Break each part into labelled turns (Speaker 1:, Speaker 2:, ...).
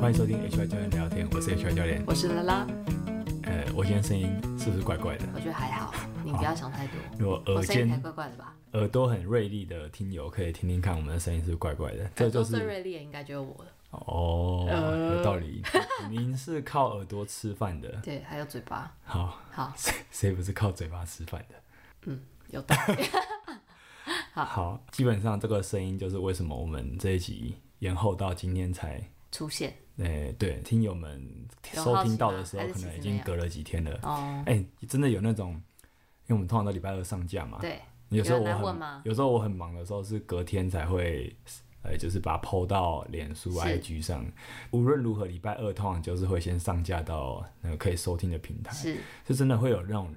Speaker 1: 欢迎收听 HY 教练聊天，我是 HY 教练。
Speaker 2: 我是拉拉，
Speaker 1: 呃，我今天声音是不是怪怪的？
Speaker 2: 我觉得还好，你不要想太多。
Speaker 1: 如果
Speaker 2: 我
Speaker 1: 耳
Speaker 2: 声音才
Speaker 1: 尖、
Speaker 2: 怪怪的吧？
Speaker 1: 耳朵很锐利的听友，可以听听看我们的声音是不是怪怪的。这就
Speaker 2: 最
Speaker 1: 是
Speaker 2: 锐利的应该就是我了。
Speaker 1: 哦，
Speaker 2: 呃
Speaker 1: 有道理。您是靠耳朵吃饭的，
Speaker 2: 对，还有嘴巴。
Speaker 1: 好，
Speaker 2: 好，
Speaker 1: 谁谁不是靠嘴巴吃饭的？
Speaker 2: 嗯，有道理。 好
Speaker 1: 好，基本上这个声音就是为什么我们这一集延后到今天才。
Speaker 2: 出现
Speaker 1: 呃，对，听友们
Speaker 2: 有
Speaker 1: 收
Speaker 2: 好奇
Speaker 1: 听到
Speaker 2: 吗
Speaker 1: 的时候，
Speaker 2: 还是
Speaker 1: 可
Speaker 2: 其
Speaker 1: 能
Speaker 2: 实
Speaker 1: 已
Speaker 2: 没
Speaker 1: 经
Speaker 2: 有
Speaker 1: 隔了几天了。
Speaker 2: 哦。
Speaker 1: 哎、真的有那种，因为我们通常都礼拜二上架嘛，
Speaker 2: 对，
Speaker 1: 有时候我
Speaker 2: 有人来
Speaker 1: 很
Speaker 2: 问吗
Speaker 1: 有时候我很忙的时候是隔天才会，呃，就是把它 PO 到脸书、
Speaker 2: 是
Speaker 1: IG 上。无论如何，礼拜二通常就是会先上架到那个可以收听的平台，
Speaker 2: 是
Speaker 1: 就真的会有那种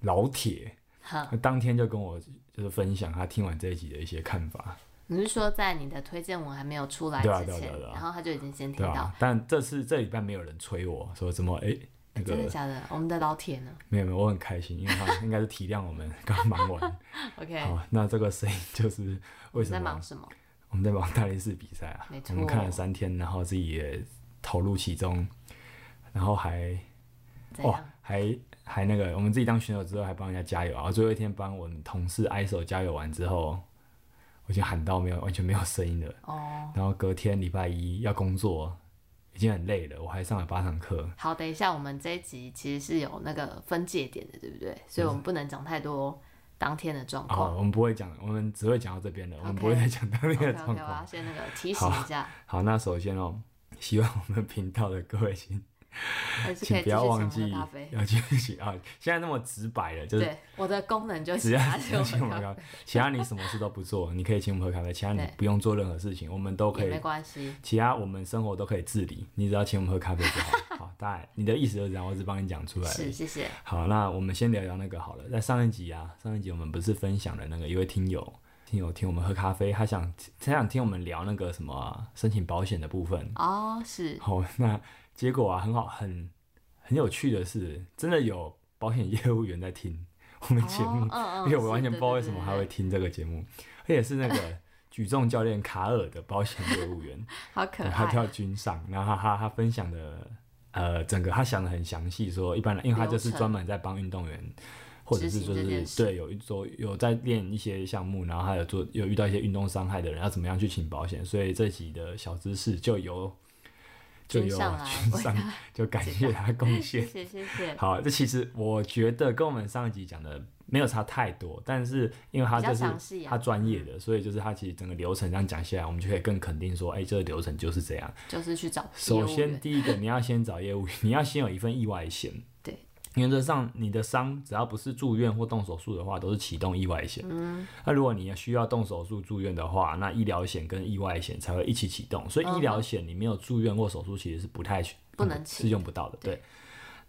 Speaker 1: 老铁，
Speaker 2: 哈。
Speaker 1: 他当天就跟我就是分享他听完这一集的一些看法，
Speaker 2: 你是说在你的推荐文还没有出来
Speaker 1: 对啊
Speaker 2: 之
Speaker 1: 对啊
Speaker 2: 前
Speaker 1: 对啊对，啊
Speaker 2: 然后他就已经先听
Speaker 1: 对吧、啊
Speaker 2: 到？
Speaker 1: 但这次这礼拜没有人催我说怎么哎、那
Speaker 2: 真的
Speaker 1: 个
Speaker 2: 假的？我们的老铁呢
Speaker 1: 没有没有，我很开心，因为他应该是体谅我们刚忙完。
Speaker 2: ？OK，
Speaker 1: 好，那这个声音就是为
Speaker 2: 你
Speaker 1: 什
Speaker 2: 在
Speaker 1: 么
Speaker 2: 忙什么？
Speaker 1: 我们在忙大力士比赛啊
Speaker 2: 没，
Speaker 1: 我们看了
Speaker 2: 错
Speaker 1: 三天，然后自己也投入其中，然后还
Speaker 2: 怎
Speaker 1: 哇
Speaker 2: 样？
Speaker 1: 还还那个，我们自己当选手之后还帮人家加油，然后最后一天帮我们同事 ISO 加油完之后，我已经喊到没有完全没有声音了，
Speaker 2: 哦，
Speaker 1: 然后隔天礼拜一要工作，已经很累了，我还上了八堂课，
Speaker 2: 好，等一下，我们这一集其实是有那个分界点的，对不对？所以我们不能讲太多当天的状
Speaker 1: 好，
Speaker 2: 况。
Speaker 1: 啊我们不会讲，我们只会讲到这边的，我们不会
Speaker 2: OK
Speaker 1: 再讲到那
Speaker 2: OK，
Speaker 1: 个
Speaker 2: OK，
Speaker 1: 状
Speaker 2: 我
Speaker 1: 况
Speaker 2: 要。先那个提醒一下，
Speaker 1: 好，那首先哦，希望我们频道的各位请
Speaker 2: 还是可
Speaker 1: 请
Speaker 2: 以
Speaker 1: 不
Speaker 2: 继续
Speaker 1: 要
Speaker 2: 请我
Speaker 1: 忘
Speaker 2: 们
Speaker 1: 记
Speaker 2: 喝咖啡。
Speaker 1: 要继续啊！现在那么直白了，就是
Speaker 2: 对，我的功能就
Speaker 1: 只
Speaker 2: 是
Speaker 1: 要
Speaker 2: 拿
Speaker 1: 只要
Speaker 2: 起
Speaker 1: 请
Speaker 2: 我
Speaker 1: 我
Speaker 2: 们
Speaker 1: 们
Speaker 2: 的
Speaker 1: 喝咖啡，其他你什么事都不做，你可以请我们喝咖啡，其他你
Speaker 2: 对
Speaker 1: 不用做任何事情，我们都可
Speaker 2: 也
Speaker 1: 以
Speaker 2: 没，关系。
Speaker 1: 其他我们生活都可以自理，你只要请我们喝咖啡就 好。好，当然你的意思就是这样，我只帮你讲出来而
Speaker 2: 是，
Speaker 1: 已。
Speaker 2: 谢谢。
Speaker 1: 好，那我们先聊聊那个好了，在上一集啊，上一集我们不是分享了那个一位听友。听友听我们喝咖啡，他想他想听我们聊那个什么啊、申请保险的部分，
Speaker 2: 哦，是
Speaker 1: 好，那结果啊，很好，很很有趣的是，真的有保险业务员在听我们节目，
Speaker 2: 哦嗯 嗯，
Speaker 1: 而且我
Speaker 2: 是
Speaker 1: 完全不
Speaker 2: 对
Speaker 1: 知道
Speaker 2: 对
Speaker 1: 为什么
Speaker 2: 对
Speaker 1: 他会
Speaker 2: 对
Speaker 1: 听这个节目，而且是那个举重教练卡尔的保险业务员，
Speaker 2: 好可
Speaker 1: 他
Speaker 2: 爱，
Speaker 1: 叫君上，然后他他他分享的呃整个他想的很详细，说一般人因为他就是
Speaker 2: 流程
Speaker 1: 专门在帮运动员。或者是
Speaker 2: 执
Speaker 1: 就
Speaker 2: 行这件
Speaker 1: 是
Speaker 2: 事
Speaker 1: 对有一做有在练一些项目，然后还有做有遇到一些运动伤害的人，要怎么样去请保险？所以这集的小知识就由就
Speaker 2: 君
Speaker 1: 由
Speaker 2: 上来
Speaker 1: 君上就感谢他贡
Speaker 2: 谢
Speaker 1: 献。
Speaker 2: 谢谢谢。
Speaker 1: 好，这其实我觉得跟我们上一集讲的没有差太多，但是因为他
Speaker 2: 比较
Speaker 1: 就是
Speaker 2: 详细啊
Speaker 1: 他专业的，所以就是他其实整个流程这样讲下来，我们就可以更肯定说，哎、这个流程就是这样。
Speaker 2: 就是去找业
Speaker 1: 首
Speaker 2: 务
Speaker 1: 先
Speaker 2: 员，
Speaker 1: 第一个，你要先找业务员， 你要先有一份意外险。
Speaker 2: 对，
Speaker 1: 原则上你的伤只要不是住院或动手术的话，都是启动意外险。
Speaker 2: 嗯
Speaker 1: 那如果你需要动手术住院的话，那医疗险跟意外险才会一起启动。所以
Speaker 2: 嗯哼
Speaker 1: 医疗险你没有住院或手术，其实是不太
Speaker 2: 不能请
Speaker 1: 是用不到的。
Speaker 2: 对
Speaker 1: 对。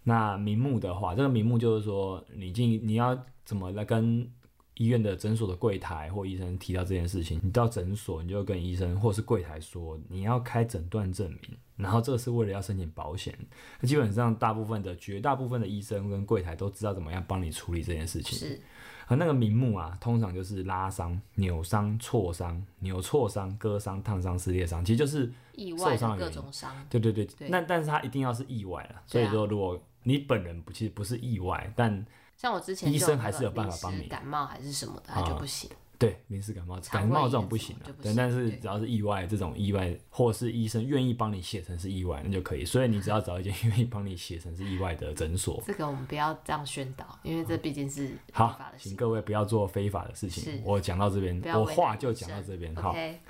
Speaker 1: 那名目的话，这个名目就是说，你进你要怎么来跟医院的诊所的柜台或医生提到这件事情，你到诊所你就跟医生或是柜台说你要开诊断证明，然后这个是为了要申请保险。那基本上大部分的绝大部分的医生跟柜台都知道怎么样帮你处理这件事情。
Speaker 2: 是
Speaker 1: 而那个名目啊，通常就是拉伤、扭伤、挫伤、扭挫伤、割伤、烫伤、撕裂伤，其实就是
Speaker 2: 意
Speaker 1: 受
Speaker 2: 外
Speaker 1: 伤
Speaker 2: 的
Speaker 1: 的
Speaker 2: 各
Speaker 1: 原因
Speaker 2: 种伤，
Speaker 1: 对对对，
Speaker 2: 对
Speaker 1: 那但是它一定要是意外了。所
Speaker 2: 对
Speaker 1: 以
Speaker 2: 啊
Speaker 1: 说，如果你本人不其实不是意外，但
Speaker 2: 像我之前
Speaker 1: 医
Speaker 2: 就
Speaker 1: 生
Speaker 2: 那
Speaker 1: 还
Speaker 2: 个
Speaker 1: 是有办
Speaker 2: 临
Speaker 1: 法帮
Speaker 2: 时
Speaker 1: 你
Speaker 2: 感冒还是什么的，他
Speaker 1: 啊
Speaker 2: 就不行。
Speaker 1: 对临时感冒，
Speaker 2: 肠
Speaker 1: 感
Speaker 2: 胃
Speaker 1: 冒这
Speaker 2: 炎
Speaker 1: 种不
Speaker 2: 什
Speaker 1: 行
Speaker 2: 么
Speaker 1: 啊
Speaker 2: 就不，
Speaker 1: 对，
Speaker 2: 行
Speaker 1: 但是
Speaker 2: 对
Speaker 1: 只要是意外这种意外，或是医生愿意帮你写成是意外，那就可以。所以你只要找一间 愿意帮你写成是意外的诊所。
Speaker 2: 这个我们不要这样宣导，因为这毕竟是违
Speaker 1: 哦好
Speaker 2: 法，的
Speaker 1: 请
Speaker 2: 行
Speaker 1: 各位不要做非法的事情
Speaker 2: 是。
Speaker 1: 我讲到这边
Speaker 2: 不，要
Speaker 1: 我
Speaker 2: 为
Speaker 1: 话
Speaker 2: 难
Speaker 1: 就
Speaker 2: 医
Speaker 1: 讲到
Speaker 2: 生
Speaker 1: 这边。好，
Speaker 2: OK，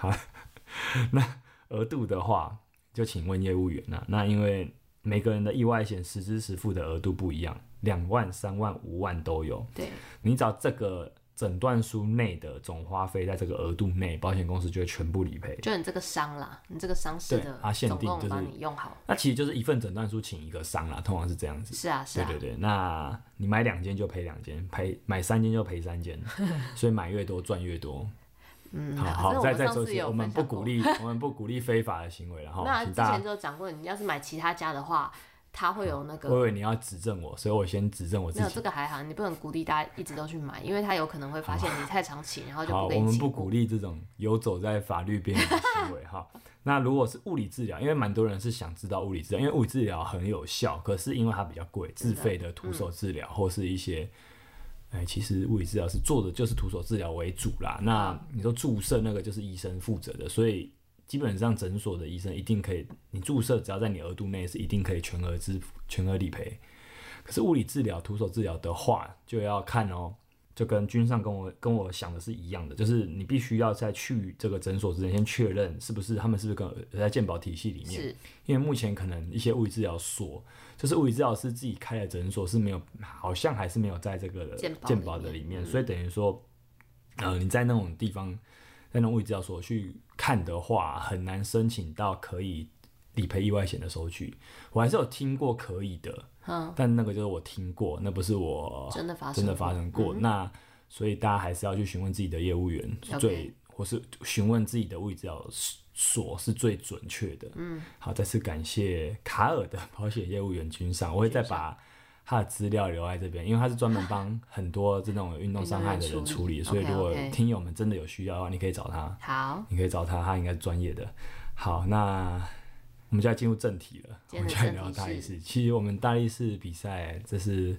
Speaker 1: 额度的话，就请问业务员啊。那因为每个人的意外险实支实付的额度不一样，两万、三万、五万都有。
Speaker 2: 对，
Speaker 1: 你找这个诊断书内的总花费，在这个额度内，保险公司就会全部理赔。
Speaker 2: 就你这个伤啦，你这个伤势
Speaker 1: 对
Speaker 2: 的
Speaker 1: 啊限
Speaker 2: 总
Speaker 1: 定
Speaker 2: 共
Speaker 1: 就是
Speaker 2: 帮你用好。
Speaker 1: 那其实就是一份诊断书请一个伤啦，通常是这样子。
Speaker 2: 是啊，是
Speaker 1: 对
Speaker 2: 啊，
Speaker 1: 对对，那你买两间就赔两间，赔买三间就赔三 间，所以买越多赚越多。
Speaker 2: 嗯，
Speaker 1: 好
Speaker 2: 反
Speaker 1: 好，
Speaker 2: 正
Speaker 1: 再
Speaker 2: 我
Speaker 1: 再说
Speaker 2: 们上
Speaker 1: 一
Speaker 2: 次
Speaker 1: 次，
Speaker 2: 有
Speaker 1: 我们
Speaker 2: 分
Speaker 1: 不
Speaker 2: 享过
Speaker 1: 鼓励，我们不鼓励非法的行为了哈，
Speaker 2: 那
Speaker 1: 请
Speaker 2: 之
Speaker 1: 哦大
Speaker 2: 前
Speaker 1: 家
Speaker 2: 就讲过，你要是买其他家的话，它会有那个
Speaker 1: 我以为你要指正我，所以我先指正我自
Speaker 2: 没有
Speaker 1: 己
Speaker 2: 这。个还好，你不能鼓励大家一直都去买，因为他有可能会发现你太常请，然后就
Speaker 1: 啊好，
Speaker 2: 不给
Speaker 1: 我
Speaker 2: 你
Speaker 1: 们
Speaker 2: 请。
Speaker 1: 不鼓励这种游走在法律边缘的行 为哈。那如果是物理治疗，因为蛮多人是想知道物理治疗，因为物理治疗很有效，可是因为它比较贵，自费的徒手治
Speaker 2: 嗯
Speaker 1: 疗、或是一些，哎，其实物理治疗是做的就是徒手治疗为主啦。那
Speaker 2: 嗯
Speaker 1: 你说注射那个就是医生负责的，所以基本上诊所的医生一定可以，你注射只要在你额度内是一定可以全额支付、全额理赔。可是物理治疗、徒手治疗的话，就要看哦，就跟君上跟我跟我想的是一样的，就是你必须要在去这个诊所之前先确认是不是他们是不是跟有在健保体系里面，
Speaker 2: 是
Speaker 1: 因为目前可能一些物理治疗所，就是物理治疗师自己开的诊所是没有，好像还是没有在这个
Speaker 2: 健保
Speaker 1: 健保
Speaker 2: 里
Speaker 1: 的
Speaker 2: 面嗯
Speaker 1: 里面，所以等于说，呃，你在那种地方，在那种物理治疗所去看的话，很难申请到可以理赔意外险的收据。我还是有听过可以的，
Speaker 2: 嗯，
Speaker 1: 但那个就是我听过，那不是我
Speaker 2: 真的发生
Speaker 1: 哦真的
Speaker 2: 过嗯
Speaker 1: 发生过。那所以大家还是要去询问自己的业务员是
Speaker 2: OK
Speaker 1: 最，或是询问自己的物理治疗所是最准确的。嗯，好，再次感谢卡尔的保险业务员君上，我会再把他的资料留在这边，因为他是专门帮很多这种运动伤害的
Speaker 2: 运动
Speaker 1: 人
Speaker 2: 员
Speaker 1: 处
Speaker 2: 处理
Speaker 1: 理，所以
Speaker 2: OK，OK
Speaker 1: 如果听友们真的有需要的话，你可以找他，
Speaker 2: 好，
Speaker 1: 你可以找他，他应该是专业的。好，那。我们就要进入正题了，我
Speaker 2: 今天
Speaker 1: 们
Speaker 2: 的
Speaker 1: 就来
Speaker 2: 正
Speaker 1: 聊
Speaker 2: 题
Speaker 1: 大力
Speaker 2: 是
Speaker 1: 士。其实我们大力士比赛，这是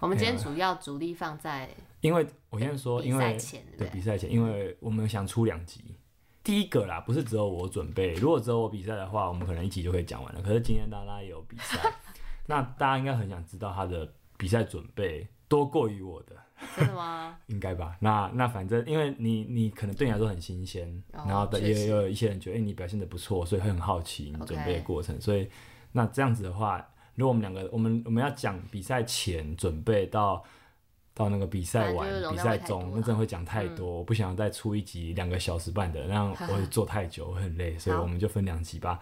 Speaker 2: 我们今天主要主力放在
Speaker 1: 因为嗯我先说，
Speaker 2: 比
Speaker 1: 因
Speaker 2: 赛
Speaker 1: 为
Speaker 2: 前，对
Speaker 1: 对
Speaker 2: 不对
Speaker 1: 比？赛前，因为我们想出两集。第一个啦，不是只有我准备，如果只有我比赛的话，我们可能一集就可以讲完了。可是今天拉拉也有比赛， 那大家应该很想知道他的比赛准备多过于我的，
Speaker 2: 真的吗？
Speaker 1: 应该吧？那那反正因为你你可能对你来说很新鲜，
Speaker 2: 哦
Speaker 1: 然后的
Speaker 2: 确
Speaker 1: 也
Speaker 2: 实
Speaker 1: 也有一些人觉得哎、你表现的不错，所以会很好奇你
Speaker 2: OK
Speaker 1: 准备的过程。所以那这样子的话，如果我们两个我们我们要讲比赛前准备到到那个比赛
Speaker 2: 反正就是
Speaker 1: 完
Speaker 2: 容
Speaker 1: 比
Speaker 2: 量会
Speaker 1: 赛
Speaker 2: 太多了嗯
Speaker 1: 中，那真的会讲太多，我不想再出一集两个小时半的，那 样我会做太久，我很累，所以
Speaker 2: 好
Speaker 1: 我们就分两集吧。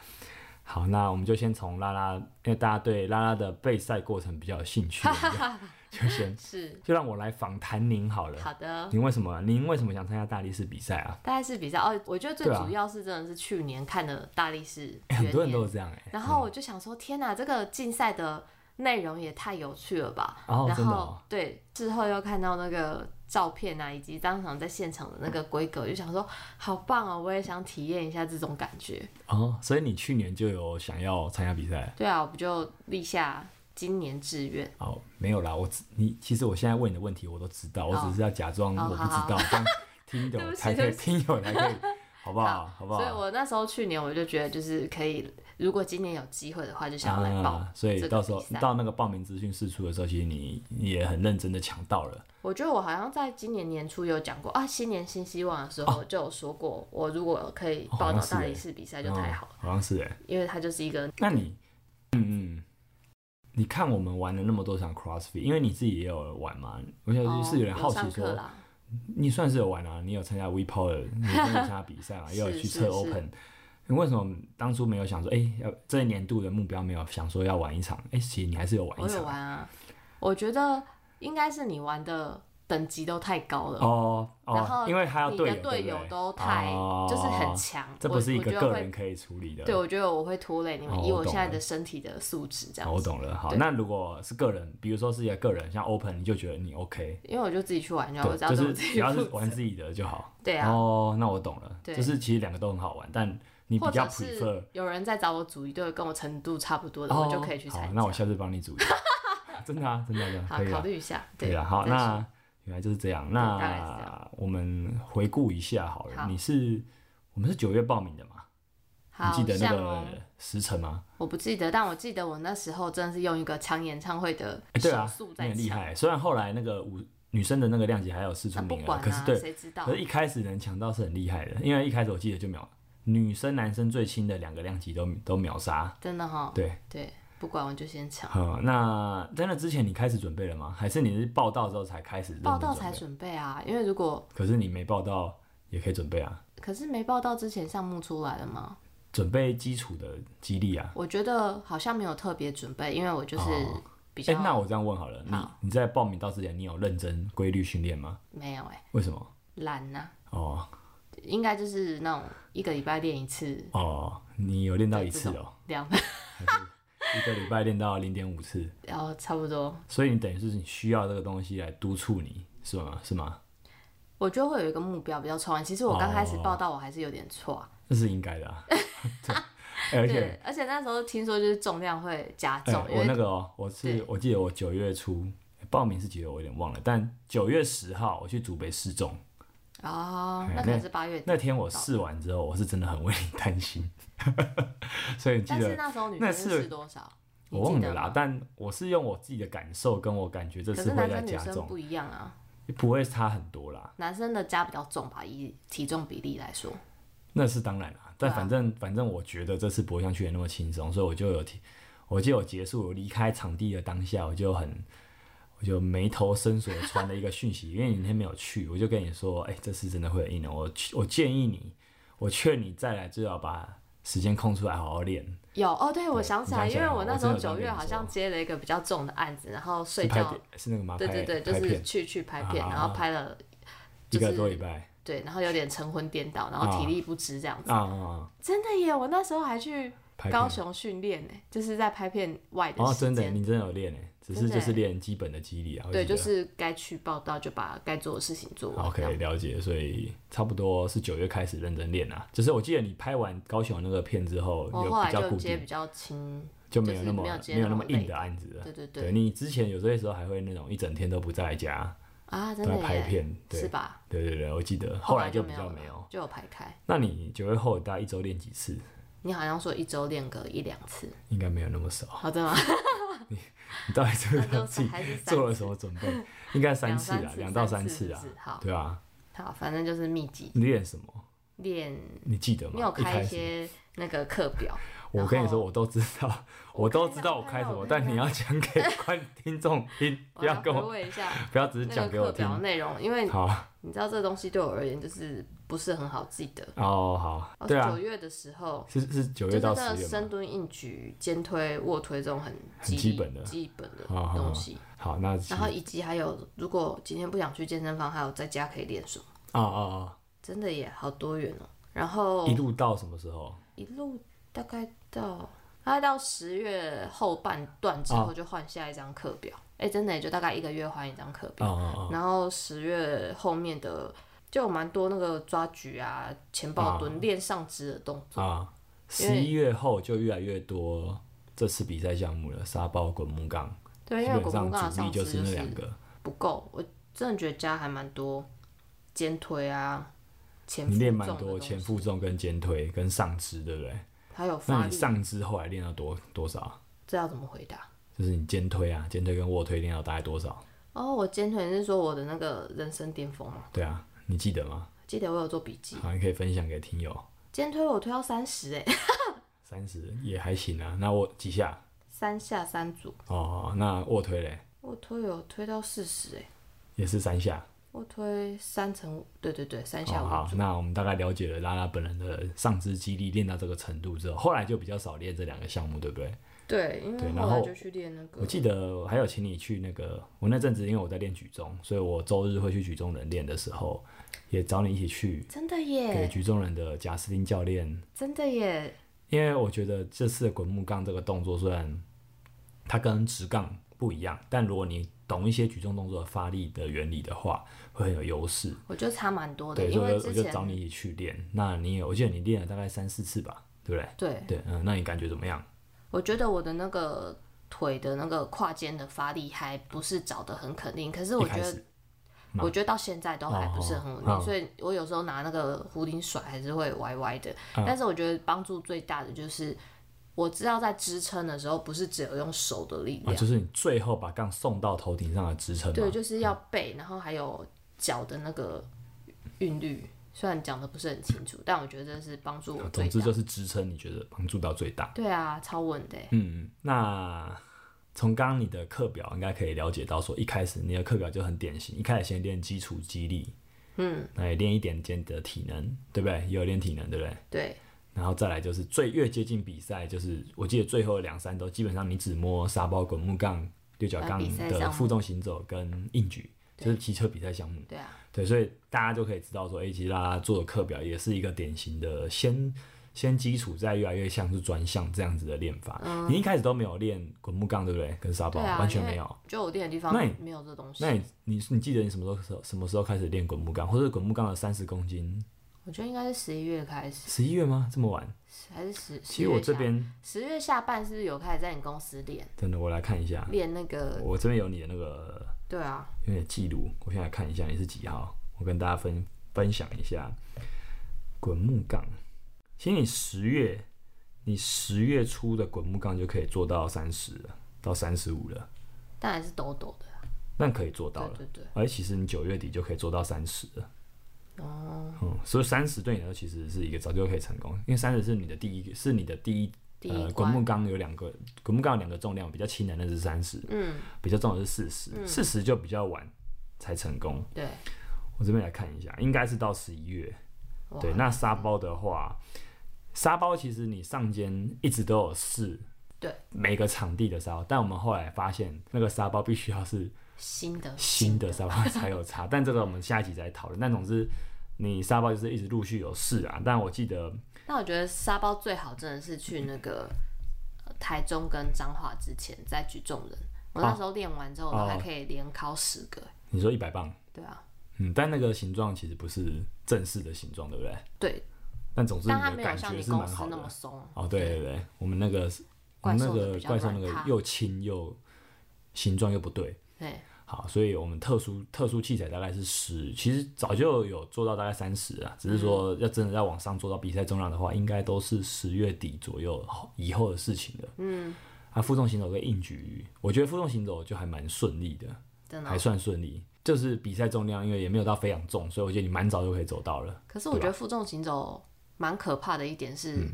Speaker 1: 好，那我们就先从拉拉，因为大家对拉拉的备赛过程比较有兴 趣，我们就就先
Speaker 2: 是
Speaker 1: 就让我来访谈您好了。
Speaker 2: 好的。
Speaker 1: 您为什么？您为什么想参加大力士比赛啊？
Speaker 2: 大概是比赛哦，我觉得最
Speaker 1: 对啊
Speaker 2: 主要是真的是去年看的大力士
Speaker 1: 欸很多
Speaker 2: 元
Speaker 1: 人都
Speaker 2: 年，
Speaker 1: 是这样哎、
Speaker 2: 然后我就想说，天哪，这个竞赛的内容也太有趣了吧！
Speaker 1: 哦
Speaker 2: 然
Speaker 1: 真的
Speaker 2: 后
Speaker 1: 哦
Speaker 2: 对，之后又看到那个照片啊，以及当场在现场的那个规格，就想说好棒哦，我也想体验一下这种感觉。
Speaker 1: 哦，所以你去年就有想要参加比赛？
Speaker 2: 对啊，我不就立下今年志愿？
Speaker 1: 哦，没有啦，我只你其实我现在问你的问题我都知道，我只是要假装
Speaker 2: 哦
Speaker 1: 我不知
Speaker 2: 好
Speaker 1: 道，这样听
Speaker 2: 对
Speaker 1: 友
Speaker 2: 不起
Speaker 1: 才可
Speaker 2: 对
Speaker 1: 以
Speaker 2: 不
Speaker 1: 听友才 可以，好不好？好不好？
Speaker 2: 所以我那时候去年我就觉得，就是可以，如果今年有机会的话，就想要来报。
Speaker 1: 啊，所以
Speaker 2: 这个
Speaker 1: 到时候
Speaker 2: 比赛
Speaker 1: 到那个报名资讯释出的时候，其实你你也很认真的抢到了。
Speaker 2: 我觉得我好像在今年年初有讲过啊，新年新希望的时候就有说过，我如果可以
Speaker 1: 哦
Speaker 2: 报
Speaker 1: 哦好像
Speaker 2: 到
Speaker 1: 是
Speaker 2: 大
Speaker 1: 欸
Speaker 2: 力士比赛就太好了，
Speaker 1: 嗯，好像是哎、
Speaker 2: 因为它就是一个
Speaker 1: 那你，嗯嗯，你看我们玩了那么多场 CrossFit，因为你自己也有玩嘛，我想
Speaker 2: 哦
Speaker 1: 是有人好奇
Speaker 2: 上
Speaker 1: 说，
Speaker 2: 课啦，
Speaker 1: 你算是有玩啊，你有参加 We Power，你真的有参加比赛嘛，
Speaker 2: 是
Speaker 1: 也有去
Speaker 2: 是
Speaker 1: 测
Speaker 2: 是
Speaker 1: Open。你为什么当初没有想说，哎、要这一年度的目标没有想说要玩一场？哎、其实你还是有玩
Speaker 2: 我
Speaker 1: 一
Speaker 2: 有
Speaker 1: 场。
Speaker 2: 玩啊，我觉得应该是你玩的等级都太高了，
Speaker 1: 哦
Speaker 2: 然后
Speaker 1: 哦，因为还有
Speaker 2: 你
Speaker 1: 队
Speaker 2: 的
Speaker 1: 友，
Speaker 2: 队
Speaker 1: 对不
Speaker 2: 友
Speaker 1: 对
Speaker 2: 都太、
Speaker 1: 哦
Speaker 2: 就是很强，
Speaker 1: 这不
Speaker 2: 我
Speaker 1: 是一
Speaker 2: 我
Speaker 1: 个
Speaker 2: 觉得
Speaker 1: 个
Speaker 2: 会
Speaker 1: 人可以处理的。
Speaker 2: 对，我觉得我会拖累你们，
Speaker 1: 哦
Speaker 2: 以
Speaker 1: 我
Speaker 2: 我
Speaker 1: 懂
Speaker 2: 现在
Speaker 1: 了
Speaker 2: 的身体的素质这
Speaker 1: 哦
Speaker 2: 样
Speaker 1: 我
Speaker 2: 子，
Speaker 1: 懂了。好，
Speaker 2: 对
Speaker 1: 那如果是个人，比如说是一个个人，像 Open，你就觉得你 OK，
Speaker 2: 因为我就自己去玩就好，我
Speaker 1: 对，
Speaker 2: 只要
Speaker 1: 就
Speaker 2: 对我
Speaker 1: 是
Speaker 2: 自
Speaker 1: 只
Speaker 2: 己
Speaker 1: 要是
Speaker 2: 负责
Speaker 1: 玩自己的就好。
Speaker 2: 对啊，
Speaker 1: 哦，那我懂了，
Speaker 2: 对
Speaker 1: 就是其实两个都很好玩，但你比
Speaker 2: 或
Speaker 1: 较
Speaker 2: 者
Speaker 1: prefer
Speaker 2: 是有人在找我组一队，跟我程度差不多的，我就可以去
Speaker 1: 哦好
Speaker 2: 参加。
Speaker 1: 那我下次帮你组一下， 真的啊，真的真的
Speaker 2: 好
Speaker 1: 可以
Speaker 2: 考
Speaker 1: 啊，
Speaker 2: 虑一下。
Speaker 1: 可以啊。好，
Speaker 2: 但是
Speaker 1: 那原来就是这样。
Speaker 2: 大概是这
Speaker 1: 那我们回顾一下好了，
Speaker 2: 好
Speaker 1: 你是我们是九月报名的嘛？你
Speaker 2: 好
Speaker 1: 记得那
Speaker 2: 像哦
Speaker 1: 个时辰吗？
Speaker 2: 我不记得，但我记得我那时候真的是用一个抢演唱会的
Speaker 1: 哎，对
Speaker 2: 手
Speaker 1: 啊，
Speaker 2: 速
Speaker 1: 你
Speaker 2: 在
Speaker 1: 很厉
Speaker 2: 抢，
Speaker 1: 害。虽然后来那个五女生的那个量级还有四出
Speaker 2: 那不
Speaker 1: 名额，
Speaker 2: 管
Speaker 1: 可是
Speaker 2: 啊，
Speaker 1: 对，
Speaker 2: 谁知道
Speaker 1: 可？是一开始能抢到是很厉害的，因为一开始我记得就秒女生男生最轻的两个量级都都秒杀。
Speaker 2: 真的哈，
Speaker 1: 对，
Speaker 2: 对，不管我就先抢，
Speaker 1: 嗯，那在那之前你开始准备了吗？还是你是报道之后才开始认真
Speaker 2: 报道
Speaker 1: 准
Speaker 2: 才
Speaker 1: 备
Speaker 2: 准备啊，因为如果
Speaker 1: 可是你没报到也可以准备啊，
Speaker 2: 可是没报道之前项目出来了吗？
Speaker 1: 准备基础的激励啊。
Speaker 2: 我觉得好像没有特别准备，因为我就是
Speaker 1: 哦
Speaker 2: 比
Speaker 1: 哎、
Speaker 2: 较
Speaker 1: 那我这样问好了，
Speaker 2: 好
Speaker 1: 你你在报名到之前，你有认真规律训练吗？
Speaker 2: 没有哎
Speaker 1: 为什么？
Speaker 2: 懒呐，
Speaker 1: 哦
Speaker 2: 应该就是那种一个礼拜练一次，
Speaker 1: 哦，你有练到一次
Speaker 2: 对
Speaker 1: 哦，
Speaker 2: 两
Speaker 1: 一个礼拜练到零点五次，
Speaker 2: 然后差不多，
Speaker 1: 所以你等于是你需要这个东西来督促你，是吗？是吗？
Speaker 2: 我觉得会有一个目标比较冲。其实我刚开始
Speaker 1: 哦
Speaker 2: 报道我还是有点错、
Speaker 1: 这是应该的、啊 对，哎而且
Speaker 2: 对，而且那时候听说就是重量会加
Speaker 1: 哎、
Speaker 2: 重，因
Speaker 1: 我
Speaker 2: 为
Speaker 1: 那个哦、我是
Speaker 2: 对
Speaker 1: 我记得我九月初报名是几月我有点忘了，但九月十号我去祖北试重，
Speaker 2: 哦，
Speaker 1: 哎
Speaker 2: 那可能是八月底，
Speaker 1: 那天我试完之后，我是真的很为你担心， 所以你记
Speaker 2: 但是
Speaker 1: 得
Speaker 2: 那时候女
Speaker 1: 那
Speaker 2: 生
Speaker 1: 次
Speaker 2: 是多少？
Speaker 1: 我忘
Speaker 2: 你记
Speaker 1: 了
Speaker 2: 得
Speaker 1: 啦
Speaker 2: 吗，
Speaker 1: 但我是用我自己的感受跟我感觉这
Speaker 2: 可
Speaker 1: 次
Speaker 2: 是
Speaker 1: 会
Speaker 2: 男
Speaker 1: 再
Speaker 2: 生女
Speaker 1: 加
Speaker 2: 生
Speaker 1: 重，
Speaker 2: 不一样啊，
Speaker 1: 不会差很多啦。
Speaker 2: 男生的加比较重吧，以体重比例来说。
Speaker 1: 那是当然啦，但
Speaker 2: 对啊
Speaker 1: 反正、反正我觉得这次不会像去年那么轻松，所以我就有提，我记得我结束我离开场地的当下，我就很我就眉头深锁地传了一个讯息，因为你那天没有去，我就跟你说，哎、这次真的会很硬的，我我建议你，我劝你再来，最好把时间空出来好好练，
Speaker 2: 有哦，对，我
Speaker 1: 对
Speaker 2: 想
Speaker 1: 你
Speaker 2: 起来，
Speaker 1: 想起
Speaker 2: 因为
Speaker 1: 来
Speaker 2: 我
Speaker 1: 了
Speaker 2: 那
Speaker 1: 我
Speaker 2: 时候
Speaker 1: 真的有
Speaker 2: 九
Speaker 1: 跟
Speaker 2: 月
Speaker 1: 你
Speaker 2: 好
Speaker 1: 说
Speaker 2: 像接了一个比较重的案子，然后
Speaker 1: 是
Speaker 2: 睡
Speaker 1: 拍
Speaker 2: 觉
Speaker 1: 片，是那个吗？
Speaker 2: 对对
Speaker 1: 拍
Speaker 2: 对，就
Speaker 1: 拍
Speaker 2: 是
Speaker 1: 片
Speaker 2: 去去拍片，
Speaker 1: 啊
Speaker 2: 然后拍了
Speaker 1: 一
Speaker 2: 就是
Speaker 1: 个多礼拜
Speaker 2: 对，然后有点神魂颠倒，然后体力不支这样子。
Speaker 1: 啊啊啊，
Speaker 2: 真的耶，我那时候还去
Speaker 1: 拍片
Speaker 2: 嗯高雄训练呢，就是在拍片外的
Speaker 1: 哦，
Speaker 2: 时
Speaker 1: 真的，
Speaker 2: 间。
Speaker 1: 你真的有练诶，只是
Speaker 2: 真的
Speaker 1: 就是
Speaker 2: 欸
Speaker 1: 练基本的肌力啊，我
Speaker 2: 对，
Speaker 1: 记得
Speaker 2: 就是该去报道就把该做的事情做完。这
Speaker 1: OK，
Speaker 2: 样
Speaker 1: 了解，所以差不多是九月开始认真练啦、啊就是我记得你拍完高雄那个片之后，
Speaker 2: 我
Speaker 1: 有
Speaker 2: 后
Speaker 1: 比
Speaker 2: 来
Speaker 1: 较
Speaker 2: 就
Speaker 1: 固
Speaker 2: 接
Speaker 1: 定
Speaker 2: 比，较轻，
Speaker 1: 就没有
Speaker 2: 就是
Speaker 1: 那么
Speaker 2: 没有接
Speaker 1: 没有
Speaker 2: 那
Speaker 1: 那
Speaker 2: 么
Speaker 1: 么
Speaker 2: 累
Speaker 1: 硬的
Speaker 2: 的
Speaker 1: 案子了。
Speaker 2: 对对
Speaker 1: 对你之前有些时候还会那种一整天都不在家，
Speaker 2: 啊，
Speaker 1: 都
Speaker 2: 真
Speaker 1: 在
Speaker 2: 的
Speaker 1: 拍
Speaker 2: 耶，
Speaker 1: 片，对
Speaker 2: 是吧？
Speaker 1: 对对对，我记得后来
Speaker 2: 来就
Speaker 1: 比较没有
Speaker 2: 了。，就有排开。
Speaker 1: 那你九月后大概一周练几次？
Speaker 2: 你好像说一周练个一两次，
Speaker 1: 应该没有那么少。
Speaker 2: 好的 吗？
Speaker 1: 你 到底知不知
Speaker 2: 那
Speaker 1: 道
Speaker 2: 就
Speaker 1: 自己
Speaker 2: 还是三
Speaker 1: 做了什么准备？ 应该三
Speaker 2: 两
Speaker 1: 次啦，
Speaker 2: 次，
Speaker 1: 两到
Speaker 2: 三
Speaker 1: 次啊
Speaker 2: 是不，是好，
Speaker 1: 对啊。
Speaker 2: 好，反正就是密集
Speaker 1: 你练什么？
Speaker 2: 练。
Speaker 1: 你记得吗？
Speaker 2: 你有
Speaker 1: 啊一
Speaker 2: 开
Speaker 1: 开
Speaker 2: 一
Speaker 1: 始
Speaker 2: 些那个课表，
Speaker 1: 我
Speaker 2: 然
Speaker 1: 跟你说，
Speaker 2: 后
Speaker 1: 我都知 道，我
Speaker 2: 我
Speaker 1: 都
Speaker 2: 看
Speaker 1: 知
Speaker 2: 到
Speaker 1: 道我
Speaker 2: 看
Speaker 1: 开
Speaker 2: 到
Speaker 1: 什
Speaker 2: 我
Speaker 1: 么，
Speaker 2: 看
Speaker 1: 但你
Speaker 2: 到
Speaker 1: 要讲给 观听众听，不要
Speaker 2: 来
Speaker 1: 跟
Speaker 2: 回
Speaker 1: 我，
Speaker 2: 味一下
Speaker 1: 不要 只是
Speaker 2: 那
Speaker 1: 讲
Speaker 2: 个
Speaker 1: 给我
Speaker 2: 课
Speaker 1: 听。
Speaker 2: 表内容，因为
Speaker 1: 好，
Speaker 2: 你知道这东西对我而言就是不是很好记得。
Speaker 1: 哦，好，
Speaker 2: 哦，
Speaker 1: 对
Speaker 2: 九、
Speaker 1: 啊，
Speaker 2: 月的时候，
Speaker 1: 是是九月
Speaker 2: 就是
Speaker 1: 到
Speaker 2: 真
Speaker 1: 十
Speaker 2: 的
Speaker 1: 月
Speaker 2: 深
Speaker 1: 嘛。
Speaker 2: 蹲、硬举、肩推、卧推这种很
Speaker 1: 很
Speaker 2: 激
Speaker 1: 基
Speaker 2: 励
Speaker 1: 本的
Speaker 2: 基本的
Speaker 1: 好好好
Speaker 2: 东西，
Speaker 1: 好，那其
Speaker 2: 然后以及还有，如果今天不想去健身房，还有在家可以练什么，
Speaker 1: 啊啊
Speaker 2: 真的也好多元哦、然
Speaker 1: 啊，
Speaker 2: 后
Speaker 1: 一路到什么时候？
Speaker 2: 一路大概到大概到十月后半段之
Speaker 1: 哦
Speaker 2: 后，就换下一张课表。哎、真的也就大概一个月换一张课表。
Speaker 1: 啊啊
Speaker 2: 然后十月后面的就有蛮多那个抓举啊、前
Speaker 1: 哦
Speaker 2: 抱蹲、练上肢的动
Speaker 1: 啊
Speaker 2: 作。
Speaker 1: 啊！
Speaker 2: 因
Speaker 1: 十
Speaker 2: 为
Speaker 1: 一月后就越来越多这次比赛项目了，沙包、滚木杠，
Speaker 2: 对，
Speaker 1: 基
Speaker 2: 因为
Speaker 1: 本
Speaker 2: 果木杠
Speaker 1: 上主
Speaker 2: 的
Speaker 1: 力
Speaker 2: 上肢
Speaker 1: 就是
Speaker 2: 就
Speaker 1: 那
Speaker 2: 是
Speaker 1: 两个。
Speaker 2: 不够，我真的觉得加还蛮多肩推啊、前
Speaker 1: 你
Speaker 2: 负
Speaker 1: 练
Speaker 2: 重
Speaker 1: 蛮
Speaker 2: 的
Speaker 1: 多
Speaker 2: 东
Speaker 1: 前
Speaker 2: 西
Speaker 1: 负重跟肩推跟上肢，对不对？
Speaker 2: 还有
Speaker 1: 那
Speaker 2: 发
Speaker 1: 你
Speaker 2: 力，
Speaker 1: 上肢后来练到多多少啊？
Speaker 2: 这要怎么回答？
Speaker 1: 就是你肩推啊，肩推跟卧推练到大概多少？
Speaker 2: 哦，我肩推你是说我的那个人生巅峰吗？
Speaker 1: 对啊，你记得吗？
Speaker 2: 记得我有做笔记，
Speaker 1: 好，你可以分享给听友。
Speaker 2: 肩推我推到三十哎，
Speaker 1: 三十也还行啊，那我几下？
Speaker 2: 三下三组，
Speaker 1: 哦，那卧推嘞
Speaker 2: 我推有推到四十哎，
Speaker 1: 也是三下。
Speaker 2: 我推三乘五，对对对，三
Speaker 1: 哦，
Speaker 2: 下五
Speaker 1: 好，
Speaker 2: 组。
Speaker 1: 那我们大概了解了拉拉本人的上肢肌力练到这个程度之后，后来就比较少练这两个项目，对不对？
Speaker 2: 对，因为
Speaker 1: 对然
Speaker 2: 后来
Speaker 1: 后
Speaker 2: 就去练那
Speaker 1: 我
Speaker 2: 个，
Speaker 1: 记得还有请你去那个，我那阵子因为我在练举重，所以我周日会去举重人练的时候，也找你一起去
Speaker 2: 真的
Speaker 1: 给
Speaker 2: 耶，
Speaker 1: 举重人的贾斯汀教练
Speaker 2: 真的耶，
Speaker 1: 因为我觉得这次的滚木杠这个动作虽然它跟直杠不一样，但如果你懂一些举重动作的发力的原理的话，会很有优势。
Speaker 2: 我觉得差蛮多的，
Speaker 1: 对，
Speaker 2: 因
Speaker 1: 所以
Speaker 2: 为
Speaker 1: 我就
Speaker 2: 之
Speaker 1: 我就找
Speaker 2: 前
Speaker 1: 你一起去练。那你有，我记得你练了大概三四次吧，对不对？
Speaker 2: 对，
Speaker 1: 对，嗯，那你感觉怎么样？
Speaker 2: 我觉得我的那个腿的那个胯间的发力还不是找的很肯定，可是
Speaker 1: 一
Speaker 2: 我觉
Speaker 1: 开
Speaker 2: 得
Speaker 1: 始吗
Speaker 2: 我觉得到现在都还不是很稳定，
Speaker 1: 哦哦哦
Speaker 2: 所以我有时候拿那个壶铃甩还是会歪歪的。
Speaker 1: 嗯
Speaker 2: 但是我觉得帮助最大的就是，我知道在支撑的时候不是只有用手的力
Speaker 1: 啊，
Speaker 2: 量，
Speaker 1: 就是你最后把杠送到头顶上的支撑
Speaker 2: 对，
Speaker 1: 嘛。
Speaker 2: 就是要背，然后还有脚的那个韵律。虽然讲的不是很清楚，但我觉得这是帮助我
Speaker 1: 啊
Speaker 2: 最
Speaker 1: 总之就
Speaker 2: 大。
Speaker 1: 是支撑，你觉得帮助到最大。
Speaker 2: 对啊，超稳的耶。
Speaker 1: 嗯，那从刚刚你的课表应该可以了解到，说一开始你的课表就很典型，一开始先练基础肌力，嗯，那也练一点点的体能，对不对？也有练体能，对不对？
Speaker 2: 对，
Speaker 1: 然后再来就是最越接近比赛，就是我记得最后两三周基本上你只摸沙包、滚木杠、六角
Speaker 2: 啊
Speaker 1: 杠
Speaker 2: 比赛项
Speaker 1: 的
Speaker 2: 目
Speaker 1: 负重行走跟硬举，就是骑车比赛项目。
Speaker 2: 对啊，
Speaker 1: 对，所以大家就可以知道说，哎、其实拉拉做的课表也是一个典型的先先基础，再越来越像是专项这样子的练法。你一开始都没有练滚木杠，对不对？跟沙包、
Speaker 2: 嗯对啊，
Speaker 1: 完全
Speaker 2: 因为
Speaker 1: 没有。
Speaker 2: 就我练的地方
Speaker 1: 那你
Speaker 2: 没有这东西
Speaker 1: 那。你你你记得你什么时候什么时候开始练滚木杠，或者滚木杠的三十公斤？
Speaker 2: 我觉得应该是十一月开始，
Speaker 1: 十一月吗？这么晚？
Speaker 2: 还是十？
Speaker 1: 其实我这边
Speaker 2: 十月下半是不是有开始在你公司练
Speaker 1: 真的，我来看一下，
Speaker 2: 练那个？
Speaker 1: 我这边有你的那个
Speaker 2: 对啊，
Speaker 1: 有点记录，我现在看一下你是几号，我跟大家分分享一下滚木杠。其实你十月，你十月初的滚木杠就可以做到三十了，到三十五了，
Speaker 2: 但还是抖抖的。
Speaker 1: 那可以做到
Speaker 2: 对
Speaker 1: 了。
Speaker 2: 对对，
Speaker 1: 而其实你九月底就可以做到三十了。
Speaker 2: 哦，
Speaker 1: 嗯，所以三十对你来说其实是一个早就可以成功，因为三十是你的第一个，是你的第一。
Speaker 2: 第
Speaker 1: 呃
Speaker 2: 一，
Speaker 1: 滚木
Speaker 2: 关，
Speaker 1: 杠有两个，滚木杠有两个重量，比较轻的那是三十，
Speaker 2: 嗯，
Speaker 1: 比较重的是四十，四十就比较晚才成功。
Speaker 2: 对，
Speaker 1: 我这边来看一下，应该是到十一月。
Speaker 2: 哇
Speaker 1: 对，那沙包的话，沙包其实你上间一直都有试，
Speaker 2: 对，
Speaker 1: 每个场地的沙包，但我们后来发现那个沙包必须要是
Speaker 2: 新的
Speaker 1: 新的沙包才有差，但这个我们下一集再讨论。但总之，你沙包就是一直陆续有试啊，但我记得
Speaker 2: 那我觉得沙包最好真的是去那个、呃台中跟彰化之前再举重人。我那时候练完之后，我
Speaker 1: 哦
Speaker 2: 还可以连考十个、
Speaker 1: 你说一百磅，
Speaker 2: 对啊，
Speaker 1: 嗯，但那个形状其实不是正式的形状，对不对？
Speaker 2: 对，
Speaker 1: 但总之
Speaker 2: 但它
Speaker 1: 你
Speaker 2: 没
Speaker 1: 的
Speaker 2: 有
Speaker 1: 嗯感
Speaker 2: 像
Speaker 1: 觉
Speaker 2: 你
Speaker 1: 是
Speaker 2: 公
Speaker 1: 蛮
Speaker 2: 司
Speaker 1: 好
Speaker 2: 那
Speaker 1: 的
Speaker 2: 么。松。啊
Speaker 1: 哦，对对对，我们那个我
Speaker 2: 怪
Speaker 1: 们
Speaker 2: 兽
Speaker 1: 那
Speaker 2: 的
Speaker 1: 个
Speaker 2: 比较
Speaker 1: 怪兽那
Speaker 2: 软
Speaker 1: 个
Speaker 2: 塌
Speaker 1: 又轻又形状又不对，
Speaker 2: 对，
Speaker 1: 好，所以我们特殊特殊器材大概是十，其实早就有做到大概三十啊，只是说
Speaker 2: 嗯
Speaker 1: 要真的要往上做到比赛重量的话，应该都是十月底左右以后的事情了。嗯，啊，负重行走跟硬举，我觉得负重行走就还蛮顺利的，
Speaker 2: 真的哦、
Speaker 1: 还算顺利。就是比赛重量，因为也没有到非常重，所以我觉得你蛮早就可以走到了。
Speaker 2: 可是我觉得负重行走蛮可怕的一点是，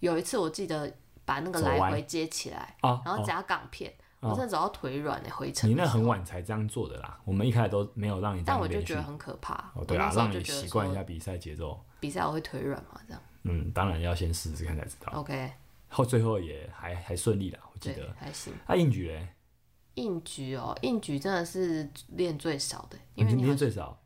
Speaker 2: 有一次我记得把那个
Speaker 1: 嗯走
Speaker 2: 来
Speaker 1: 歪
Speaker 2: 回接起来，
Speaker 1: 啊
Speaker 2: 然后夹港片，我真的走到腿软的、回程
Speaker 1: 你
Speaker 2: 的时候。
Speaker 1: 那很晚才这样做的啦，我们一开始都没有让你这
Speaker 2: 但
Speaker 1: 样
Speaker 2: 我就
Speaker 1: 连
Speaker 2: 觉
Speaker 1: 续
Speaker 2: 得。很可怕。
Speaker 1: 哦，对
Speaker 2: 我
Speaker 1: 啊
Speaker 2: 那，时候
Speaker 1: 让
Speaker 2: 就
Speaker 1: 你
Speaker 2: 觉得
Speaker 1: 习惯一
Speaker 2: 说
Speaker 1: 下比赛节奏。
Speaker 2: 比赛我会腿软嘛，这样。
Speaker 1: 嗯，当然要先试试看才知道。
Speaker 2: OK，
Speaker 1: 后最后也还还顺利啦，我记
Speaker 2: 哦对
Speaker 1: 得。，
Speaker 2: 还行。
Speaker 1: 啊，硬举嘞，
Speaker 2: 硬举哦，硬举真的是练最少的，
Speaker 1: 你
Speaker 2: 因为
Speaker 1: 今
Speaker 2: 你
Speaker 1: 天
Speaker 2: 好
Speaker 1: 哦最少。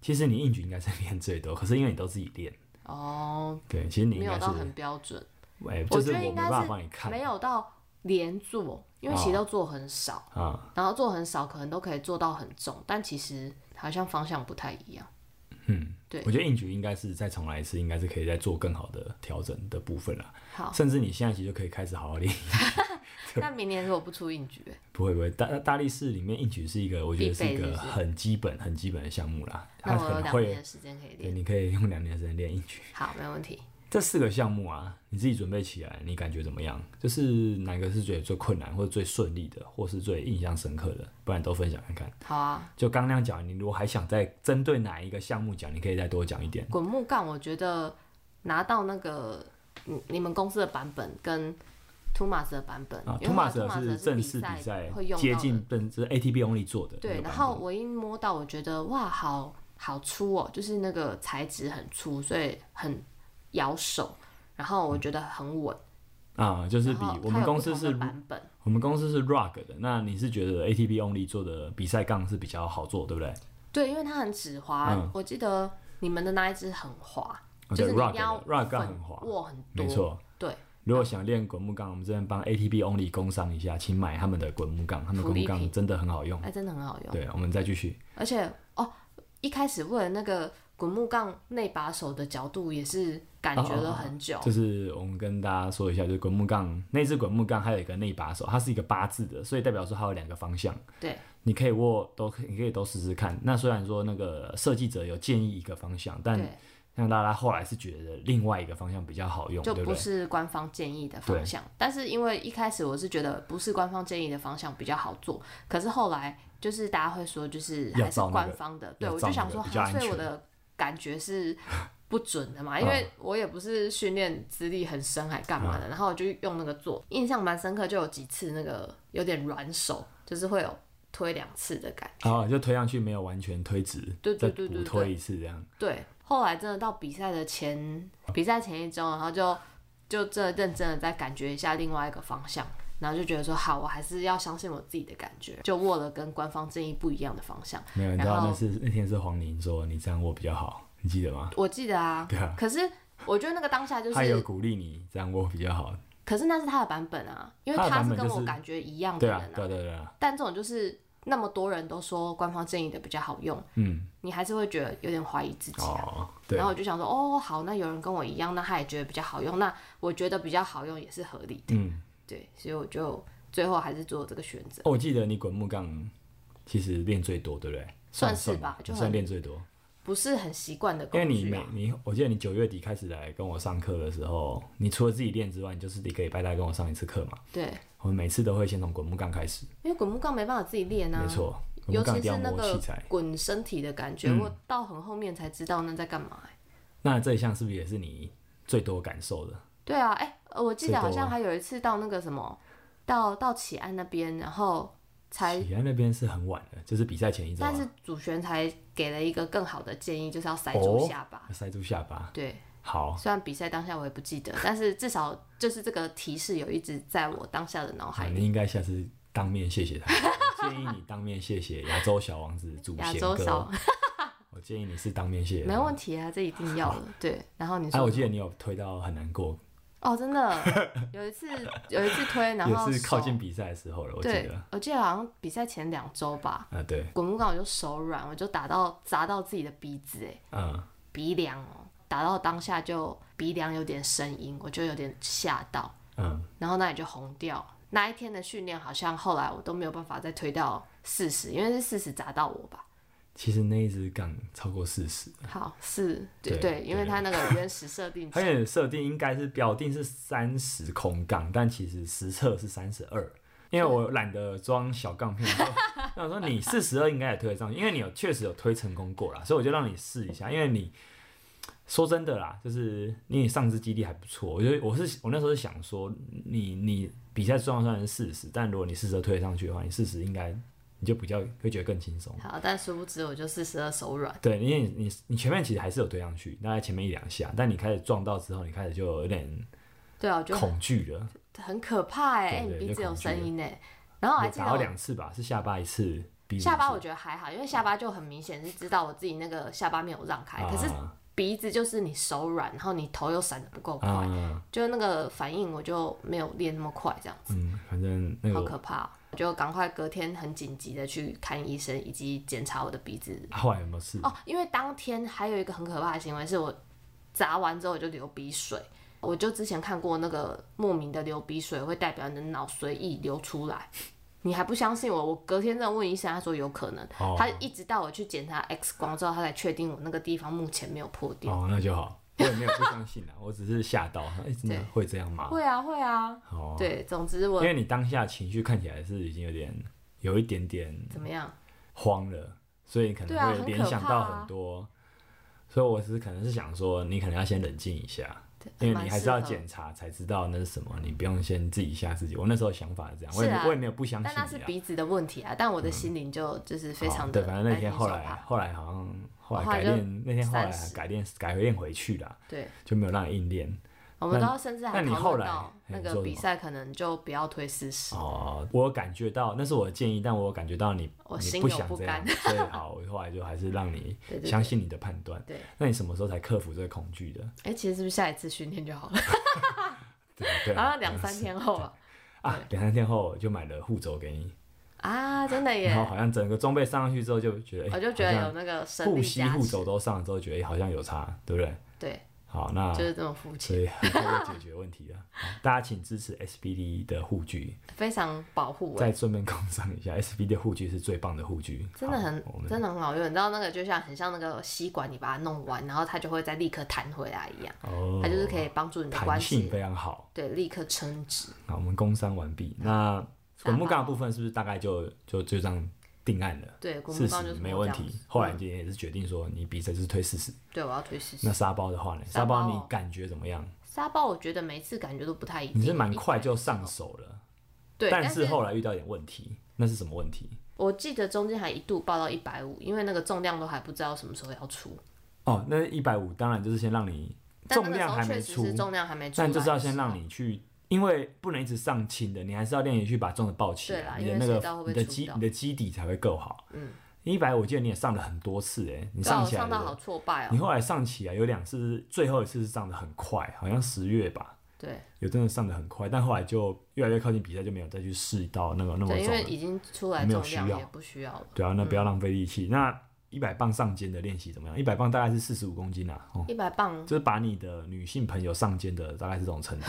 Speaker 1: 其实你硬举应该是练最多，可是因为你都自己练，
Speaker 2: 哦，
Speaker 1: 对，其实你应
Speaker 2: 没有
Speaker 1: 该是
Speaker 2: 到，很标准，
Speaker 1: 哎、就是
Speaker 2: 觉得
Speaker 1: 我
Speaker 2: 应
Speaker 1: 没
Speaker 2: 该
Speaker 1: 办
Speaker 2: 是
Speaker 1: 法帮你看哦
Speaker 2: 没有到连做，因为其实都做很少，
Speaker 1: 啊，
Speaker 2: 然后做很少可能都可以做到很重，但其实好像方向不太一样。
Speaker 1: 嗯，
Speaker 2: 对
Speaker 1: 我觉得硬举应该是再重来一次，应该是可以再做更好的调整的部分啦。
Speaker 2: 好，
Speaker 1: 甚至你现在其实就可以开始好好练，
Speaker 2: 那明年如果不出硬举，
Speaker 1: 不会不会，大大力士里面硬举是一个，我觉得是一
Speaker 2: 必备
Speaker 1: 个
Speaker 2: 是不是
Speaker 1: 很基本很基本的项目啦，它
Speaker 2: 那我
Speaker 1: 可
Speaker 2: 有
Speaker 1: 能
Speaker 2: 两
Speaker 1: 会
Speaker 2: 年，的时间可以
Speaker 1: 对，
Speaker 2: 练。
Speaker 1: 你可以用两年的时间练硬举。
Speaker 2: 好，没问题。
Speaker 1: 这四个项目啊，你自己准备起来，你感觉怎么样？就是哪个是觉得最困难，或者最顺利的，或是最印象深刻的？不然都分享看看。
Speaker 2: 好啊，
Speaker 1: 就刚那样讲，你如果还想再针对哪一个项目讲，你可以再多讲一点。
Speaker 2: 滚木杠，我觉得拿到那个你你们公司的版本跟 t o m a s 的版本
Speaker 1: 啊，
Speaker 2: 因
Speaker 1: 托
Speaker 2: 为
Speaker 1: 马
Speaker 2: t o
Speaker 1: 斯
Speaker 2: m a 是
Speaker 1: 正式
Speaker 2: 比
Speaker 1: 比赛
Speaker 2: 会用到
Speaker 1: 接
Speaker 2: 的，
Speaker 1: 近正式 ATB Only 做的那
Speaker 2: 对，
Speaker 1: 个版本。
Speaker 2: 然后我一摸到，我觉得哇，好好粗哦，就是那个材质很粗，所以很咬手，然后我觉得很稳，
Speaker 1: 啊，就是
Speaker 2: 然
Speaker 1: 比
Speaker 2: 后
Speaker 1: 我
Speaker 2: 它
Speaker 1: 们
Speaker 2: 有
Speaker 1: 公
Speaker 2: 不
Speaker 1: 司
Speaker 2: 同
Speaker 1: 是
Speaker 2: 的版本，
Speaker 1: 我们公司是 Rug 的，那你是觉得 ATB Only 做的比赛杠是比较好做，对不对？
Speaker 2: 对，因为它很止滑，
Speaker 1: 嗯
Speaker 2: 我记得你们的那一只很滑，
Speaker 1: 啊
Speaker 2: 就
Speaker 1: 对
Speaker 2: 是你
Speaker 1: Rug
Speaker 2: 要
Speaker 1: 的 Rug 杠
Speaker 2: 粉
Speaker 1: 很滑，
Speaker 2: 握很多，
Speaker 1: 没错。
Speaker 2: 对，
Speaker 1: 如果想练滚木杠，我们这边帮 ATB Only 工商一下，请买他们的滚木杠，他们滚木
Speaker 2: 福利
Speaker 1: 杠
Speaker 2: 品
Speaker 1: 真的很好用。
Speaker 2: 哎，真的很好用。
Speaker 1: 对，我们再继续。
Speaker 2: 而且哦，一开始为了那个滚木杠内把手的角度，也是感觉了很久。
Speaker 1: 哦就是我们跟大家说一下，就是滚木杠那只滚木杠，它有一个内把手，它是一个八字的，所以代表说它有两个方向，
Speaker 2: 对，
Speaker 1: 你可以握都可以，你可以都试试看。那虽然说那个设计者有建议一个方向，但
Speaker 2: 对，
Speaker 1: 让大家后来是觉得另外一个方向比较好用，
Speaker 2: 就
Speaker 1: 对
Speaker 2: 不
Speaker 1: 对？
Speaker 2: 是官方建议的方向。但是因为一开始我是觉得不是官方建议的方向比较好做，可是后来就是大家会说，就是
Speaker 1: 要
Speaker 2: 还是
Speaker 1: 照那个
Speaker 2: 官方的。对，
Speaker 1: 要
Speaker 2: 我
Speaker 1: 照
Speaker 2: 就
Speaker 1: 那
Speaker 2: 想
Speaker 1: 个
Speaker 2: 说，
Speaker 1: 比较
Speaker 2: 哈
Speaker 1: 安
Speaker 2: 所以我
Speaker 1: 全嗯
Speaker 2: 的感觉是。不准 的嘛，因为我也不是训练资历很深，还干嘛的，然后我就用那个做，印象蛮深刻，就有几次那个有点软手，就是会有推两次的感觉。
Speaker 1: 然后就推上去没有完全推直，
Speaker 2: 对
Speaker 1: 再
Speaker 2: 对对对
Speaker 1: 补
Speaker 2: 对
Speaker 1: 推一次这样。
Speaker 2: 对，后来真的到比赛的前，比赛前一周，然后就就真的认真的再感觉一下另外一个方向，然后就觉得说好，我还是要相信我自己的感觉，就握了跟官方建议不一样的方向。
Speaker 1: 没有，你知
Speaker 2: 然
Speaker 1: 道
Speaker 2: 后
Speaker 1: 那是那天是黄玲说你这样握比较好，你记得吗？
Speaker 2: 我记得啊，
Speaker 1: 对啊
Speaker 2: 可是我觉得那个当下就
Speaker 1: 他也有
Speaker 2: 是，哦
Speaker 1: 鼓励你这样握比较好。
Speaker 2: 可是那是他的版本啊，因为
Speaker 1: 他的
Speaker 2: 他
Speaker 1: 版
Speaker 2: 是
Speaker 1: 本
Speaker 2: 跟
Speaker 1: 就
Speaker 2: 我
Speaker 1: 是
Speaker 2: 感觉一样的
Speaker 1: 对
Speaker 2: 人
Speaker 1: 啊，对啊对啊对啊，
Speaker 2: 但这种就是那么多人都说官方建议的比较好用，
Speaker 1: 嗯，
Speaker 2: 你还是会觉得有点怀疑自己啊。
Speaker 1: 哦，对
Speaker 2: 然，后我就想说，哦，好，那有人跟我一样，那他也觉得比较好用，那我觉得比较好用也是合理的，
Speaker 1: 嗯，
Speaker 2: 对，所以我就最后还是做这个选择。
Speaker 1: 哦我记得你滚木杠其实练最多，对不对？
Speaker 2: 算
Speaker 1: 算
Speaker 2: 是吧就很
Speaker 1: 算练最多，
Speaker 2: 不是很习惯的
Speaker 1: 因为
Speaker 2: 工
Speaker 1: 你
Speaker 2: 具、
Speaker 1: 每
Speaker 2: 啊。
Speaker 1: 你，我记得你九月底开始来跟我上课的时候，你除了自己练之外，你就是一个礼拜来跟我上一次课嘛。
Speaker 2: 对，
Speaker 1: 我们每次都会先从滚木杠开始，
Speaker 2: 因为滚木杠没办法自己练啊
Speaker 1: 没，错，滚
Speaker 2: 尤
Speaker 1: 木杠
Speaker 2: 其
Speaker 1: 一定要
Speaker 2: 是那
Speaker 1: 摸
Speaker 2: 个
Speaker 1: 器材。嗯
Speaker 2: 滚身体的感觉，我到很后面才知道那在干嘛欸、
Speaker 1: 那这一项是不是也是你最多感受的？
Speaker 2: 对啊，哎、呃我记得
Speaker 1: 最多
Speaker 2: 好像还有一次到那个什么，到到启安那边，然后才，
Speaker 1: 原来那边是很晚的，就是比赛前一周、
Speaker 2: 哎但
Speaker 1: 啊，
Speaker 2: 是主旋才给了一个更好的建议，就是要塞住
Speaker 1: 哦
Speaker 2: 下巴。
Speaker 1: 塞住下巴。
Speaker 2: 对，
Speaker 1: 好，
Speaker 2: 虽然比赛当下我也不记得，但是至少就是这个提示有一直在我当下的脑海
Speaker 1: 啊
Speaker 2: 里。
Speaker 1: 你应该下次当面谢谢他。我建议你当面谢谢亚洲小王子祖
Speaker 2: 亚
Speaker 1: 贤
Speaker 2: 洲
Speaker 1: 哥啊
Speaker 2: 少。
Speaker 1: 我建议你是当面谢谢他。
Speaker 2: 没问题啊，这一定要的。对，然后你
Speaker 1: 哎、
Speaker 2: 说
Speaker 1: 我，记得你有推到很难过，
Speaker 2: 哦，真的有一次有一次推，然后
Speaker 1: 也是靠
Speaker 2: 手
Speaker 1: 近比赛的时候了。我记
Speaker 2: 对
Speaker 1: 得，，
Speaker 2: 我记得好像比赛前两周吧，
Speaker 1: 啊，对，
Speaker 2: 滚木杠我就手软，我就打到砸到自己的鼻子，哎，
Speaker 1: 嗯，
Speaker 2: 鼻梁哦，打到当下就鼻梁有点声音，我就有点吓到，
Speaker 1: 嗯，
Speaker 2: 然后那里就红掉。那一天的训练好像后来我都没有办法再推到四十，因为是四十砸到我吧。
Speaker 1: 其实那一只杠超过四十，
Speaker 2: 好，是，
Speaker 1: 对
Speaker 2: 对对，因为
Speaker 1: 对
Speaker 2: 它那个原始设定
Speaker 1: 它原本设定应该是表定是三十空杠，但其实实测是三十二。因为我懒得装小杠片，我说那我说你四十二应该也推得上去，因为你有确实有推成功过啦，所以我就让你试一下。因为你说真的啦，就是你上肢肌力还不错，我就我是我那时候是想说你你比赛状况虽然是四十，但如果你四十推得上去的话，你四十应该你就比较会觉得更轻松。
Speaker 2: 好，但殊不知我就四十二手软。
Speaker 1: 对，因为你你你前面其实还是有推上去，大概前面一两下，但你开始撞到之后，你开始就有点
Speaker 2: 对啊，我觉得
Speaker 1: 恐惧了。
Speaker 2: 很可怕哎、
Speaker 1: 对
Speaker 2: 哎、你
Speaker 1: 对
Speaker 2: 鼻
Speaker 1: 就
Speaker 2: 子有
Speaker 1: 恐惧
Speaker 2: 声
Speaker 1: 了
Speaker 2: 音哎、然后我还
Speaker 1: 有
Speaker 2: 记
Speaker 1: 打
Speaker 2: 得
Speaker 1: 到
Speaker 2: 我
Speaker 1: 两次吧，是下巴一次，鼻子
Speaker 2: 下巴
Speaker 1: 一次
Speaker 2: 我觉得还好，因为下巴就很明显是知道我自己那个下巴没有让开，
Speaker 1: 啊
Speaker 2: 可是鼻子就是你手软，然后你头又闪的不够快，
Speaker 1: 啊，
Speaker 2: 就是那个反应我就没有练那么快，这样子
Speaker 1: 嗯，反正那
Speaker 2: 好
Speaker 1: 个
Speaker 2: 可怕哦、我就赶快隔天很紧急的去看医生，以及检查我的鼻子。
Speaker 1: 啊后来有没有事？
Speaker 2: 哦，因为当天还有一个很可怕的行为是我砸完之后我就流鼻水。我就之前看过那个莫名的流鼻水会代表你的脑随意流出来， 你还不相信我？我隔天再问医生，他说有可能。
Speaker 1: 哦
Speaker 2: 他一直到我去检查 X 光之后，他才确定我那个地方目前没有破掉。
Speaker 1: 哦，那就好，我也没有不相信啊，我只是吓到，哎、真
Speaker 2: 对
Speaker 1: 的会这样吗？
Speaker 2: 会啊，会啊。
Speaker 1: 哦，
Speaker 2: 对，总之
Speaker 1: 因
Speaker 2: 我
Speaker 1: 为你当下情绪看起来是已经有点有一点点
Speaker 2: 怎么样？
Speaker 1: 慌了，所以你可
Speaker 2: 对啊
Speaker 1: 能
Speaker 2: 很
Speaker 1: 会联
Speaker 2: 可
Speaker 1: 想
Speaker 2: 怕
Speaker 1: 到
Speaker 2: 啊
Speaker 1: 很多，所以我是可能是想说，你可能要先冷静一下。因为
Speaker 2: 蛮
Speaker 1: 你还是
Speaker 2: 适
Speaker 1: 要
Speaker 2: 合
Speaker 1: 检查才知道那是什么，你不用先自己吓自己。我那时候想法是这样，我也
Speaker 2: 是
Speaker 1: 没、
Speaker 2: 啊
Speaker 1: 我也没有不相信
Speaker 2: 但
Speaker 1: 你啊。嗯
Speaker 2: 那是鼻子的问题啊，但我的心灵就就是非常
Speaker 1: 好
Speaker 2: 的
Speaker 1: 对，反正那天
Speaker 2: 担惊
Speaker 1: 后
Speaker 2: 受
Speaker 1: 来啊
Speaker 2: 怕
Speaker 1: 后来好像后来
Speaker 2: 后来
Speaker 1: 改
Speaker 2: 就
Speaker 1: 练，那天后来
Speaker 2: 30
Speaker 1: 改练改练回去啦，
Speaker 2: 对，
Speaker 1: 就没有让你硬练。
Speaker 2: 我们
Speaker 1: 那
Speaker 2: 都甚至
Speaker 1: 那
Speaker 2: 还
Speaker 1: 你
Speaker 2: 讨
Speaker 1: 后
Speaker 2: 论
Speaker 1: 来
Speaker 2: 到
Speaker 1: 哎
Speaker 2: 那
Speaker 1: 你
Speaker 2: 个
Speaker 1: 说
Speaker 2: 比
Speaker 1: 什么
Speaker 2: 赛可能就不要推四十。
Speaker 1: 哦，我有感觉到那是我的建议，但我有感觉到你
Speaker 2: 我
Speaker 1: 你
Speaker 2: 心
Speaker 1: 不
Speaker 2: 有
Speaker 1: 想
Speaker 2: 不
Speaker 1: 这样
Speaker 2: 甘，
Speaker 1: 所以好，我后来就还是让你
Speaker 2: 对对对
Speaker 1: 相信你的判断。
Speaker 2: 对，
Speaker 1: 那你什么时候才克服这个恐惧的？
Speaker 2: 哎、其实是不是下一次训练就好了？
Speaker 1: 对对
Speaker 2: 然后两三天后啊，
Speaker 1: 啊，两三天后我就买了护肘给你，
Speaker 2: 啊，真的
Speaker 1: 然后
Speaker 2: 耶！
Speaker 1: 好像整个装备上上去之后就觉得，哎
Speaker 2: 我就觉得
Speaker 1: 好像
Speaker 2: 有那个神
Speaker 1: 护
Speaker 2: 力
Speaker 1: 膝
Speaker 2: 加
Speaker 1: 护
Speaker 2: 持，
Speaker 1: 肘都上了之后，觉得哎好像有差，对不对？
Speaker 2: 对，
Speaker 1: 好，那
Speaker 2: 就是这么肤
Speaker 1: 啊所
Speaker 2: 浅，
Speaker 1: 以很快就解决问题了。 好大家请支持 SBD 的护具，
Speaker 2: 非常保护欸我，
Speaker 1: 再顺便工商一下，SBD 的护具是最棒的护具，
Speaker 2: 真的很
Speaker 1: 好我们
Speaker 2: 真的很好用。你知道那个就像很像那个吸管，你把它弄完，然后它就会再立刻弹回来一样，
Speaker 1: 哦，
Speaker 2: 它就是可以帮助你的关
Speaker 1: 弹性
Speaker 2: 节
Speaker 1: 非常好。
Speaker 2: 对立刻撑直。
Speaker 1: 好，我们工商完毕。 那滚木杠的部分是不是大概就就就这样定案了？
Speaker 2: 对，滚木
Speaker 1: 四
Speaker 2: 杠
Speaker 1: 十
Speaker 2: 就是
Speaker 1: 没问
Speaker 2: 这样
Speaker 1: 题
Speaker 2: 子。嗯
Speaker 1: 后来你也是决定说，你比赛就是推四十。
Speaker 2: 对，我要推四十
Speaker 1: 那。沙包的话呢？
Speaker 2: 沙
Speaker 1: 沙
Speaker 2: 包
Speaker 1: 包你感觉怎么样？
Speaker 2: 沙包我觉得每次感觉都不太一样，
Speaker 1: 你是蛮快就
Speaker 2: 一开
Speaker 1: 上
Speaker 2: 始哦。
Speaker 1: 手了，
Speaker 2: 对，但
Speaker 1: 但是后来遇到一点问题，那是什么问题？
Speaker 2: 我记得中间还一度报到一百五，因为那个重量都还不知道什么时候要出，
Speaker 1: 哦，那一百五当然就是先让你
Speaker 2: 但
Speaker 1: 重
Speaker 2: 那个时
Speaker 1: 量
Speaker 2: 候
Speaker 1: 还
Speaker 2: 确
Speaker 1: 没
Speaker 2: 实
Speaker 1: 出
Speaker 2: 是，重量还没出来
Speaker 1: 但
Speaker 2: 的时
Speaker 1: 就
Speaker 2: 候，
Speaker 1: 是要先让你去，因为不能一直上轻的，你还是要练习去把重的抱起
Speaker 2: 对啦
Speaker 1: 来，你
Speaker 2: 因
Speaker 1: 的
Speaker 2: 为
Speaker 1: 那
Speaker 2: 谁知道
Speaker 1: 个
Speaker 2: 会不会
Speaker 1: 你的
Speaker 2: 出
Speaker 1: 基
Speaker 2: 到
Speaker 1: 你的基底才会够好。
Speaker 2: 嗯，
Speaker 1: 一百我记得你也上了很多次哎、你
Speaker 2: 对啊，
Speaker 1: 上
Speaker 2: 我
Speaker 1: 起来
Speaker 2: 上到
Speaker 1: 了
Speaker 2: 好挫败
Speaker 1: 你
Speaker 2: 哦。
Speaker 1: 后来上起来有两次是，最后一次是上的很快，好像十月吧，
Speaker 2: 对
Speaker 1: 有真的上的很快，但后来就越来越靠近比赛，就没有再去试到那个那么
Speaker 2: 对，因
Speaker 1: 重
Speaker 2: 为嗯
Speaker 1: 了。
Speaker 2: 已经出来
Speaker 1: 没有
Speaker 2: 重
Speaker 1: 需
Speaker 2: 量
Speaker 1: 要
Speaker 2: 也不需要了。
Speaker 1: 对啊，那不要浪费力气。那一百磅上肩的练习怎么样？一百磅大概是四十五公斤啊，哦，
Speaker 2: 一百磅，
Speaker 1: 就是把你的女性朋友上肩的大概是这种 程度。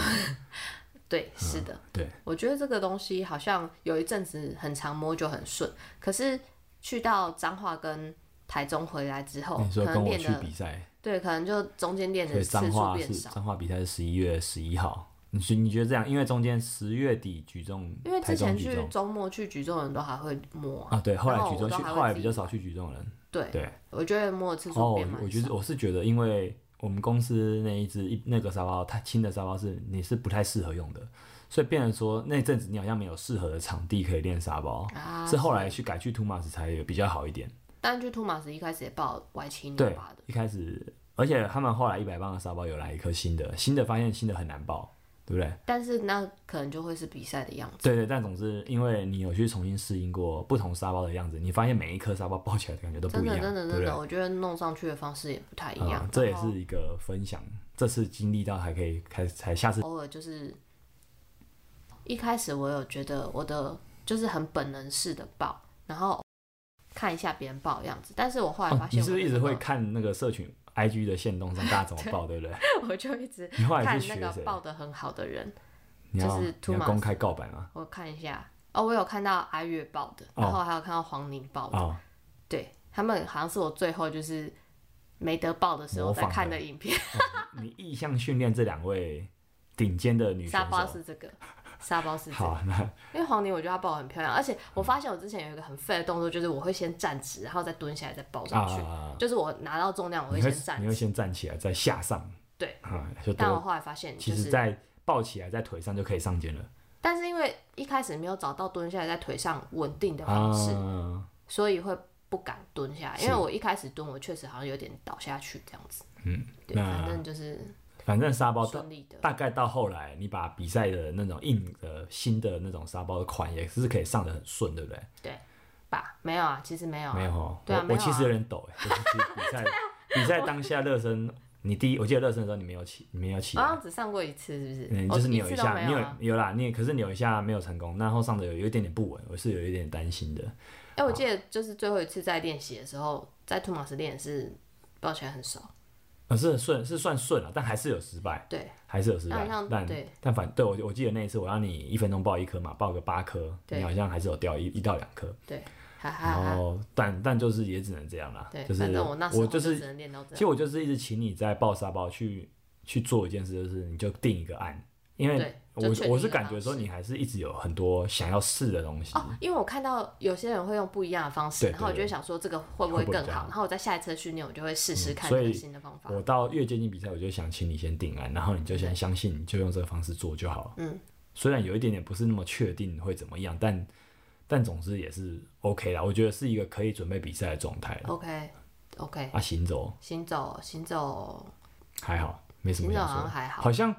Speaker 2: 对，
Speaker 1: 嗯
Speaker 2: 是的。
Speaker 1: 对，
Speaker 2: 我觉得这个东西好像有一阵子很常摸就很顺，可是去到彰化跟台中回来之后
Speaker 1: 那你，说
Speaker 2: 哦可
Speaker 1: 跟
Speaker 2: 能
Speaker 1: 我
Speaker 2: 练
Speaker 1: 去
Speaker 2: 的
Speaker 1: 比赛，
Speaker 2: 对，可能就中间练
Speaker 1: 所
Speaker 2: 的
Speaker 1: 以
Speaker 2: 次
Speaker 1: 彰
Speaker 2: 数
Speaker 1: 化
Speaker 2: 变
Speaker 1: 是
Speaker 2: 少。
Speaker 1: 彰化比赛是十一月十一号。你觉你觉得这样？因为中间十月底举重，
Speaker 2: 因为
Speaker 1: 台
Speaker 2: 之
Speaker 1: 中
Speaker 2: 前
Speaker 1: 举
Speaker 2: 去
Speaker 1: 重
Speaker 2: 周末去举重的人都还会摸啊、
Speaker 1: 啊，对，后来
Speaker 2: 然后
Speaker 1: 举重
Speaker 2: 我都
Speaker 1: 去，
Speaker 2: 还会
Speaker 1: 后来
Speaker 2: 自
Speaker 1: 比
Speaker 2: 己
Speaker 1: 较少去举重的人。
Speaker 2: 对，
Speaker 1: 对
Speaker 2: 我觉得摸的次
Speaker 1: 哦，
Speaker 2: 数
Speaker 1: 我
Speaker 2: 变蛮少。
Speaker 1: 我觉得我是觉得，因为我们公司那一只一那个沙包，它轻的沙包是你是不太适合用的，所以变成说那阵子你好像没有适合的场地可以练沙包，
Speaker 2: 啊，
Speaker 1: 是后来去改去图马斯才有比较好一点。但
Speaker 2: 但去托马斯一开始也报歪七扭
Speaker 1: 对
Speaker 2: 八的，，
Speaker 1: 一开始，而且他们后来一百磅的沙包有来一颗新的，新的发现新的很难报，对不对？
Speaker 2: 但是那可能就会是比赛的样子。
Speaker 1: 对对，但总之，因为你有去重新适应过不同沙包的样子，你发现每一颗沙包抱起来的感觉都不
Speaker 2: 真
Speaker 1: 一
Speaker 2: 的，
Speaker 1: 样，
Speaker 2: 真的，
Speaker 1: 对不
Speaker 2: 真
Speaker 1: 对
Speaker 2: 的，？我觉得弄上去的方式也不太一样。
Speaker 1: 嗯，这也
Speaker 2: 然后
Speaker 1: 是一个分享。这次经历到还可以开，才下次
Speaker 2: 偶尔就是一开始我有觉得我的就是很本能式的报，然后看一下别人报的样子，但是我后来
Speaker 1: 哦
Speaker 2: 发，现
Speaker 1: 你
Speaker 2: 我
Speaker 1: 是不
Speaker 2: 的
Speaker 1: 是一直
Speaker 2: 那
Speaker 1: 会
Speaker 2: 个
Speaker 1: 看那个社群 IG 的线动上大家 怎么报，对不对？
Speaker 2: 我就一直
Speaker 1: 你后来
Speaker 2: 看
Speaker 1: 是
Speaker 2: 那
Speaker 1: 学
Speaker 2: 个
Speaker 1: 谁？
Speaker 2: 报的很好的人，
Speaker 1: 你要
Speaker 2: 就是
Speaker 1: 你
Speaker 2: Tumas
Speaker 1: 要公开告白吗？
Speaker 2: 我看一下哦，我有看到阿月报的，
Speaker 1: 哦
Speaker 2: 然后还有看到黄宁报的，
Speaker 1: 哦，
Speaker 2: 对他们好像是我最后就是没得报的时候
Speaker 1: 模
Speaker 2: 在
Speaker 1: 仿
Speaker 2: 看
Speaker 1: 的
Speaker 2: 的影片，
Speaker 1: 你意向训练这两位顶尖的女
Speaker 2: 沙
Speaker 1: 选
Speaker 2: 包
Speaker 1: 手。
Speaker 2: 是这个，沙包是这个。
Speaker 1: 好，那
Speaker 2: 因为黄宁，我觉得他抱得很漂亮，而且我发现我之前有一个很废的动作，就是我会先站直，然后再蹲下来再抱上去。
Speaker 1: 啊，
Speaker 2: 就是我拿到重量，我会
Speaker 1: 你会
Speaker 2: 先站
Speaker 1: 你
Speaker 2: 直
Speaker 1: 会先站起来，再下上。
Speaker 2: 对
Speaker 1: 啊，就
Speaker 2: 但我
Speaker 1: 都
Speaker 2: 后来发现，
Speaker 1: 其
Speaker 2: 就
Speaker 1: 实，
Speaker 2: 是，
Speaker 1: 在抱起来在腿上就可以上肩了
Speaker 2: 但是因为一开始没有找到蹲下来在腿上稳定的方式，
Speaker 1: 啊。
Speaker 2: 所以会不敢蹲下来。
Speaker 1: 是
Speaker 2: 因为我一开始蹲，我确实好像有点倒下去这样子。
Speaker 1: 嗯，
Speaker 2: 对，
Speaker 1: 那哦
Speaker 2: 反正就是
Speaker 1: 反正沙包
Speaker 2: 顺利的。
Speaker 1: 大概到后来，你把比赛的那种硬的新的那种沙包的款也是可以上的很顺，对不对？
Speaker 2: 吧，没有啊，其实没有、啊，
Speaker 1: 没有哦，
Speaker 2: 对啊
Speaker 1: 我
Speaker 2: 没
Speaker 1: 我
Speaker 2: 有啊
Speaker 1: 其实有点抖哎，就是其实比 赛比赛当下热身，你第一我记得热身的时候你没有起，你没有起
Speaker 2: 我好
Speaker 1: 来，
Speaker 2: 像只上过一次，是不是？
Speaker 1: 嗯，
Speaker 2: 我
Speaker 1: 就是你有
Speaker 2: 啊哦一次都
Speaker 1: 下，
Speaker 2: 没
Speaker 1: 你
Speaker 2: 有
Speaker 1: 有
Speaker 2: 啊。
Speaker 1: 有啦，你也可是你有一下没有成功，然后上的有有一点点不稳，我是有一点担心的。
Speaker 2: 哎、我记得就是最后一次在练习的时候，在托马斯练是抱起来很少，
Speaker 1: 呃，是顺是算顺了，但还是有失败，
Speaker 2: 对，
Speaker 1: 还是有失
Speaker 2: 那
Speaker 1: 败
Speaker 2: 好。像
Speaker 1: 但
Speaker 2: 对
Speaker 1: 但反对我我记得那一次我让你一分钟报一颗嘛，报个八颗，
Speaker 2: 对
Speaker 1: 你好像还是有掉一一到两颗。
Speaker 2: 对，哈哈
Speaker 1: 然
Speaker 2: 哈。
Speaker 1: 后但但就是也只能这样啦，
Speaker 2: 对，
Speaker 1: 哦就是
Speaker 2: 反正我那时候
Speaker 1: 就
Speaker 2: 只
Speaker 1: 是
Speaker 2: 能练到这
Speaker 1: 其实我就是一直请你在抱沙包去去做一件事，就是你就定一个案，因为
Speaker 2: 对
Speaker 1: 我
Speaker 2: 就确定
Speaker 1: 我是
Speaker 2: 一个
Speaker 1: 感觉说
Speaker 2: 方式
Speaker 1: 你还是一直有很多想要试的东西。
Speaker 2: 哦，因为我看到有些人会用不一样的方式，
Speaker 1: 对对
Speaker 2: 然后我就会想说这个会不
Speaker 1: 会
Speaker 2: 会
Speaker 1: 不会
Speaker 2: 更
Speaker 1: 这样
Speaker 2: 好，然后我在下一次的训练我就会试试
Speaker 1: 嗯
Speaker 2: 看
Speaker 1: 所
Speaker 2: 这
Speaker 1: 以
Speaker 2: 个新的方法。
Speaker 1: 我到越接近比赛，我就想请你先定案，然后你就先相信，你就用这个方式做就好了。
Speaker 2: 嗯，
Speaker 1: 虽然有一点点不是那么确定会怎么样，但但总之也是 OK 啦。我觉得是一个可以准备比赛的状态了。
Speaker 2: OK OK，
Speaker 1: 啊，行走
Speaker 2: 行走行走
Speaker 1: 还好，没什么
Speaker 2: 行走
Speaker 1: 想
Speaker 2: 好像
Speaker 1: 说。
Speaker 2: 还好，啊
Speaker 1: 好像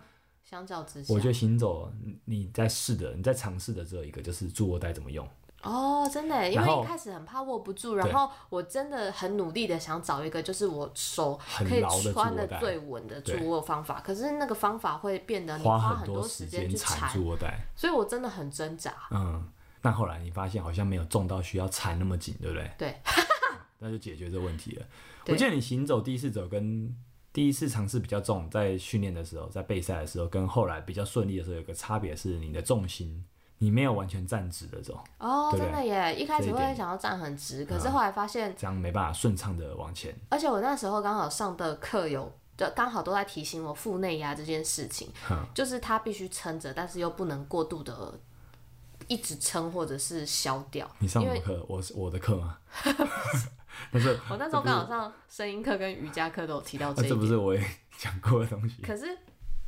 Speaker 2: 相较之下
Speaker 1: 我，觉得行走，你你在试的，你在尝试的只有一个，就是助握带怎么用。
Speaker 2: 哦，真的耶，因
Speaker 1: 然
Speaker 2: 为
Speaker 1: 后
Speaker 2: 一开始很怕握不住，
Speaker 1: 对
Speaker 2: 然后我真的很努力的想找一个就是我手
Speaker 1: 很
Speaker 2: 可以
Speaker 1: 牢的
Speaker 2: 穿
Speaker 1: 助握
Speaker 2: 的
Speaker 1: 带
Speaker 2: 最稳的
Speaker 1: 对
Speaker 2: 助握方法，可是那个方法会变得你
Speaker 1: 花
Speaker 2: 很
Speaker 1: 多
Speaker 2: 时
Speaker 1: 间
Speaker 2: 去
Speaker 1: 缠
Speaker 2: 缠，
Speaker 1: 住我带，
Speaker 2: 所以我真的很挣扎。
Speaker 1: 嗯，那后来你发现好像没有中到需要缠那么紧，对不对？
Speaker 2: 对，
Speaker 1: 那就解决这问题了。
Speaker 2: 对
Speaker 1: 我记得你行走第一次走跟第一次尝试比较重，在训练的时候，在备赛的时候，跟后来比较顺利的时候，有个差别是你的重心，你没有完全站直的走，
Speaker 2: 哦，
Speaker 1: 对不
Speaker 2: 真的耶！一开
Speaker 1: 这
Speaker 2: 始
Speaker 1: 一点嗯
Speaker 2: 会想要站很直，可是后来发现，
Speaker 1: 这样没办法顺畅的往前。
Speaker 2: 而且我那时候刚好上的课有，就刚好都在提醒我腹内压这件事情，
Speaker 1: 哼
Speaker 2: 就是它必须撑着，但是又不能过度的一直撑或者是消掉。
Speaker 1: 你上
Speaker 2: 因
Speaker 1: 什
Speaker 2: 为
Speaker 1: 么课？我是我的课 吗？但是
Speaker 2: 我那时候刚好上声音课跟瑜伽课都有提到
Speaker 1: 那
Speaker 2: 这一
Speaker 1: 啊这不
Speaker 2: 点，
Speaker 1: 是我也讲过的东西
Speaker 2: 可是。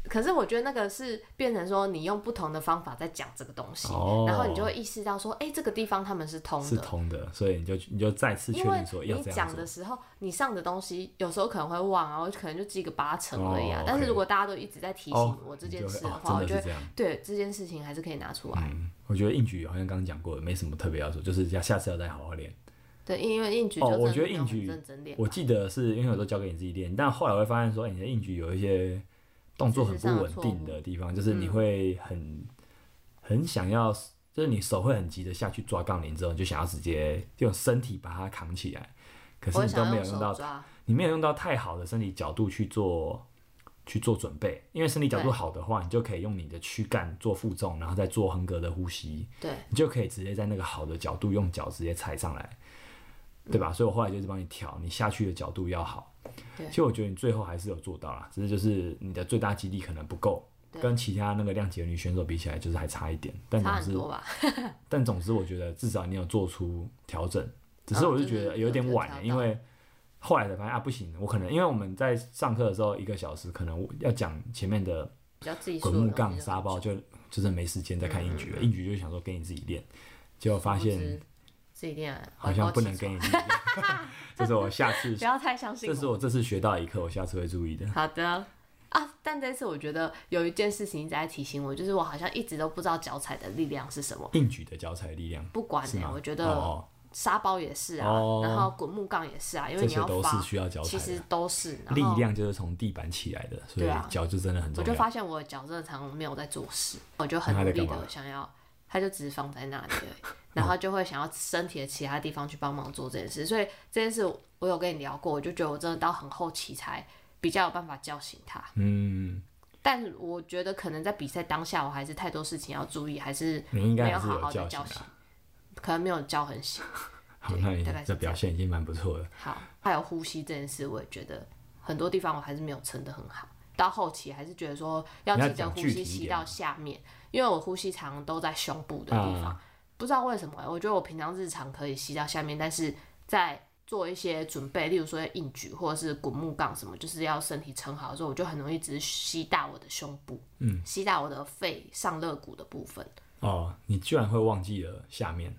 Speaker 2: 可是我觉得那个是变成说，你用不同的方法在讲这个东西，
Speaker 1: 哦
Speaker 2: 然后你就会意识到说，哎、这个地方他们是通
Speaker 1: 是
Speaker 2: 的，
Speaker 1: 通的，所以你就你就再次确
Speaker 2: 因为
Speaker 1: 定说要
Speaker 2: 你
Speaker 1: 这样
Speaker 2: 讲
Speaker 1: 做
Speaker 2: 的。时候，你上的东西有时候可能会忘啊，我可能就记个八成而已啊。
Speaker 1: 哦
Speaker 2: 但是
Speaker 1: OK
Speaker 2: 如果大家都一直在提
Speaker 1: 哦
Speaker 2: 醒我这
Speaker 1: 你
Speaker 2: 件
Speaker 1: 就会
Speaker 2: 事的
Speaker 1: 哦
Speaker 2: 话，我
Speaker 1: 真
Speaker 2: 觉
Speaker 1: 的是
Speaker 2: 得
Speaker 1: 这样。
Speaker 2: 对这件事情还是可以拿出来。
Speaker 1: 嗯，我觉得硬举好像刚刚讲过，没什么特别要说，就是要下次要再好好练。
Speaker 2: 对，因为硬举就
Speaker 1: 哦
Speaker 2: 真
Speaker 1: 我
Speaker 2: 的
Speaker 1: 觉得
Speaker 2: 不
Speaker 1: 硬
Speaker 2: 用很
Speaker 1: 举
Speaker 2: 认真练吧，
Speaker 1: 我记得是因为我都交给你自己练，但后来我会发现说，哎、你的硬举有一些动作很不稳定的地方，就是
Speaker 2: 嗯
Speaker 1: 你会很、很想要，就是你手会很急的下去抓杠铃之后，你就想要直接用身体把它扛起来，可
Speaker 2: 我
Speaker 1: 是
Speaker 2: 会
Speaker 1: 你都
Speaker 2: 想
Speaker 1: 没有
Speaker 2: 用
Speaker 1: 用
Speaker 2: 手
Speaker 1: 到，
Speaker 2: 抓，
Speaker 1: 你没有用到太好的身体角度去做去做准备，因为身体角度
Speaker 2: 对
Speaker 1: 好的话，你就可以用你的躯干做负重，然后再做横膈的呼吸，
Speaker 2: 对，
Speaker 1: 你就可以直接在那个好的角度用脚直接踩上来，对吧？所以我后来就是帮你调，你下去的角度要好。
Speaker 2: 对
Speaker 1: 其实我觉得你最后还是有做到啦，只是就是你的最大肌力可能不够，
Speaker 2: 对
Speaker 1: 跟其他那个量级的女选手比起来，就是还差一点。但
Speaker 2: 差
Speaker 1: 总
Speaker 2: 很
Speaker 1: 之，
Speaker 2: 多吧。
Speaker 1: 但总之，我觉得至少你有做出调整。只是
Speaker 2: 嗯
Speaker 1: 我就
Speaker 2: 就
Speaker 1: 觉
Speaker 2: 是
Speaker 1: 得有点
Speaker 2: 有
Speaker 1: 晚
Speaker 2: 调
Speaker 1: 了，
Speaker 2: 到
Speaker 1: 因为后来才发现啊，不行，我可能因为我们在上课的时候一个小时，可能要讲前面的
Speaker 2: 比较技术
Speaker 1: 滚
Speaker 2: 的
Speaker 1: 木
Speaker 2: 东
Speaker 1: 杠、
Speaker 2: 西
Speaker 1: 沙包，就就是没时间再看硬举
Speaker 2: 嗯
Speaker 1: 了。硬举就想说给你自己练，结果发
Speaker 2: 不知
Speaker 1: 现。
Speaker 2: 自己练啊
Speaker 1: 好像不能
Speaker 2: 晚高起
Speaker 1: 跟你理解。 这是我下次
Speaker 2: 床，不，要太相信
Speaker 1: 这是
Speaker 2: 我。
Speaker 1: 我这次学到一课，我下次会注意的。
Speaker 2: 好的啊，但这次我觉得有一件事情一直在提醒我，就是我好像一直都不知道脚踩的力量是什么。
Speaker 1: 硬举的脚踩力量
Speaker 2: 不管
Speaker 1: 是
Speaker 2: 呢、
Speaker 1: 吗？
Speaker 2: 我觉得
Speaker 1: 哦，
Speaker 2: 沙包也是啊，
Speaker 1: 哦
Speaker 2: 然后滚木杠也是啊，因为
Speaker 1: 这
Speaker 2: 你
Speaker 1: 些
Speaker 2: 要
Speaker 1: 都
Speaker 2: 发
Speaker 1: 是，需要脚踩
Speaker 2: 其实
Speaker 1: 的。
Speaker 2: 都是然后
Speaker 1: 力量就是从地板起来的，所以
Speaker 2: 对啊
Speaker 1: 脚就真的很
Speaker 2: 我
Speaker 1: 重
Speaker 2: 就
Speaker 1: 要。
Speaker 2: 发现我的脚真的常常没有在做事，我就很
Speaker 1: 那他
Speaker 2: 努
Speaker 1: 在
Speaker 2: 力
Speaker 1: 干嘛
Speaker 2: 的想要，他就只是放在那里而已， 然后就会想要身体的其他地方去帮忙做这件事。所以这件事我有跟你聊过，我就觉得我真的到很后期才比较有办法叫醒他。
Speaker 1: 嗯，
Speaker 2: 但我觉得可能在比赛当下，我还是太多事情要注意，还是
Speaker 1: 你应该
Speaker 2: 没
Speaker 1: 还
Speaker 2: 有
Speaker 1: 是
Speaker 2: 好好
Speaker 1: 叫
Speaker 2: 的叫
Speaker 1: 醒
Speaker 2: 醒
Speaker 1: 啊。，
Speaker 2: 可能没有叫很醒。
Speaker 1: 好，
Speaker 2: 对
Speaker 1: 那你
Speaker 2: 大概是
Speaker 1: 的
Speaker 2: 这样
Speaker 1: 表现已经蛮不错了。
Speaker 2: 好，还有呼吸这件事，我也觉得很多地方我还是没有撑得很好。到后期还是觉得说要
Speaker 1: 你要
Speaker 2: 记得
Speaker 1: 讲
Speaker 2: 呼
Speaker 1: 具体
Speaker 2: 吸
Speaker 1: 一
Speaker 2: 吸
Speaker 1: 点
Speaker 2: 到下面，因为我呼吸常常都在胸部的地方，
Speaker 1: 啊，
Speaker 2: 不知道为什么欸、我觉得我平常日常可以吸到下面，但是在做一些准备，例如说硬举或者是滚木杠什么，就是要身体撑好的时候，我就很容易只是吸大我的胸部，嗯，吸大我的肺上肋骨的部分，
Speaker 1: 哦，你居然会忘记了下面。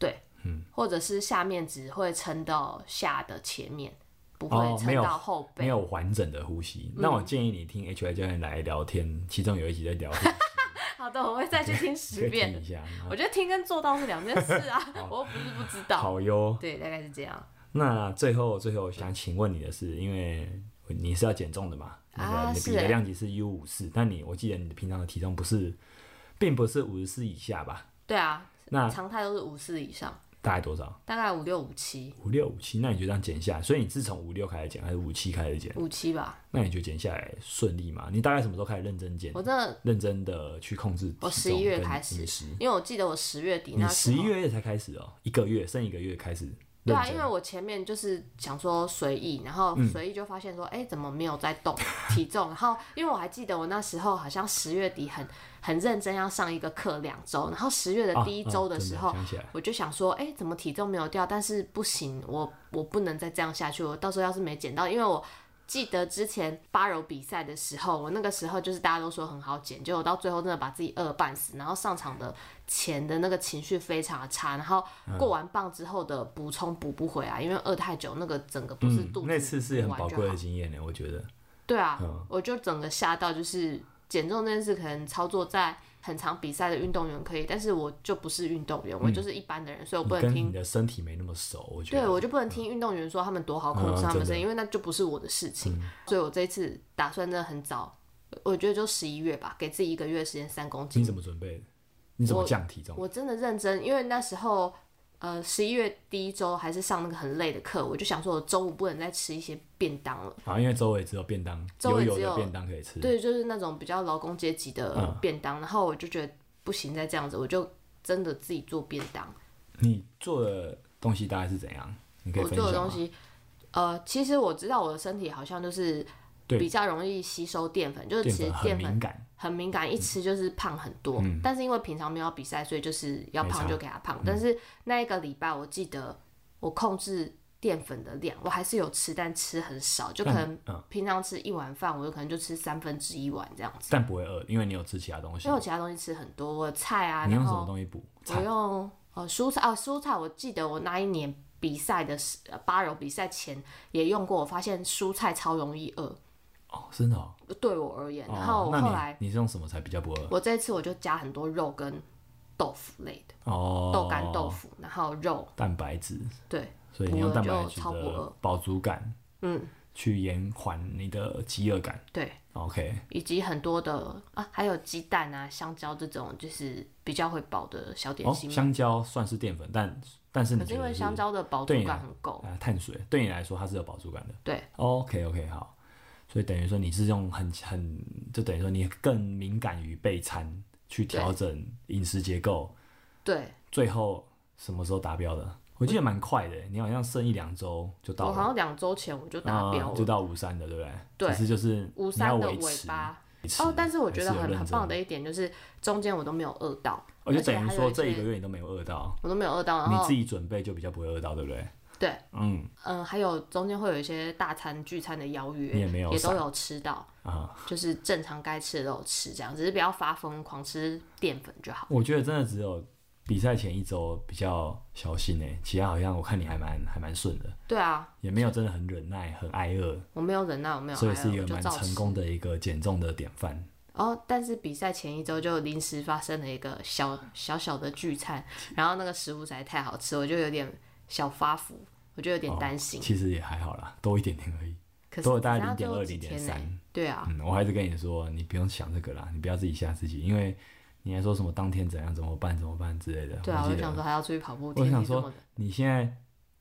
Speaker 2: 对，嗯，或者是下面只会撑到下的前面，不
Speaker 1: 哦
Speaker 2: 会
Speaker 1: 没
Speaker 2: 撑
Speaker 1: 有
Speaker 2: 到后背。
Speaker 1: 没有完整的呼吸。那
Speaker 2: 嗯
Speaker 1: 我建议你听 H Y 教练来聊天，其中有一集在聊呼吸，
Speaker 2: 好的，我会再去听
Speaker 1: 可
Speaker 2: 十
Speaker 1: 以听
Speaker 2: 遍
Speaker 1: 一。 下。
Speaker 2: 我觉得听跟做到是两件事 啊，我又不是不知道。
Speaker 1: 好哟，
Speaker 2: 对，大概是这样。
Speaker 1: 那最后最后想请问你的是，因为你是要减重的嘛？那
Speaker 2: 啊
Speaker 1: 个你
Speaker 2: 是
Speaker 1: 比的
Speaker 2: 欸
Speaker 1: 量级是 U 五四，但你我记得你的平常的体重不是，并不是五十四以下吧？
Speaker 2: 对啊，
Speaker 1: 那
Speaker 2: 常态都是五四以上，
Speaker 1: 大概多少？
Speaker 2: 大概五六五七，
Speaker 1: 五六五七？那你就这样减下来，所以你自从五六开始减，还是五七开始减？
Speaker 2: 五七吧。
Speaker 1: 那你觉得减下来顺利吗？你大概什么时候开始认真减？
Speaker 2: 我真的，
Speaker 1: 认真的去控制体
Speaker 2: 我
Speaker 1: 重
Speaker 2: 十一月
Speaker 1: 跟
Speaker 2: 开始
Speaker 1: 饮食。
Speaker 2: 因为我记得我十月底
Speaker 1: 你
Speaker 2: 那时
Speaker 1: 十
Speaker 2: 候
Speaker 1: 一月才开始哦、一个月剩一个月开始
Speaker 2: 对
Speaker 1: 认
Speaker 2: 啊，因
Speaker 1: 真嗯
Speaker 2: 为我前面就是想说随意，然后随意就发现说，哎、怎么没有在 动体重？然后因为我还记得我那时候好像十月底很很认真要上一个课两周，然后十月的
Speaker 1: 啊
Speaker 2: 第一
Speaker 1: 啊
Speaker 2: 周的
Speaker 1: 真
Speaker 2: 时候，
Speaker 1: 想起来
Speaker 2: 我就想说，哎、怎么体重没有掉？但是不行，我我不能再这样下去，我到时候要是没减到，因为我。记得之前八柔比赛的时候，我那个时候就是大家都说很好减，结果到最后真的把自己饿半死，然后上场的前的那个情绪非常的差，然后
Speaker 1: 嗯
Speaker 2: 过完磅之后的补充补不回来，因为饿太久，那个整个不是肚子、
Speaker 1: 嗯、那次是很宝贵的嗯
Speaker 2: 好。
Speaker 1: 经验呢，我觉得。
Speaker 2: 对啊，我就整个吓到，就是减重这件事，可能操作在很长比赛的运动员可以，但是我就不是运动员，我就是一般的人，所以
Speaker 1: 嗯
Speaker 2: 我
Speaker 1: 你
Speaker 2: 不能
Speaker 1: 跟你
Speaker 2: 听。
Speaker 1: 的身体没那么熟，我觉得。
Speaker 2: 对，我就不能听运动员说他们多好控制
Speaker 1: 啊嗯
Speaker 2: 他
Speaker 1: 真
Speaker 2: 们
Speaker 1: 的嗯
Speaker 2: 身体，因为那就不是我的事情。所以我这一次打算真的很早，呃我觉得就十一月吧，给自己一个月时间三公斤
Speaker 1: 你。怎么准备的？你怎么降体重？
Speaker 2: 我真的认真，因为那时候呃十一月第一周还是上那个很累的课，我就想说我中午不能再吃一些便当了。
Speaker 1: 啊，因为周围只有便当，
Speaker 2: 周
Speaker 1: 油
Speaker 2: 围
Speaker 1: 油
Speaker 2: 只
Speaker 1: 的
Speaker 2: 有
Speaker 1: 便当可以吃。
Speaker 2: 对，就是那种比较劳工阶级的
Speaker 1: 嗯
Speaker 2: 便当，然后我就觉得不行，再这样子，我就真的自己做便当。
Speaker 1: 你做的东西大概是怎样？你可以
Speaker 2: 我
Speaker 1: 分享啊
Speaker 2: 做的东
Speaker 1: 吗？
Speaker 2: 西，呃，其实我知道我的身体好像就是
Speaker 1: 对
Speaker 2: 比较容易吸收淀粉，就是
Speaker 1: 淀
Speaker 2: 其实
Speaker 1: 粉很
Speaker 2: 淀
Speaker 1: 敏
Speaker 2: 粉
Speaker 1: 感，
Speaker 2: 很敏感，一吃就是胖很多。但是因为平常没有比赛，所以就是要
Speaker 1: 嗯没差嗯
Speaker 2: 胖就给他胖。但是那一个礼拜，我记得我控制淀粉的量，我还是有吃，但吃很少，就可能
Speaker 1: 嗯
Speaker 2: 平常吃一碗饭，我有可能就吃三分之一碗这样子。
Speaker 1: 但不会饿，因为你有吃其他东西
Speaker 2: 因为。我其他东西吃很多，我菜啊，
Speaker 1: 你用
Speaker 2: 然
Speaker 1: 什么
Speaker 2: 后
Speaker 1: 东西补？
Speaker 2: 我用呃蔬菜哦蔬菜，我记得我那一年比赛的时呃八柔比赛前也用过，我发现蔬菜超容易饿，
Speaker 1: 哦，真的哦。
Speaker 2: 对我而言。然
Speaker 1: 哦
Speaker 2: 后我
Speaker 1: 那
Speaker 2: 后来
Speaker 1: 你你是用什么才比较不饿？
Speaker 2: 我这一次我就加很多肉跟豆腐类的，
Speaker 1: 哦，
Speaker 2: 豆干、豆腐，然后肉，
Speaker 1: 蛋白质，
Speaker 2: 对，
Speaker 1: 所以你用蛋白质
Speaker 2: 补了就超不
Speaker 1: 的
Speaker 2: 饿
Speaker 1: 饱足感
Speaker 2: 嗯，
Speaker 1: 去延缓你的饥饿感。哦
Speaker 2: 对，
Speaker 1: OK，
Speaker 2: 以及很多的啊，还有鸡蛋啊、香蕉这种，就是比较会饱的小点
Speaker 1: 哦，
Speaker 2: 心。
Speaker 1: 香蕉算是淀粉，但但是你
Speaker 2: 可是
Speaker 1: 觉
Speaker 2: 因为
Speaker 1: 得是
Speaker 2: 香蕉的饱
Speaker 1: 对啊
Speaker 2: 足感很够，
Speaker 1: 呃碳水对你来说它是有饱足感的。
Speaker 2: 对
Speaker 1: ，OK OK 好，所以等于说你是用很很就等于说你更敏感于备餐去调整饮食结构，
Speaker 2: 对
Speaker 1: 最后什么时候达标的？我记得蛮快的，你好像剩一两周就到
Speaker 2: 我
Speaker 1: 了，
Speaker 2: 好像两周前我就达标
Speaker 1: 嗯就
Speaker 2: 了，
Speaker 1: 到五三的，对不对？
Speaker 2: 对
Speaker 1: 只是就是
Speaker 2: 五
Speaker 1: 你要
Speaker 2: 三的
Speaker 1: 维
Speaker 2: 尾
Speaker 1: 持
Speaker 2: 巴。
Speaker 1: 维持
Speaker 2: 哦，但是我
Speaker 1: 还
Speaker 2: 觉得
Speaker 1: 有
Speaker 2: 很
Speaker 1: 认
Speaker 2: 很
Speaker 1: 真
Speaker 2: 棒的一点就是中间我都没有饿到，
Speaker 1: 我就
Speaker 2: 而且
Speaker 1: 等于
Speaker 2: 还有
Speaker 1: 说
Speaker 2: 一
Speaker 1: 这一
Speaker 2: 些
Speaker 1: 个月你都没有饿到，
Speaker 2: 我都没有饿到，然
Speaker 1: 你
Speaker 2: 后
Speaker 1: 自己准备就比较不会饿到，对不对？
Speaker 2: 对，
Speaker 1: 嗯
Speaker 2: 嗯，还有中间会有一些大餐聚餐的邀约，
Speaker 1: 你也没有
Speaker 2: 都
Speaker 1: 闪
Speaker 2: 有吃到，
Speaker 1: 啊，
Speaker 2: 就是正常该吃的都有吃，这样只是不要发疯狂吃淀粉就好。
Speaker 1: 我觉得真的只有比赛前一周比较小心诶、其他好像我看你还蛮还蛮顺的，
Speaker 2: 对啊，
Speaker 1: 也没有真的很忍耐、很挨饿，
Speaker 2: 我没有啊忍耐，我没有挨
Speaker 1: 所以
Speaker 2: 饿，
Speaker 1: 是一
Speaker 2: 我
Speaker 1: 个
Speaker 2: 就
Speaker 1: 蛮
Speaker 2: 照吃
Speaker 1: 成功。的一个减重的典范。
Speaker 2: 哦，但是比赛前一周就临时发生了一个小小小的聚餐，然后那个食物实在太好吃，我就有点小发福，我就有点担心。
Speaker 1: 其实也还好啦，多一点点而已，
Speaker 2: 可是
Speaker 1: 哦多了大概零
Speaker 2: 只
Speaker 1: 点
Speaker 2: 要
Speaker 1: 二、
Speaker 2: 只有
Speaker 1: 零
Speaker 2: 几
Speaker 1: 点
Speaker 2: 天呢
Speaker 1: 三。
Speaker 2: 对啊，
Speaker 1: 嗯，我还是跟你说，你不用想这个啦，你不要自己吓自己，因为你还说什么当天怎样怎么办怎么办之类的。
Speaker 2: 对啊，我
Speaker 1: 记
Speaker 2: 就
Speaker 1: 得
Speaker 2: 想说还要出去跑步，
Speaker 1: 我
Speaker 2: 天
Speaker 1: 想
Speaker 2: 气这么
Speaker 1: 说
Speaker 2: 冷，
Speaker 1: 你现在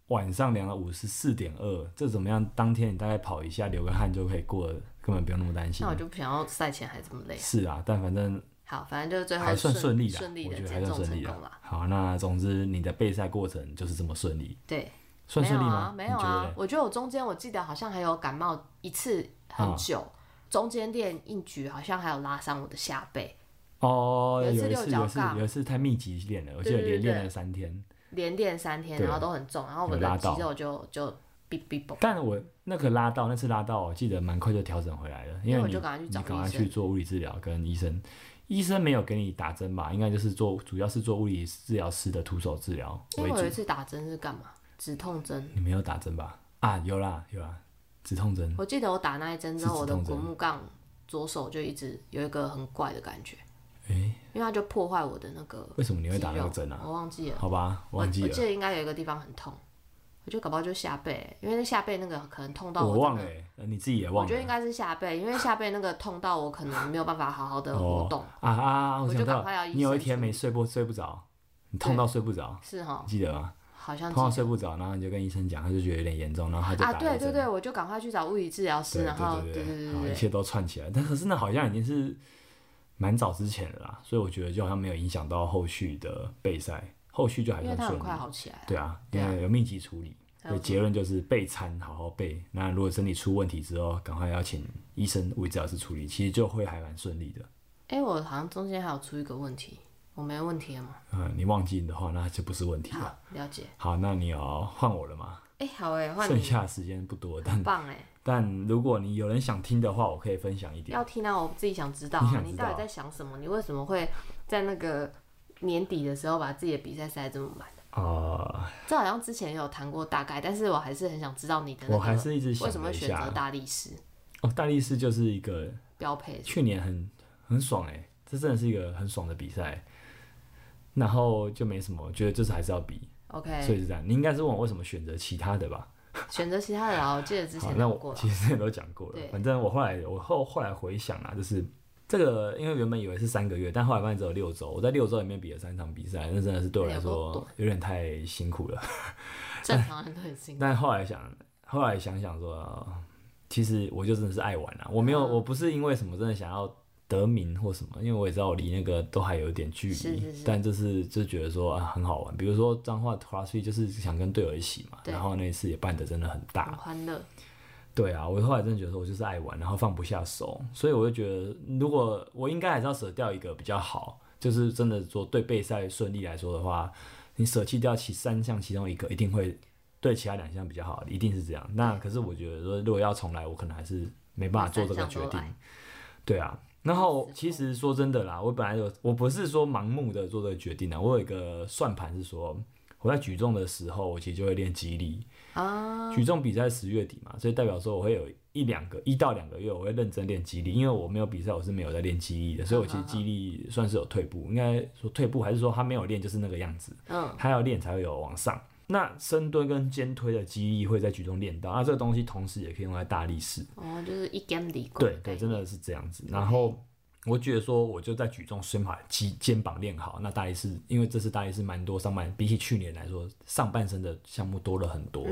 Speaker 1: 晚上量了五十四点二，这怎么样？当天你大概跑一下，流个汗就可以过了，根本不用那么担心
Speaker 2: 那我。就不想要赛前还这么累。
Speaker 1: 是啊，但反正
Speaker 2: 好，反正就是最后
Speaker 1: 还算顺利啦，
Speaker 2: 嗯顺利
Speaker 1: 我
Speaker 2: 的
Speaker 1: 觉得还
Speaker 2: 减
Speaker 1: 算
Speaker 2: 重
Speaker 1: 顺
Speaker 2: 成
Speaker 1: 利啊
Speaker 2: 功
Speaker 1: 啦
Speaker 2: 啦。。
Speaker 1: 好，那总之你的备赛过程就是这么顺利，
Speaker 2: 对，
Speaker 1: 算顺利吗？
Speaker 2: 没有啊，没有
Speaker 1: 你觉得
Speaker 2: 啊
Speaker 1: 嘞。
Speaker 2: 我觉得我中间我记得好像还有感冒一次
Speaker 1: 啊
Speaker 2: 很久，中间练硬举好像还有拉伤我的下背，
Speaker 1: 哦，
Speaker 2: 有
Speaker 1: 有
Speaker 2: 一次
Speaker 1: 一
Speaker 2: 六
Speaker 1: 次
Speaker 2: 角
Speaker 1: 有一次
Speaker 2: 杠
Speaker 1: 有一次太密集练了，我记得
Speaker 2: 对对
Speaker 1: 连练
Speaker 2: 对
Speaker 1: 了三天。
Speaker 2: 连练三天，
Speaker 1: 对
Speaker 2: 然后都很重，然后我
Speaker 1: 有拉
Speaker 2: 的
Speaker 1: 到
Speaker 2: 肌肉就就哔哔嘣。
Speaker 1: 但我那个拉到那次拉到，我记得蛮快就调整回来了，因
Speaker 2: 因为
Speaker 1: 为
Speaker 2: 我
Speaker 1: 你
Speaker 2: 就赶快去
Speaker 1: 你
Speaker 2: 找
Speaker 1: 赶快
Speaker 2: 医
Speaker 1: 去
Speaker 2: 生
Speaker 1: 做物理治疗跟医生，医生没有给你打针吧？应该就是做主要是做物理治疗师的徒手治疗
Speaker 2: 因
Speaker 1: 为
Speaker 2: 为我有一
Speaker 1: 主。
Speaker 2: 次打针是干嘛？止痛针。
Speaker 1: 你没有打针吧？啊，有啦有啦，止痛针。
Speaker 2: 我记得我打那一针之
Speaker 1: 是
Speaker 2: 后，
Speaker 1: 止
Speaker 2: 我的
Speaker 1: 痛
Speaker 2: 滚
Speaker 1: 针
Speaker 2: 木杠左手就一直有一个很怪的感觉，
Speaker 1: 诶，
Speaker 2: 因为它就破坏我的那个
Speaker 1: 为什么你
Speaker 2: 肌
Speaker 1: 会
Speaker 2: 肉。
Speaker 1: 打那个针啊？
Speaker 2: 我忘记了。
Speaker 1: 好吧，
Speaker 2: 我我
Speaker 1: 忘记
Speaker 2: 记
Speaker 1: 了，
Speaker 2: 得应该有一个地方很痛，我觉得搞不好就下背，因为那下背那个可能痛到
Speaker 1: 我
Speaker 2: 真
Speaker 1: 忘了
Speaker 2: 的
Speaker 1: 欸、呃你自己也
Speaker 2: 我
Speaker 1: 忘
Speaker 2: 觉得
Speaker 1: 了。
Speaker 2: 应该是下背，因为下背那个痛到我可能没有办法好好的活动，
Speaker 1: 啊啊啊！
Speaker 2: 我
Speaker 1: 想
Speaker 2: 就赶
Speaker 1: 到
Speaker 2: 快要医
Speaker 1: 你有一
Speaker 2: 生
Speaker 1: 天
Speaker 2: 处
Speaker 1: 没
Speaker 2: 理
Speaker 1: 睡不睡不着，你痛到睡不着，
Speaker 2: 是哈
Speaker 1: 你，记得吗？
Speaker 2: 好像
Speaker 1: 痛
Speaker 2: 记
Speaker 1: 到睡不着，然后你就跟医生讲，他就觉得有点严重，然后他就打
Speaker 2: 啊，
Speaker 1: 了
Speaker 2: 对
Speaker 1: 一
Speaker 2: 对
Speaker 1: 针。
Speaker 2: 对，我就赶快去找物理治疗师，
Speaker 1: 对
Speaker 2: 然后
Speaker 1: 对
Speaker 2: 对
Speaker 1: 对
Speaker 2: 对
Speaker 1: 好，一
Speaker 2: 对
Speaker 1: 切都串起来。但可是那好像已经是蛮早之前了啦，所以我觉得就好像没有影响到后续的备赛，后续就还
Speaker 2: 因为
Speaker 1: 算
Speaker 2: 他
Speaker 1: 顺
Speaker 2: 很
Speaker 1: 利
Speaker 2: 快。好起来，
Speaker 1: 对啊，
Speaker 2: 对
Speaker 1: 因
Speaker 2: 啊
Speaker 1: 为有密集处理，
Speaker 2: 还
Speaker 1: 所以
Speaker 2: 有
Speaker 1: 结论就是备餐好好备。那如果身体出问题之后，赶快要请医生、物理治疗师处理，其实就会还蛮顺利的。
Speaker 2: 哎、我好像中间还有出一个问题，我没问题了吗？
Speaker 1: 嗯，你忘记的话，那就不是问题了。
Speaker 2: 好，了解。
Speaker 1: 好，那你要换我了吗？
Speaker 2: 哎、好哎、换
Speaker 1: 剩
Speaker 2: 你，
Speaker 1: 下的时间不多，但
Speaker 2: 棒哎、
Speaker 1: 但如果你有人想听的话，我可以分享一点。
Speaker 2: 要听到我自己想知道、
Speaker 1: 你
Speaker 2: 啊
Speaker 1: 想，
Speaker 2: 你
Speaker 1: 知道
Speaker 2: 到底在想什么？你为什么会在那个年底的时候把自己的比赛塞得这么满？
Speaker 1: 啊。
Speaker 2: 这好像之前也有谈过大概，但是我还是很想知道你的、那个，
Speaker 1: 我还是一直想
Speaker 2: 为什么
Speaker 1: 了
Speaker 2: 会
Speaker 1: 一
Speaker 2: 选择
Speaker 1: 下。
Speaker 2: 大力士
Speaker 1: 哦，大力士就是一个
Speaker 2: 标配？
Speaker 1: 去年很很爽哎、这真的是一个很爽的比赛。然后就没什么，我觉得就是还是要比，所
Speaker 2: OK，
Speaker 1: 以是这样。你应该是问我为什么选择其他的吧？
Speaker 2: 选择其他的啊，我记得之
Speaker 1: 好
Speaker 2: 前，
Speaker 1: 那
Speaker 2: 聊过
Speaker 1: 我
Speaker 2: 了。
Speaker 1: 其实也都讲过了
Speaker 2: 对。
Speaker 1: 反正我后来我后后来回想啊，就是这个，因为原本以为是三个月，但后来发现只有六周。我在六周里面比了三场比赛，那真的是对我来
Speaker 2: 那有多
Speaker 1: 说有点太辛苦了。
Speaker 2: 正常人都很辛苦。
Speaker 1: 但后来想，后来想想说，呃其实我就真的是爱玩啊，我没有，
Speaker 2: 嗯
Speaker 1: 我不是因为什么真的想要得名或什么，因为我也知道我离那个都还有一点距离，
Speaker 2: 是是是
Speaker 1: 但就是就觉得说啊很好玩。比如说彰化 CrossFit 就是想跟队友一起嘛，
Speaker 2: 对嗯
Speaker 1: 然后那一次也办的真的很大，
Speaker 2: 很欢乐，
Speaker 1: 对啊，我后来真的觉得说我就是爱玩，然后放不下手，所以我就觉得，如果我应该还是要舍掉一个比较好，就是真的说对备赛顺利来说的话，你舍弃掉其三项其中一个，一定会对其他两项比较好，一定是这样。那可是我觉得说，如果要重来，我可能还是没办法做这个决
Speaker 2: 三项都
Speaker 1: 定
Speaker 2: 来。
Speaker 1: 对啊，然后
Speaker 2: 没错
Speaker 1: 其实说真的啦，我本来有，我不是说盲目的做这个决定啊，我有一个算盘是说，我在举重的时候，我其实就会练肌力。
Speaker 2: 啊，
Speaker 1: 举重比赛十月底嘛，所以代表说我会有一两个一到两个月我会认真练肌力，因为我没有比赛，我是没有在练肌力的，所以我其实肌力算是有退步，应该说退步还是说他没有练就是那个样子，
Speaker 2: 嗯，
Speaker 1: 他要练才会有往上。那深蹲跟肩推的肌力会在举重练到，啊那这个东西同时也可以用在大力士。
Speaker 2: 哦，就是一 game 理工
Speaker 1: 对
Speaker 2: 的概
Speaker 1: 对，
Speaker 2: 念。
Speaker 1: 真的是这样子。然后我觉得说，我就在举重先把肌肩膀练好。那大力士，因为这次大力士蛮多上半，比起去年来说，上半身的项目多了很多，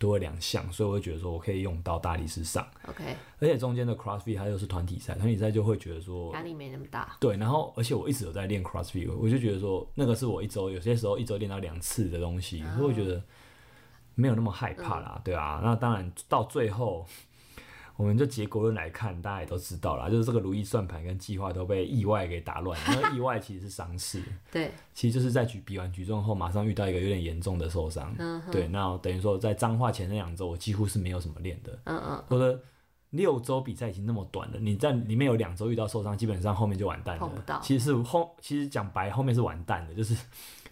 Speaker 1: 多了两项，所以我会觉得说我可以用到大力士上。
Speaker 2: OK，
Speaker 1: 而且中间的 CrossFit 它又是团体赛，团体赛就会觉得说
Speaker 2: 压力没那么大。
Speaker 1: 对，然后而且我一直有在练 CrossFit，我就觉得说那个是我一周有些时候一周练到两次的东西，所以我觉得没有那么害怕啦，对啊。那当然到最后，我们就结果论来看，大家也都知道啦，就是这个如意算盘跟计划都被意外给打乱，因为意外其实是伤势，
Speaker 2: 对，
Speaker 1: 其实就是在举比完举重后马上遇到一个有点严重的受伤，
Speaker 2: 嗯
Speaker 1: 对，那等于说在彰化前那两周我几乎是没有什么练的，
Speaker 2: 嗯嗯，
Speaker 1: 我的六周比赛已经那么短了，你在里面有两周遇到受伤，基本上后面就完蛋了。
Speaker 2: 碰不到
Speaker 1: 其实是后，其实讲白，后面是完蛋的，就是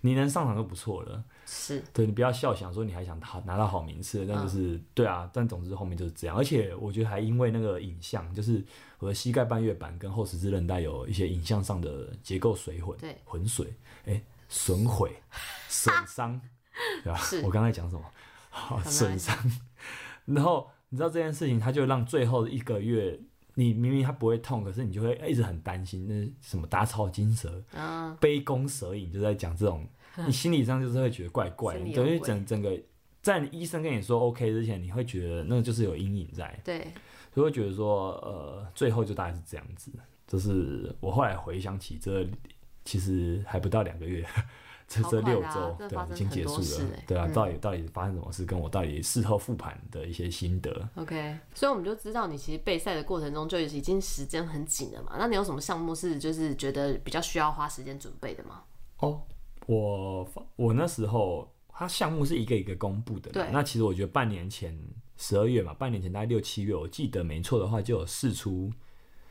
Speaker 1: 你能上场就不错了。
Speaker 2: 是
Speaker 1: 对你不要笑，想说你还想好拿到好名次，但
Speaker 2: 嗯
Speaker 1: 就是、对啊，但总之后面就是这样。而且我觉得还因为那个影像，就是我的膝盖半月板跟后十字韧带有一些影像上的结构水混，
Speaker 2: 对，
Speaker 1: 混水，哎、损 毁、损伤，对吧
Speaker 2: 是？
Speaker 1: 我刚才讲 什么？好，
Speaker 2: 关系
Speaker 1: 损伤。 然后你知道这件事情，它就让最后一个月，你明明它不会痛，可是你就会一直很担心，那是什么打草惊蛇，
Speaker 2: 嗯，
Speaker 1: 杯弓蛇影，就在讲这种，你心理上就是会觉得怪怪，
Speaker 2: 心里
Speaker 1: 你
Speaker 2: 有
Speaker 1: 等于
Speaker 2: 鬼
Speaker 1: 整整个在你医生跟你说 OK 之前，你会觉得那个就是有阴影在，
Speaker 2: 对，
Speaker 1: 所以会觉得说，呃，最后就大概是这样子。就是我后来回想起这，其实还不到两个月， 这
Speaker 2: 好
Speaker 1: 这
Speaker 2: 快
Speaker 1: 六
Speaker 2: 啦
Speaker 1: 周，
Speaker 2: 这
Speaker 1: 对
Speaker 2: 发
Speaker 1: 啊，已
Speaker 2: 生
Speaker 1: 经
Speaker 2: 很
Speaker 1: 结
Speaker 2: 多
Speaker 1: 束
Speaker 2: 事
Speaker 1: 了
Speaker 2: 欸，
Speaker 1: 对啊，
Speaker 2: 嗯
Speaker 1: 到底到底发生什么事，跟我到底事后复盘的一些心得。
Speaker 2: OK，所以我们就知道你其实备赛的过程中就已经时间很紧了嘛。那你有什么项目是就是觉得比较需要花时间准备的吗？
Speaker 1: 哦，我发我那时候它项目是一个一个公布的嘛，
Speaker 2: 对
Speaker 1: 那其实我觉得半年前十二月嘛，半年前大概六七月，我记得没错的话，就有试出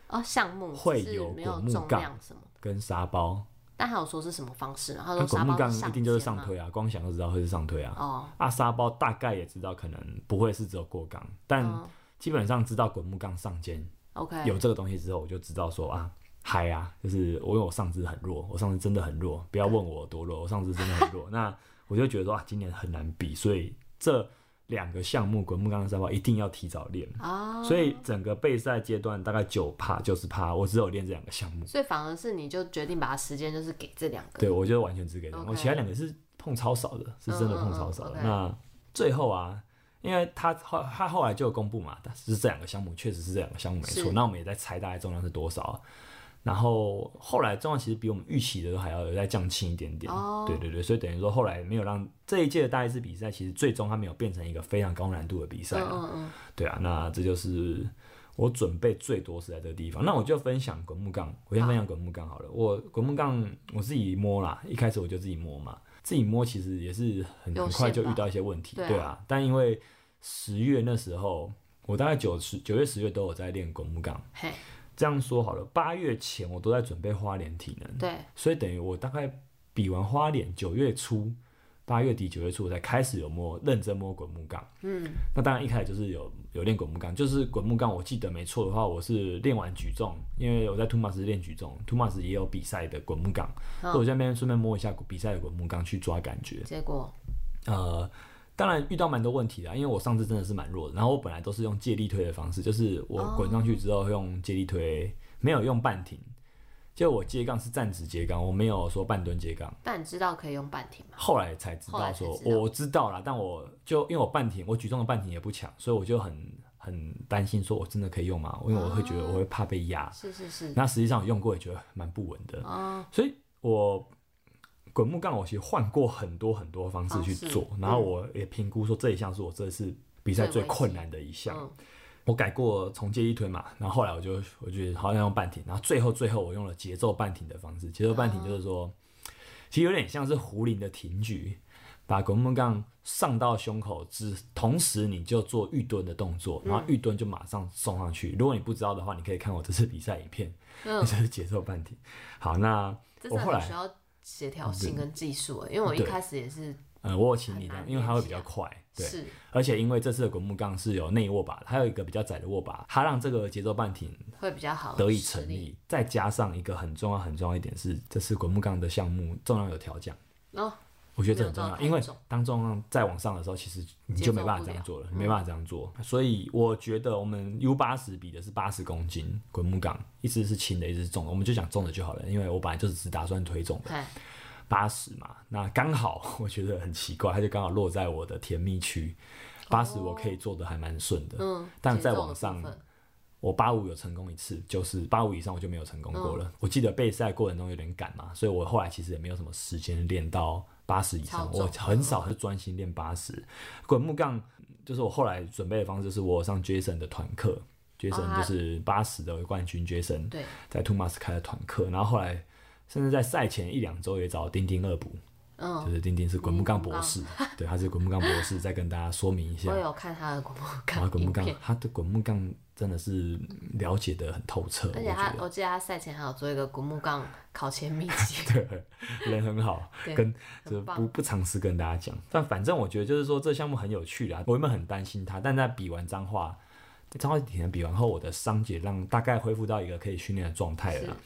Speaker 2: 哦，项目
Speaker 1: 会
Speaker 2: 只是
Speaker 1: 有
Speaker 2: 没有
Speaker 1: 滚木
Speaker 2: 重
Speaker 1: 杠
Speaker 2: 量什么，
Speaker 1: 跟沙包，
Speaker 2: 但还有说是什么方式吗？他
Speaker 1: 那
Speaker 2: 说
Speaker 1: 呃滚
Speaker 2: 哦沙
Speaker 1: 木
Speaker 2: 包
Speaker 1: 杠
Speaker 2: 上
Speaker 1: 一定就是
Speaker 2: 肩
Speaker 1: 上
Speaker 2: 吗
Speaker 1: 推啊，光想就知道会是上推啊。
Speaker 2: 哦，
Speaker 1: 啊，沙包大概也知道可能不会是只有过杠，但
Speaker 2: 嗯
Speaker 1: 基本上知道滚木杠上肩
Speaker 2: ，OK，
Speaker 1: 有这个东西之后，我就知道说啊，嗨啊，就是我因为我上肢很弱，我上肢真的很弱，不要问我多弱，我上肢真的很弱。那我就觉得说啊，今年很难比，所以这两个项目滚木杠跟沙包一定要提早练。
Speaker 2: 啊，
Speaker 1: 所以整个备赛阶段大概九趴九十趴，我只有练这两个项目。
Speaker 2: 所以反而是你就决定把时间就是给这两个，
Speaker 1: 对，我就完全只给他们，我
Speaker 2: OK
Speaker 1: 其他两个是碰超少的，是真的碰超少的。
Speaker 2: 嗯嗯嗯，OK
Speaker 1: 那最后啊，因为他后他后来就有公布嘛，但是这两个项目确实是这两个项目没错
Speaker 2: 是。
Speaker 1: 那我们也在猜大概重量是多少啊、然后后来重量其实比我们预期的都还要有再降轻一点点。
Speaker 2: 哦
Speaker 1: 对对对，所以等于说后来没有让这一届的大一次比赛，其实最终它没有变成一个非常高难度的比赛、
Speaker 2: 嗯
Speaker 1: 啊。
Speaker 2: 嗯嗯，
Speaker 1: 对啊，那这就是我准备最多是在这个地方。那我就分享滚木杠，我先分享滚木杠好了。我滚木杠我自己摸啦，一开始我就自己摸嘛，自己摸其实也是很
Speaker 2: 有
Speaker 1: 很快
Speaker 2: 限
Speaker 1: 就
Speaker 2: 吧
Speaker 1: 遇到一些问题，
Speaker 2: 对啊
Speaker 1: 对啊。但因为十月那时候，我大概九十九月、十月都有在练滚木杠。
Speaker 2: 嘿，
Speaker 1: 这样说好了，八月前我都在准备花莲体能，
Speaker 2: 对，
Speaker 1: 所以等于我大概比完花莲，九月初、八月底、九月初我才开始有摸认真摸滚木杠。
Speaker 2: 嗯，
Speaker 1: 那当然一开始就是有有练滚木杠，就是滚木杠，我记得没错的话，我是练完举重，因为我在图马斯练举重，图马斯也有比赛的滚木杠，
Speaker 2: 嗯
Speaker 1: 所以我在那边顺便摸一下比赛的滚木杠去抓感觉。
Speaker 2: 结果
Speaker 1: 呃，当然遇到蛮多问题的啊，因为我上次真的是蛮弱的，然后我本来都是用借力推的方式，就是我
Speaker 2: 哦
Speaker 1: 滚上去之后用借力推，没有用半停，就我接杠是站直接杠，我没有说半蹲接杠。
Speaker 2: 但你知道可以用半停吗？
Speaker 1: 后来才知
Speaker 2: 后
Speaker 1: 道
Speaker 2: 来才
Speaker 1: 说，
Speaker 2: 知道
Speaker 1: 我知道啦，但我就因为我半停，我举重的半停也不强，所以我就很很担心，说我真的可以用吗？因为我会觉
Speaker 2: 哦
Speaker 1: 得我会怕被压。
Speaker 2: 是是是，
Speaker 1: 那实际上我用过也觉得蛮不稳的，
Speaker 2: 哦，
Speaker 1: 所以我滚木杠我其实换过很多很多方式去
Speaker 2: 方式
Speaker 1: 做，然后我也评估说这一项是我这次比赛
Speaker 2: 嗯最
Speaker 1: 最
Speaker 2: 危
Speaker 1: 困
Speaker 2: 机
Speaker 1: 难的一项。
Speaker 2: 嗯，
Speaker 1: 我改过从接力推嘛，然后后来我就我觉得好像用半停，然后最后最后我用了节奏半停的方式，节奏半停就是
Speaker 2: 哦
Speaker 1: 说，其实有点像是壶铃的停举，把滚木杠上到胸口之，同时你就做预蹲的动作，然后
Speaker 2: 嗯
Speaker 1: 预蹲就马上送上去。如果你不知道的话，你可以看我这次比赛影片，
Speaker 2: 嗯
Speaker 1: 这是节奏半停。好，那
Speaker 2: 这
Speaker 1: 我
Speaker 2: 真的
Speaker 1: 后
Speaker 2: 很
Speaker 1: 来哦
Speaker 2: 需要协调性跟技术欸，因为我一
Speaker 1: 对
Speaker 2: 开始也是
Speaker 1: 呃，我有请你这
Speaker 2: 很
Speaker 1: 样，
Speaker 2: 难
Speaker 1: 因为它会比
Speaker 2: 练
Speaker 1: 较
Speaker 2: 习啊
Speaker 1: 快，对。
Speaker 2: 是
Speaker 1: 而且因为这次的滚木杠是有内握把，它有一个比较窄的握把，它让这个节奏半停
Speaker 2: 会比较好
Speaker 1: 得以
Speaker 2: 实
Speaker 1: 成
Speaker 2: 哦力。
Speaker 1: 立，再加上一个很重要很重要一点是，这次滚木杠的项目重量有调降，
Speaker 2: 哦，
Speaker 1: 我觉得这很重
Speaker 2: 没有
Speaker 1: 要，
Speaker 2: 做到
Speaker 1: 因为
Speaker 2: 太重
Speaker 1: 当重量再往上的时候，其实你就没办法这样做了，你没办法这样做。所以我觉得我们 U 八十比的是八十公斤滚木杠，一只是轻的，一只是重的，我们就讲重的就好了，因为我本来就是只打算推重的
Speaker 2: 哎，
Speaker 1: 八十嘛，那刚好我觉得很奇怪，它就刚好落在我的甜蜜区。八十我可以做的还蛮顺的，
Speaker 2: 哦嗯，
Speaker 1: 但
Speaker 2: 节
Speaker 1: 再
Speaker 2: 奏
Speaker 1: 往
Speaker 2: 的部
Speaker 1: 上
Speaker 2: 分
Speaker 1: 我八五有成功一次，就是八五以上我就没有成功过了。
Speaker 2: 嗯
Speaker 1: 我记得备赛过程中有点赶嘛，所以我后来其实也没有什么时间练到八十以上
Speaker 2: 超，重
Speaker 1: 我很
Speaker 2: 嗯
Speaker 1: 少就专心练八十。滚木杠就是我后来准备的方式，是我有上 Jason 的团课，Jason
Speaker 2: 哦他
Speaker 1: 就是八十的冠军 Jason，、
Speaker 2: 对，
Speaker 1: 在 t o m a s 开的团课，然后后来甚至在赛前一两周也找丁丁恶补，
Speaker 2: 嗯，
Speaker 1: 就是丁丁是滚木杠
Speaker 2: 嗯滚木
Speaker 1: 博
Speaker 2: 杠
Speaker 1: 士， 对，他是滚木杠博士，再跟大家说明一下
Speaker 2: 我。有看他的广播
Speaker 1: 然后
Speaker 2: 看
Speaker 1: 啊滚木
Speaker 2: 影
Speaker 1: 杠
Speaker 2: 片，，
Speaker 1: 他对滚木杠真的是了解的很透彻，我
Speaker 2: 而且
Speaker 1: 觉
Speaker 2: 他
Speaker 1: 得
Speaker 2: 我记得他赛前还有做一个古木杠烤前秘 籍，
Speaker 1: 人很好，
Speaker 2: 对
Speaker 1: 跟就是
Speaker 2: 很棒
Speaker 1: 不不尝试跟大家讲。但反正我觉得就是说这项目很有趣啦，我原本很担心它，但在比完脏话，脏话体能比完后，我的伤解让大概恢复到一个可以训练的状态了啦。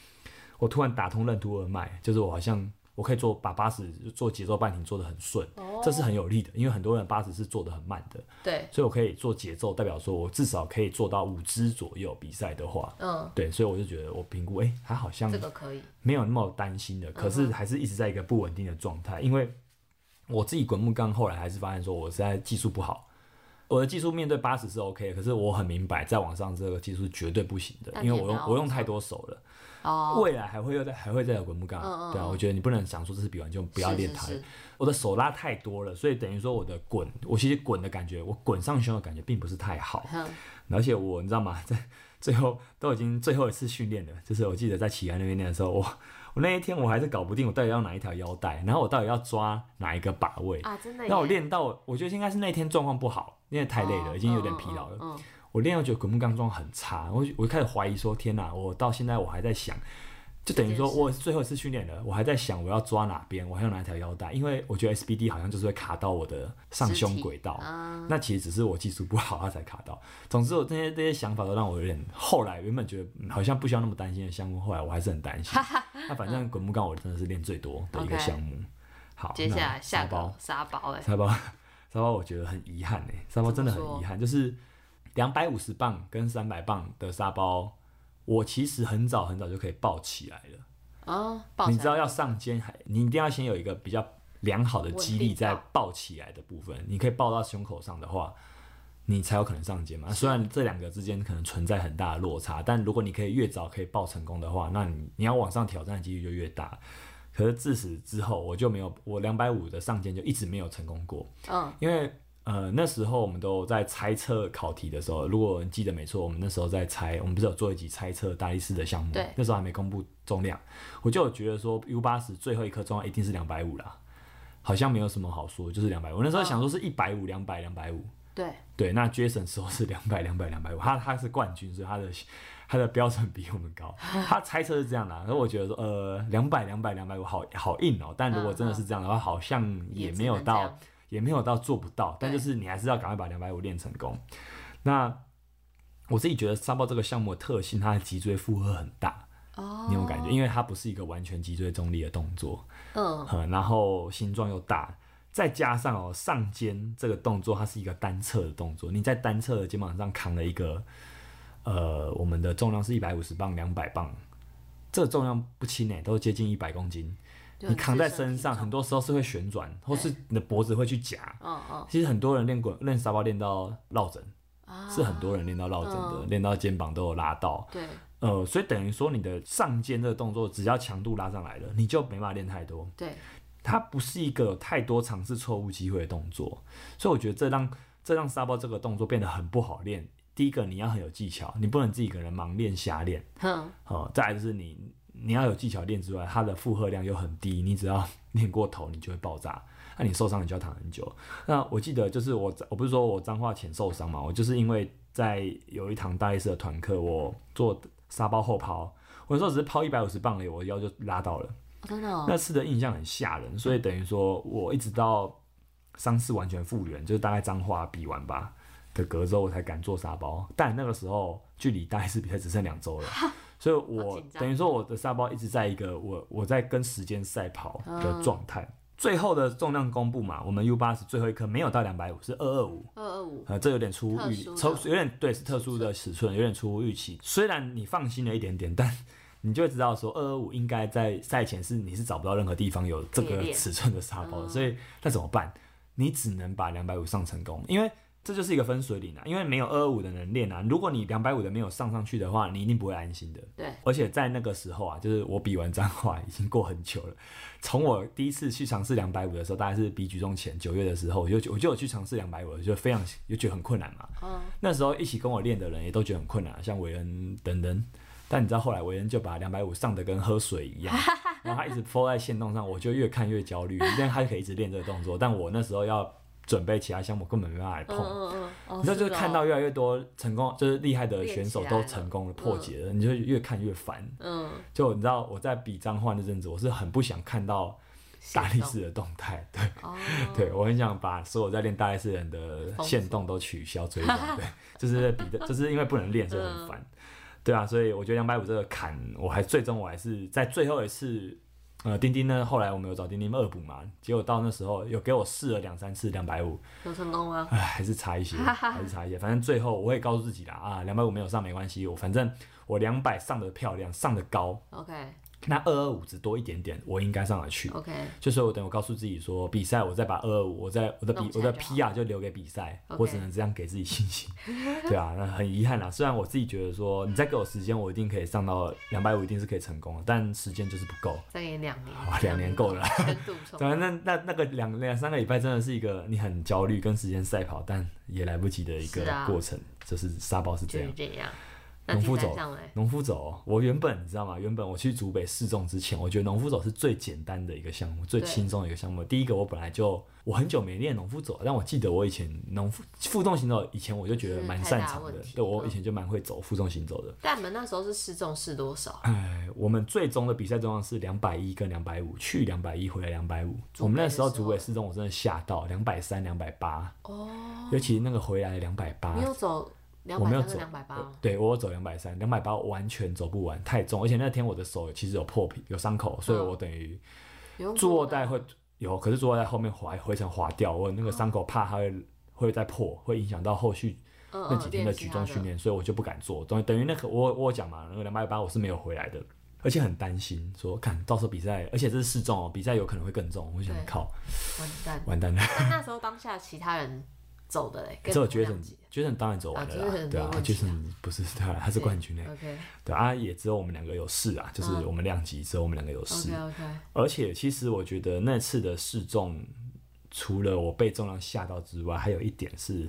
Speaker 1: 我突然打通任督二脉，就是我好像我可以做把八十做节奏半停做的很顺，
Speaker 2: 哦
Speaker 1: 这是很有利的，因为很多人八十是做的很慢的，
Speaker 2: 对，
Speaker 1: 所以我可以做节奏，代表说我至少可以做到五支左右比赛的话。
Speaker 2: 嗯，
Speaker 1: 对，所以我就觉得我评估，哎、它好像
Speaker 2: 这个可以，
Speaker 1: 没有那么担心的，可
Speaker 2: 嗯
Speaker 1: 是还是一直在一个不稳定的状态。因为我自己滚木杠，后来还是发现说我实在技术不好，我的技术面对八十是 OK，的可是我很明白再往上这个技术绝对不行的，
Speaker 2: 那
Speaker 1: 因为
Speaker 2: 你也
Speaker 1: 我用
Speaker 2: 不要
Speaker 1: 我用太多手了。
Speaker 2: 哦，
Speaker 1: 未来还会又再还会再有滚木杠，
Speaker 2: 嗯嗯
Speaker 1: 对啊，我觉得你不能想说这次比完就不要
Speaker 2: 是
Speaker 1: 练
Speaker 2: 是
Speaker 1: 它了。
Speaker 2: 是
Speaker 1: 我的手拉太多了，所以等于说我的滚，我其实滚的感觉，我滚上胸的感觉并不是太好。
Speaker 2: 哼
Speaker 1: 而且我你知道吗， 在最后都已经最后一次训练了，就是我记得在旗安那边练的时候，我我那一天我还是搞不定我到底要哪一条腰带，然后我到底要抓哪一个把位。
Speaker 2: 啊，真的耶，
Speaker 1: 那我练到，我觉得应该是那天状况不好，因为太累了，
Speaker 2: 哦
Speaker 1: 已经有点疲劳了。
Speaker 2: 嗯，嗯嗯
Speaker 1: 我练到觉得滚木钢桩很差，我就我就开始怀疑说，天哪！我到现在我还在想，就等于说
Speaker 2: 这件事
Speaker 1: 我最后一次训练了，我还在想我要抓哪边，我还有哪一条腰带，因为我觉得 SBD 好像就是会卡到我的上
Speaker 2: 肢
Speaker 1: 胸
Speaker 2: 体
Speaker 1: 轨道，
Speaker 2: 啊，
Speaker 1: 那其实只是我技术不好，他才卡到。总之，我这些这些想法都让我有点，后来原本觉得、嗯好像不需要那么担心的项目，后来我还是很担 心。那反正滚木杠我真的是练最多的一个
Speaker 2: OK
Speaker 1: 项目。好，
Speaker 2: 接下来
Speaker 1: 那
Speaker 2: 下
Speaker 1: 沙包
Speaker 2: 个，沙包哎，
Speaker 1: 沙包，沙包，我觉得很遗憾呢。沙包真的很遗憾，就是两百五十磅跟三百磅的沙包，我其实很早很早就可以抱起来了。
Speaker 2: 啊，抱
Speaker 1: 你
Speaker 2: 起
Speaker 1: 知道
Speaker 2: 来
Speaker 1: 要上肩还，你一定要先有一个比较良好的肌力
Speaker 2: 稳定
Speaker 1: 在
Speaker 2: 到
Speaker 1: 抱起来的部分，你可以抱到胸口上的话，你才有可能上肩嘛。虽然这两个之间可能存在很大的落差，但如果你可以越早可以抱成功的话，那你你要往上挑战的几率就越大。可是自此之后，我就没有我两百五的上肩就一直没有成功过，
Speaker 2: 嗯，
Speaker 1: 因为呃那时候我们都在猜测考题的时候，如果你记得没错，我们那时候在猜，我们不是有做一集猜测大力士的项目
Speaker 2: 对，
Speaker 1: 那时候还没公布重量，我就有觉得说 U 八十最后一颗重量一定是两百五啦，好像没有什么好说，就是两百五。我那时候想说是一百五、两百、两百五，
Speaker 2: 对，
Speaker 1: 对，那 Jason 说是两百、两百、两百五，他他是冠军，所以他的他的标准比我们 高。他猜测是这样的、啊，然后我觉得说，呃，两百、两百、两百五好好硬哦。但如果真的是这样的话，好像也
Speaker 2: 嗯也只
Speaker 1: 没有
Speaker 2: 能这
Speaker 1: 到
Speaker 2: 样
Speaker 1: 也没有到做不到，但就
Speaker 2: 对
Speaker 1: 是你还是要赶快把两百五练成功。那我自己觉得沙包这个项目的特性，它的脊椎负荷很大，
Speaker 2: 哦，
Speaker 1: 你有没有感觉？因为它不是一个完全脊椎中立的动作，
Speaker 2: 嗯，
Speaker 1: 呃，然后形状又大，再加上哦上肩这个动作，它是一个单侧的动作，你在单侧的肩膀上扛了一个，呃，我们的重量是一百五十磅、两百磅，这个重量不轻诶，都接近一百公斤。
Speaker 2: 就
Speaker 1: 你
Speaker 2: 很
Speaker 1: 扛
Speaker 2: 自
Speaker 1: 在
Speaker 2: 身
Speaker 1: 身
Speaker 2: 体
Speaker 1: 上，
Speaker 2: 重
Speaker 1: 很多时候是会旋转，或是你的脖子会去夹。
Speaker 2: 嗯嗯
Speaker 1: 其实很多人练滚练沙包练到落枕，
Speaker 2: 啊，
Speaker 1: 是很多人练到落枕的，
Speaker 2: 嗯
Speaker 1: 练到肩膀都有拉到。
Speaker 2: 对，
Speaker 1: 呃，所以等于说你的上肩这个动作，只要强度拉上来了，你就没办法练太多。
Speaker 2: 对，
Speaker 1: 它不是一个有太多尝试错误机会的动作，所以我觉得这让这让沙包这个动作变得很不好练。第一个，你要很有技巧，你不能自己一个人盲练瞎练。
Speaker 2: 哼，
Speaker 1: 哦，再来就是你你要有技巧练之外，它的负荷量又很低，你只要练过头，你就会爆炸。那、你受伤，你就要躺很久。那我记得就是我，我不是说我脏话前受伤嘛，我就是因为在有一堂大力士的团课，我做沙包后抛，我那时候只是抛一百五十磅而已，我腰就拉到了。
Speaker 2: 哦真的哦，嗯
Speaker 1: 那次的印象很吓人，所以等于说我一直到伤势完全复原，就是大概脏话比完吧的隔周，我才敢做沙包。但那个时候距离大概是比赛只剩两周了，所以我
Speaker 2: 紧张嗯
Speaker 1: 等于说我的沙包一直在一个我我在跟时间赛跑的状态。最后的重量公布嘛，我们 U 八十最后一颗没有到两百五，是二二五。
Speaker 2: 二二五，
Speaker 1: 呃，这有点出乎预，
Speaker 2: 特殊的
Speaker 1: 抽有点对是特殊的尺寸，有点出乎预期。虽然你放心了一点点，但 你就会知道说二二五应该在赛前是你是找不到任何地方有这
Speaker 2: 裂嗯
Speaker 1: 个
Speaker 2: 裂
Speaker 1: 尺寸的沙包的，所以那怎么办？你只能把两百五上成功，因为这就是一个分水岭啊，因为没有二二五的人练啊，如果你两百五的没有上上去的话，你一定不会安心的。
Speaker 2: 对，
Speaker 1: 而且在那个时候啊，就是我比完彰化已经过很久了。从我第一次去尝试两百五的时候，大概是比举重前九月的时候，我就我就有去尝试两百五，就非常就觉得很困难嘛。
Speaker 2: 嗯，
Speaker 1: 那时候一起跟我练的人也都觉得很困难，像韦恩等等。但你知道后来韦恩就把两百五上的跟喝水一 样，然后他一直 f 在线动上，我就越看越焦虑，因为他可以一直练这个动作，但我那时候要准备其他项目，根本没办法来
Speaker 2: 嗯
Speaker 1: 碰。
Speaker 2: 嗯嗯嗯，
Speaker 1: 你知道，就是看到
Speaker 2: 哦，
Speaker 1: 越来越多成功，就是厉害的选手
Speaker 2: 练起来
Speaker 1: 都
Speaker 2: 了
Speaker 1: 成功了破解了，你就越看越烦。
Speaker 2: 嗯，
Speaker 1: 就你知道，我在比脏话那阵子，我是很不想看到大力士的动态，对
Speaker 2: 哦，
Speaker 1: 对，我很想把所有在练大力士人的限动都取消追踪， 对，就是在比的，就是因为不能练，所以很
Speaker 2: 嗯
Speaker 1: 烦。对啊，所以我觉得两百五这个坎，我还最终我还是在最后一次，呃，钉钉呢，后来我们有找钉钉恶补嘛，结果到那时候有给我试了两三次两百五，
Speaker 2: 有成功吗？
Speaker 1: 唉，还是差一 些，还是差一些。反正最后我也告诉自己啦，啊，两百五没有上没关系，我反正我两百上的漂亮，上的高，
Speaker 2: OK
Speaker 1: 那二二五只多一点点，我应该上得去。
Speaker 2: OK，
Speaker 1: 就是我等我告诉自己说，比赛我再把二二五，我再我的比
Speaker 2: 弄起
Speaker 1: 我
Speaker 2: 来
Speaker 1: 的
Speaker 2: 就
Speaker 1: P 啊就留给比赛，
Speaker 2: OK
Speaker 1: 我只能这样给自己信 心。对啊，那很遗憾啦。虽然我自己觉得说，你再给我时间，我一定可以上到两百五，一定是可以成功的，但时间就是不够。
Speaker 2: 再给你两年
Speaker 1: 哇，两年够了，
Speaker 2: 深度 冲
Speaker 1: 对啊，那那那个两两三个礼拜真的是一个你很焦虑跟时间赛跑，但也来不及的一个
Speaker 2: 是啊
Speaker 1: 过程，就是沙包是
Speaker 2: 就
Speaker 1: 这
Speaker 2: 是
Speaker 1: 样。
Speaker 2: 这样。那
Speaker 1: 农
Speaker 2: 第
Speaker 1: 夫
Speaker 2: 三
Speaker 1: 走
Speaker 2: 项嘞，，
Speaker 1: 农夫走，哦我原本你知道吗？原本我去竹北试重之前，我觉得农夫走是最简单的一个项目，最
Speaker 2: 对
Speaker 1: 轻松的一个项目。第一个我本来就我很久没练农夫走，但我记得我以前农夫负重行走，以前我就觉得
Speaker 2: 是
Speaker 1: 蛮
Speaker 2: 太
Speaker 1: 擅
Speaker 2: 大
Speaker 1: 长
Speaker 2: 问
Speaker 1: 的
Speaker 2: 题，
Speaker 1: 对我
Speaker 2: 嗯
Speaker 1: 以前就蛮会走负重行走的。
Speaker 2: 但你们那时候是试重试多少？
Speaker 1: 哎，我们最终的比赛重量是两百一跟两百五，去两百一，回来两百五。
Speaker 2: 竹
Speaker 1: 我们
Speaker 2: 北
Speaker 1: 那
Speaker 2: 的
Speaker 1: 时候
Speaker 2: 时候
Speaker 1: 主委四中，我真的吓到，两百三、两百八，
Speaker 2: 哦，
Speaker 1: 尤其那个回来的两百八
Speaker 2: 你，有走两
Speaker 1: 我
Speaker 2: 百
Speaker 1: 没有
Speaker 2: 三跟
Speaker 1: 走
Speaker 2: 两百八
Speaker 1: 呃对我有走两百三，两百八完全走不完，太重。而且那天我的手其实有破皮，有伤口，所以
Speaker 2: 嗯
Speaker 1: 我等于
Speaker 2: 有用
Speaker 1: 坐
Speaker 2: 过
Speaker 1: 卧
Speaker 2: 吗
Speaker 1: 带会有，可是坐卧带后面滑回程滑掉，我那个伤口怕它会会再破，会影响到后续
Speaker 2: 嗯
Speaker 1: 那几天的
Speaker 2: 嗯
Speaker 1: 举重训，
Speaker 2: 练习
Speaker 1: 练，所以我就不敢做。等于等于那个我我有讲嘛，那个两百八我是没有回来的，而且很担心说，看到时候比赛，而且这是试重哦，比赛有可能会更重。我想
Speaker 2: 对
Speaker 1: 靠，
Speaker 2: 它的
Speaker 1: 完
Speaker 2: 完蛋。
Speaker 1: 蛋了。
Speaker 2: 但那时候当下其他人走的嘞， 跟
Speaker 1: 这个
Speaker 2: 你们两
Speaker 1: Jason
Speaker 2: 级
Speaker 1: Jason 当然走完了
Speaker 2: 啊，Jason
Speaker 1: 啦，对啊
Speaker 2: 没问题啊
Speaker 1: ，Jason 不是对啊，他是冠军嘞，
Speaker 2: OK
Speaker 1: 对啊，也只有我们两个有试啊，就是
Speaker 2: 嗯
Speaker 1: 我们量级只有我们两个有试
Speaker 2: OK，OK，
Speaker 1: 而且其实我觉得那次的试重，除了我被重量吓到之外，还有一点是，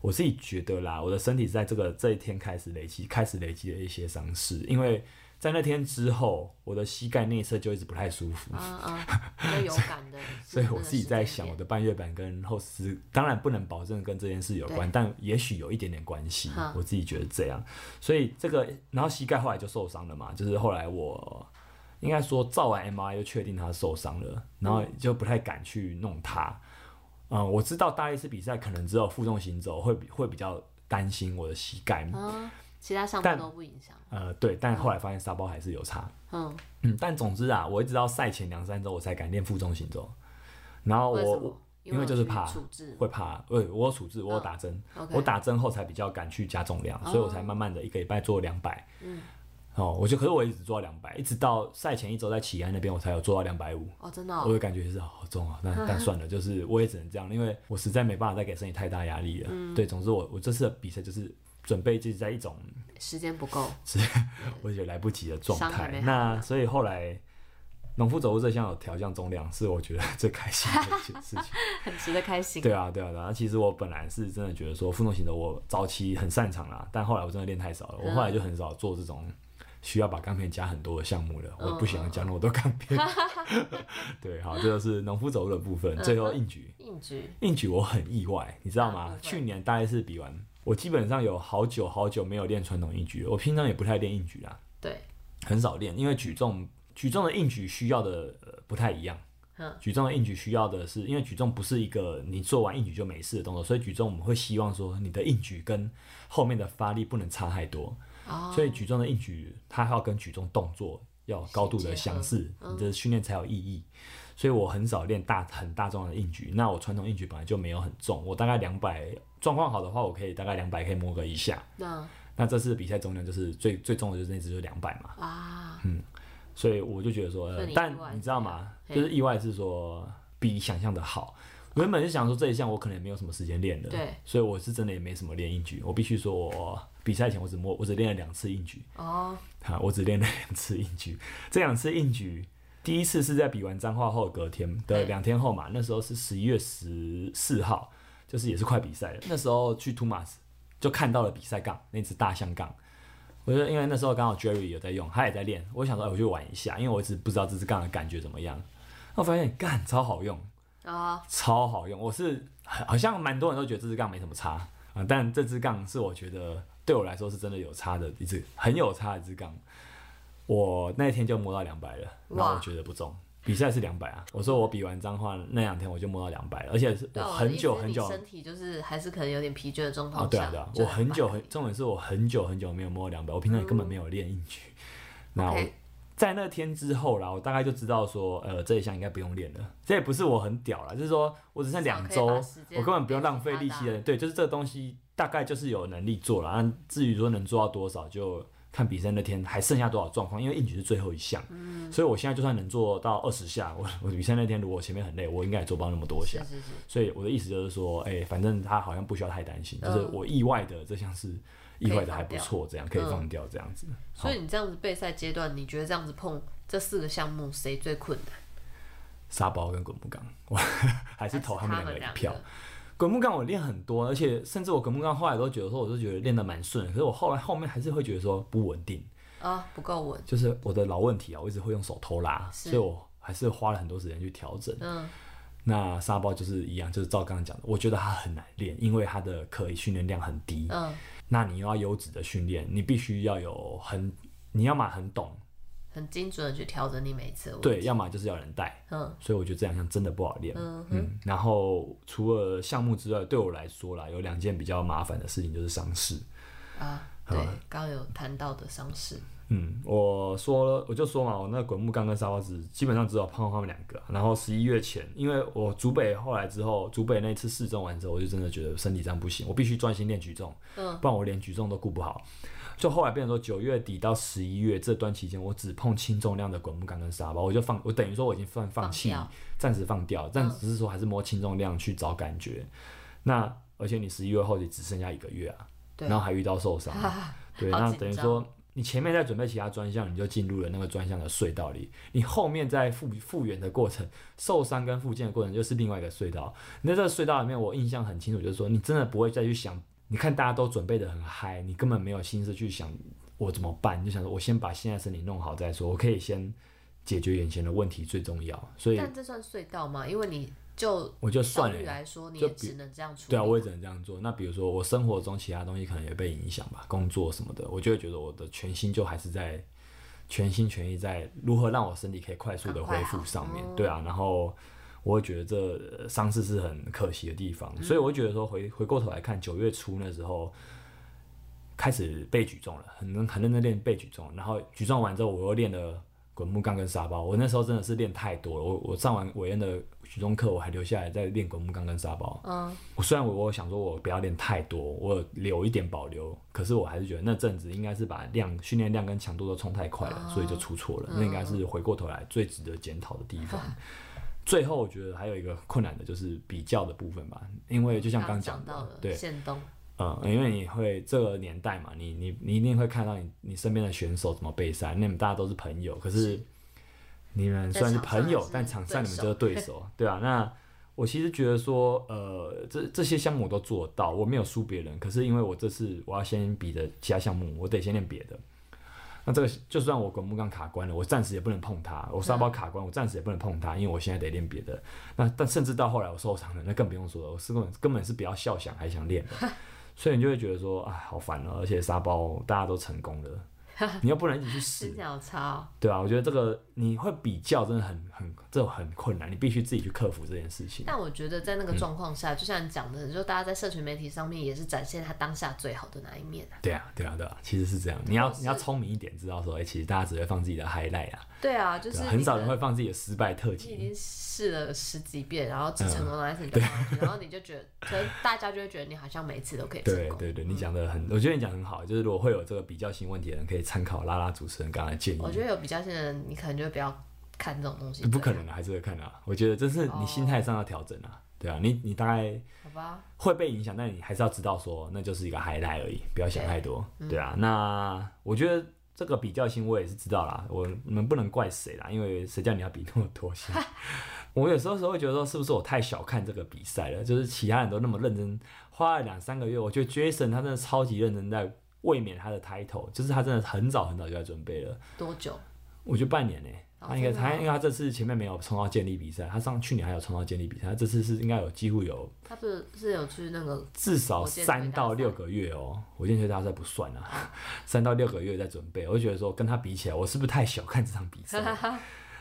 Speaker 1: 我自己觉得啦，我的身体在这个这一天开始累积，开始累积了一些伤势，因为在那天之后，我的膝盖内侧就一直不太舒服。
Speaker 2: 嗯嗯， 比较有感的嗯是
Speaker 1: 所以
Speaker 2: 那
Speaker 1: 我
Speaker 2: 个
Speaker 1: 自己
Speaker 2: 时
Speaker 1: 在
Speaker 2: 间
Speaker 1: 想，
Speaker 2: 点
Speaker 1: 我的半月板跟后十字，当然不能保证跟这件事有关，但也许有一点点关系
Speaker 2: 哈。
Speaker 1: 我自己觉得这样，所以这个，然后膝盖后来就受伤了嘛，就是后来我应该说照完 MRI 就确定他受伤了，然
Speaker 2: 嗯
Speaker 1: 后就不太敢去弄他。嗯，我知道大力士比赛可能只有负重行走会比会比较担心我的膝盖，
Speaker 2: 嗯，其他项
Speaker 1: 但
Speaker 2: 目都不影响，
Speaker 1: 呃，对，但后来发现沙包还是有差。
Speaker 2: 嗯，
Speaker 1: 嗯，但总之啊，我一直到赛前两三周我才敢练负重行走，然后
Speaker 2: 为什
Speaker 1: 我
Speaker 2: 么？
Speaker 1: 因为
Speaker 2: 有
Speaker 1: 就是
Speaker 2: 去
Speaker 1: 怕
Speaker 2: 处置
Speaker 1: 会怕，呃，我有处置，我有打针，
Speaker 2: 嗯，OK，
Speaker 1: 我打针后才比较敢去加重量，
Speaker 2: 哦
Speaker 1: 所以我才慢慢的一个礼拜做两百，
Speaker 2: 嗯，
Speaker 1: 哦，我就可是我一直做到两百，一直到赛前一周在起安那边我才有做到两百五，
Speaker 2: 哦，真的
Speaker 1: 我
Speaker 2: 哦，
Speaker 1: 的感觉是好重 啊，但但算了，就是我也只能这样，因为我实在没办法再给身体太大压力了。
Speaker 2: 嗯
Speaker 1: 对，总之我我这次的比赛就是准备就是在一种
Speaker 2: 时间不够，
Speaker 1: 我觉得来不及的状
Speaker 2: 伤还
Speaker 1: 态
Speaker 2: 没。好
Speaker 1: 那所以后来农夫走路这项有调降重量，是我觉得最开心的一件事情。
Speaker 2: 很值得开心，
Speaker 1: 对啊，对啊，对啊。其实我本来是真的觉得说负重型的我早期很擅长啦，但后来我真的练太少了，我后来就很少做这种需要把钢片加很多的项目了，我不喜欢加那么多钢片。 对，好，这就是农夫走路的部分。最后硬举，
Speaker 2: 硬举，
Speaker 1: 硬举我很意外，你知道
Speaker 2: 啊
Speaker 1: 吗
Speaker 2: 不？会
Speaker 1: 去年大概是比完，我基本上有好久好久没有练传统硬举了，我平常也不太练硬举啦，
Speaker 2: 对，
Speaker 1: 很少练，因为举重举重的硬举需要的、呃、不太一样。
Speaker 2: 嗯，
Speaker 1: 举重的硬举需要的是，因为举重不是一个你做完硬举就没事的动作，所以举重我们会希望说你的硬举跟后面的发力不能差太多，
Speaker 2: 哦，
Speaker 1: 所以举重的硬举它还要跟举重动作要有高度
Speaker 2: 结
Speaker 1: 的
Speaker 2: 合
Speaker 1: 相似，
Speaker 2: 嗯
Speaker 1: 你的训练才有意义。所以我很少练大很大重的硬举，那我传统硬举本来就没有很重，我大概两百，状况好的话，我可以大概两百可以摸个一下。
Speaker 2: 那
Speaker 1: 那这次比赛重量就是最最重的就是那只就是两百嘛，
Speaker 2: 啊，
Speaker 1: 嗯所以我就觉得说，
Speaker 2: 所
Speaker 1: 呃
Speaker 2: 以你、
Speaker 1: 但
Speaker 2: 意外
Speaker 1: 你知道吗？
Speaker 2: 是
Speaker 1: 就是意外是说比想象的好。我原本是想说这一项我可能也没有什么时间练的，
Speaker 2: 对，
Speaker 1: 所以我是真的也没什么练硬举。我必须说我呃比赛前我只摸我只练了两次硬举，
Speaker 2: 哦，
Speaker 1: 哈，我只练了两次硬举。这两次硬举，第一次是在比完脏话后隔天的
Speaker 2: 嗯
Speaker 1: 两天后嘛，那时候是十一月十四号，就是也是快比赛了。那时候去图马斯就看到了比赛杠，那只大象杠。我觉得，因为那时候刚好 Jerry 有在用，他也在练。我想说，哎、我去玩一下，因为我一直不知道这支杠的感觉怎么样。那我发现，干超好用，
Speaker 2: 啊，
Speaker 1: 超好用。我是好好像蛮多人都觉得这支杠没什么差啊、但这支杠是我觉得对我来说是真的有差的一支，很有差的一支杠。我那天就摸到两百了，
Speaker 2: 哇
Speaker 1: 然后我觉得不中。比赛是两百啊，我说我比完脏话那两天我就摸到两百了，而且是我
Speaker 2: 对啊
Speaker 1: 很久
Speaker 2: 我的
Speaker 1: 很
Speaker 2: 意思是
Speaker 1: 久
Speaker 2: 你身体就是还是可能有点疲倦的状
Speaker 1: 啊，
Speaker 2: 况
Speaker 1: 对
Speaker 2: 下，
Speaker 1: 啊对啊，
Speaker 2: 就
Speaker 1: 我很久
Speaker 2: 摆
Speaker 1: 很，重点是我很久很久没有摸两百，我平常也根本没有练硬
Speaker 2: 嗯
Speaker 1: 举。那我
Speaker 2: OK
Speaker 1: 在那天之后啦，我大概就知道说，呃，这一项应该不用练了。这也不是我很屌啦，就是说我只剩两周，
Speaker 2: 至少可以把时间
Speaker 1: 我根本不用浪费力气
Speaker 2: 给
Speaker 1: 了。对，就是这个东西大概就是有能力做了。那至于说能做到多少，就看比赛那天还剩下多少状况，因为硬举是最后一项，
Speaker 2: 嗯
Speaker 1: 所以我现在就算能做到二十下，我 我比赛那天如果我前面很累，我应该也做不到那么多
Speaker 2: 是
Speaker 1: 下。
Speaker 2: 是是，
Speaker 1: 所以我的意思就是说，哎、反正他好像不需要太担心，
Speaker 2: 嗯
Speaker 1: 就是我意外的这项是意外的还不错，这样可以放掉这样子。
Speaker 2: 所以你这样子备赛阶段，你觉得这样子碰这四个项目谁最困难？
Speaker 1: 沙包跟滚木杠， 我还是投他们两个
Speaker 2: 两
Speaker 1: 一票。滚木杠我练很多，而且甚至我滚木杠后来都觉得说，我都觉得练得蛮顺的，可是我后来后面还是会觉得说不稳定，
Speaker 2: 啊，不够稳，
Speaker 1: 就是我的老问题啊，我一直会用手偷拉，
Speaker 2: 是
Speaker 1: 所以我还是花了很多时间去调整。
Speaker 2: 嗯，
Speaker 1: 那沙包就是一样，就是照刚刚讲的，我觉得它很难练，因为它的可以训练量很低，
Speaker 2: 嗯，
Speaker 1: 那你又要优质的训练，你必须要有很，你要么很懂，
Speaker 2: 很精准的去调整你每一次的位
Speaker 1: 对，要么就是要人带，
Speaker 2: 嗯
Speaker 1: 所以我觉得这两项真的不好练。
Speaker 2: 嗯哼
Speaker 1: 嗯，然后除了项目之外，对我来说啦，有两件比较麻烦的事情就是伤势。
Speaker 2: 啊，对，刚刚有谈到的伤势，
Speaker 1: 嗯，我说了，我就说嘛，我那滚木杠跟沙包子基本上只有碰到他们两个。然后十一月前，因为我竹北后来之后，竹北那次试重完之后，我就真的觉得身体这样不行，我必须专心练举重，
Speaker 2: 嗯，
Speaker 1: 不然我连举重都顾不好。就后来变成说，九月底到十一月这段期间，我只碰轻重量的滚木杠跟沙包，我就放，我等于说我已经放放弃
Speaker 2: 放掉，嗯
Speaker 1: 暂时放掉，但只是说还是摸轻重量去找感觉。那而且你十一月后也只剩下一个月啊，
Speaker 2: 对
Speaker 1: 然后还遇到受伤，对，
Speaker 2: 好
Speaker 1: 那
Speaker 2: 紧
Speaker 1: 等于
Speaker 2: 张
Speaker 1: 说你前面在准备其他专项，你就进入了那个专项的隧道里，你后面在复复原的过程、受伤跟复健的过程，就是另外一个隧道。你在这个隧道里面，我印象很清楚，就是说你真的不会再去想，你看大家都准备的很嗨，你根本没有心思去想我怎么办，你就想说我先把现在身体弄好再说，我可以先解决眼前的问题最重要，所以
Speaker 2: 但这算隧道吗？因为你就
Speaker 1: 我就算
Speaker 2: 效率
Speaker 1: 了。
Speaker 2: 来说，你
Speaker 1: 就
Speaker 2: 也
Speaker 1: 比
Speaker 2: 只能这样处理。
Speaker 1: 对啊，我也只能这样做。那比如说我生活中其他东西可能也被影响吧，工作什么的，我就会觉得我的全心就还是在全心全意在如何让我身体可以快速的恢复上面。对啊，然后我会觉得这呃伤势是很可惜的地方，所以我会觉得说回回过头来看九月初那时候。开始背举重了，很认很认真练背举重，然后举重完之后，我又练了滚木杠跟沙包。我那时候真的是练太多了，我我上完韦恩的举重课，我还留下来再练滚木杠跟沙包。
Speaker 2: 嗯，
Speaker 1: 我虽然我我想说我不要练太多，我有留一点保留，可是我还是觉得那阵子应该是把量训练量跟强度都冲太快了，所以就出错了。那应该是回过头来最值得检讨的地方。最后我觉得还有一个困难的就是比较的部分吧，因为就像刚
Speaker 2: 刚
Speaker 1: 刚
Speaker 2: 讲
Speaker 1: 讲
Speaker 2: 到
Speaker 1: 的
Speaker 2: 了，
Speaker 1: 对，
Speaker 2: 限动，
Speaker 1: 嗯，因为你会这个年代嘛，你你你一定会看到你你身边的选手怎么备赛，那你们大家都是朋友，可是你们虽然是朋友，
Speaker 2: 在
Speaker 1: 但
Speaker 2: 场
Speaker 1: 场
Speaker 2: 上
Speaker 1: 上
Speaker 2: 还
Speaker 1: 你们
Speaker 2: 是
Speaker 1: 就是对手，对啊，那我其实觉得说，呃，这这些项目我都做得到，我没有输别人，可是因为我这次我要先比的其他项目，我得先练别的。那这个就算我滚木杠卡关了，我暂时也不能碰它；我沙包卡关，我暂时也不能碰它，因为我现在得练别的。那但甚至到后来我受伤了，那更不用说了，我是根本根本是不要笑 啊 想还想练的，所以你就会觉得说，哎，好烦哦、而且沙包大家都成功了，你又不能一起去
Speaker 2: 是
Speaker 1: 试
Speaker 2: 这，样差哦、
Speaker 1: 对啊，我觉得这个你会比较真的很很这种很困难，你必须自己去克服这件事情。
Speaker 2: 但我觉得在那
Speaker 1: 嗯
Speaker 2: 个状况下，就像你讲的，就大家在社群媒体上面也是展现他当下最好的那一面啊。
Speaker 1: 对啊，对啊，对啊，其实是这样。你要
Speaker 2: 是
Speaker 1: 你要聪明一点，知道说，哎、其实大家只会放自己的 highlight 啊，
Speaker 2: 对啊，就
Speaker 1: 对
Speaker 2: 是
Speaker 1: 啊，很少
Speaker 2: 你
Speaker 1: 人
Speaker 2: 可
Speaker 1: 会
Speaker 2: 能
Speaker 1: 放自己的失败特
Speaker 2: 你已
Speaker 1: 辑。
Speaker 2: 经试了十几遍，然后
Speaker 1: 嗯
Speaker 2: 只成功了一次你就放弃，然后你就觉得，可能大家就会觉得你好像每一次都可以成
Speaker 1: 对
Speaker 2: 功。嗯
Speaker 1: 对对，你讲的很，我觉得你讲得很好。就是如果会有这个比较性问题的人，可以参考拉拉主持人刚才的建议
Speaker 2: 我。觉得有比较性的人，你可能就不要看这种东西。
Speaker 1: 不可，能啊，还是会看啊。我觉得这是你心态上要调整啊。对啊，你你大概
Speaker 2: 好吧？
Speaker 1: 会被影响，但你还是要知道说，那就是一个 highlight 而已，不要想太多。对啊，那我觉得这个比较性我也是知道啦，我你们不能怪谁啦，因为谁叫你要比那么多心。我有时候时候会觉得说，是不是我太小看这个比赛了？就是其他人都那么认真，花了两三个月，我觉得 Jason 他真的超级认真在卫冕他的 title，就是他真的很早很早就在准备了。
Speaker 2: 多久？
Speaker 1: 我觉得半年呢、
Speaker 2: 哦
Speaker 1: 他应该
Speaker 2: 真的吗
Speaker 1: 他因为他这次前面没有冲到建立比赛，他上去年还有冲到建立比赛，他这次是应该有几乎有
Speaker 2: 他不是是有去那个
Speaker 1: 至少
Speaker 2: 火箭队大赛
Speaker 1: 三到六个月哦，火箭队大赛不算
Speaker 2: 哦
Speaker 1: 啊， 三到六个月在准备，我就觉得说跟他比起来，我是不是太小看这场比 赛？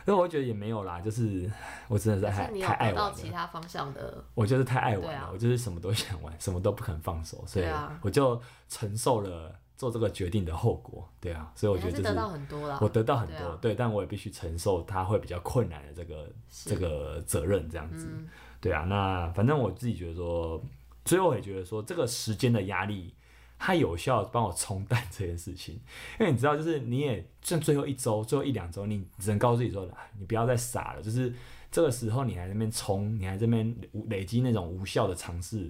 Speaker 1: 那我觉得也没有啦，就是我真的是
Speaker 2: 但
Speaker 1: 太
Speaker 2: 是你有
Speaker 1: 太爱玩
Speaker 2: 得到
Speaker 1: 了，
Speaker 2: 其他方向的，
Speaker 1: 我就是太爱玩
Speaker 2: 对
Speaker 1: 了，
Speaker 2: 啊
Speaker 1: 我就是什么都想玩， 什么都不肯放手，所以
Speaker 2: 对啊
Speaker 1: 我就承受了做这个决定的后果，对啊，所以我
Speaker 2: 你
Speaker 1: 觉
Speaker 2: 还
Speaker 1: 得
Speaker 2: 是
Speaker 1: 这
Speaker 2: 得
Speaker 1: 是
Speaker 2: 到很多啦。
Speaker 1: 我得到很多，
Speaker 2: 对啊
Speaker 1: 对，但我也必须承受它会比较困难的这个
Speaker 2: 是
Speaker 1: 这个责任，这样子，
Speaker 2: 嗯，
Speaker 1: 对啊。那反正我自己觉得说，最后也觉得说，这个时间的压力，它有效帮我冲淡这件事情，因为你知道，就是你也剩最后一周、最后一两周，你只能告诉自己说，啊你不要再傻了，就是这个时候你还在那边冲，你还在那边累积那种无效的尝试。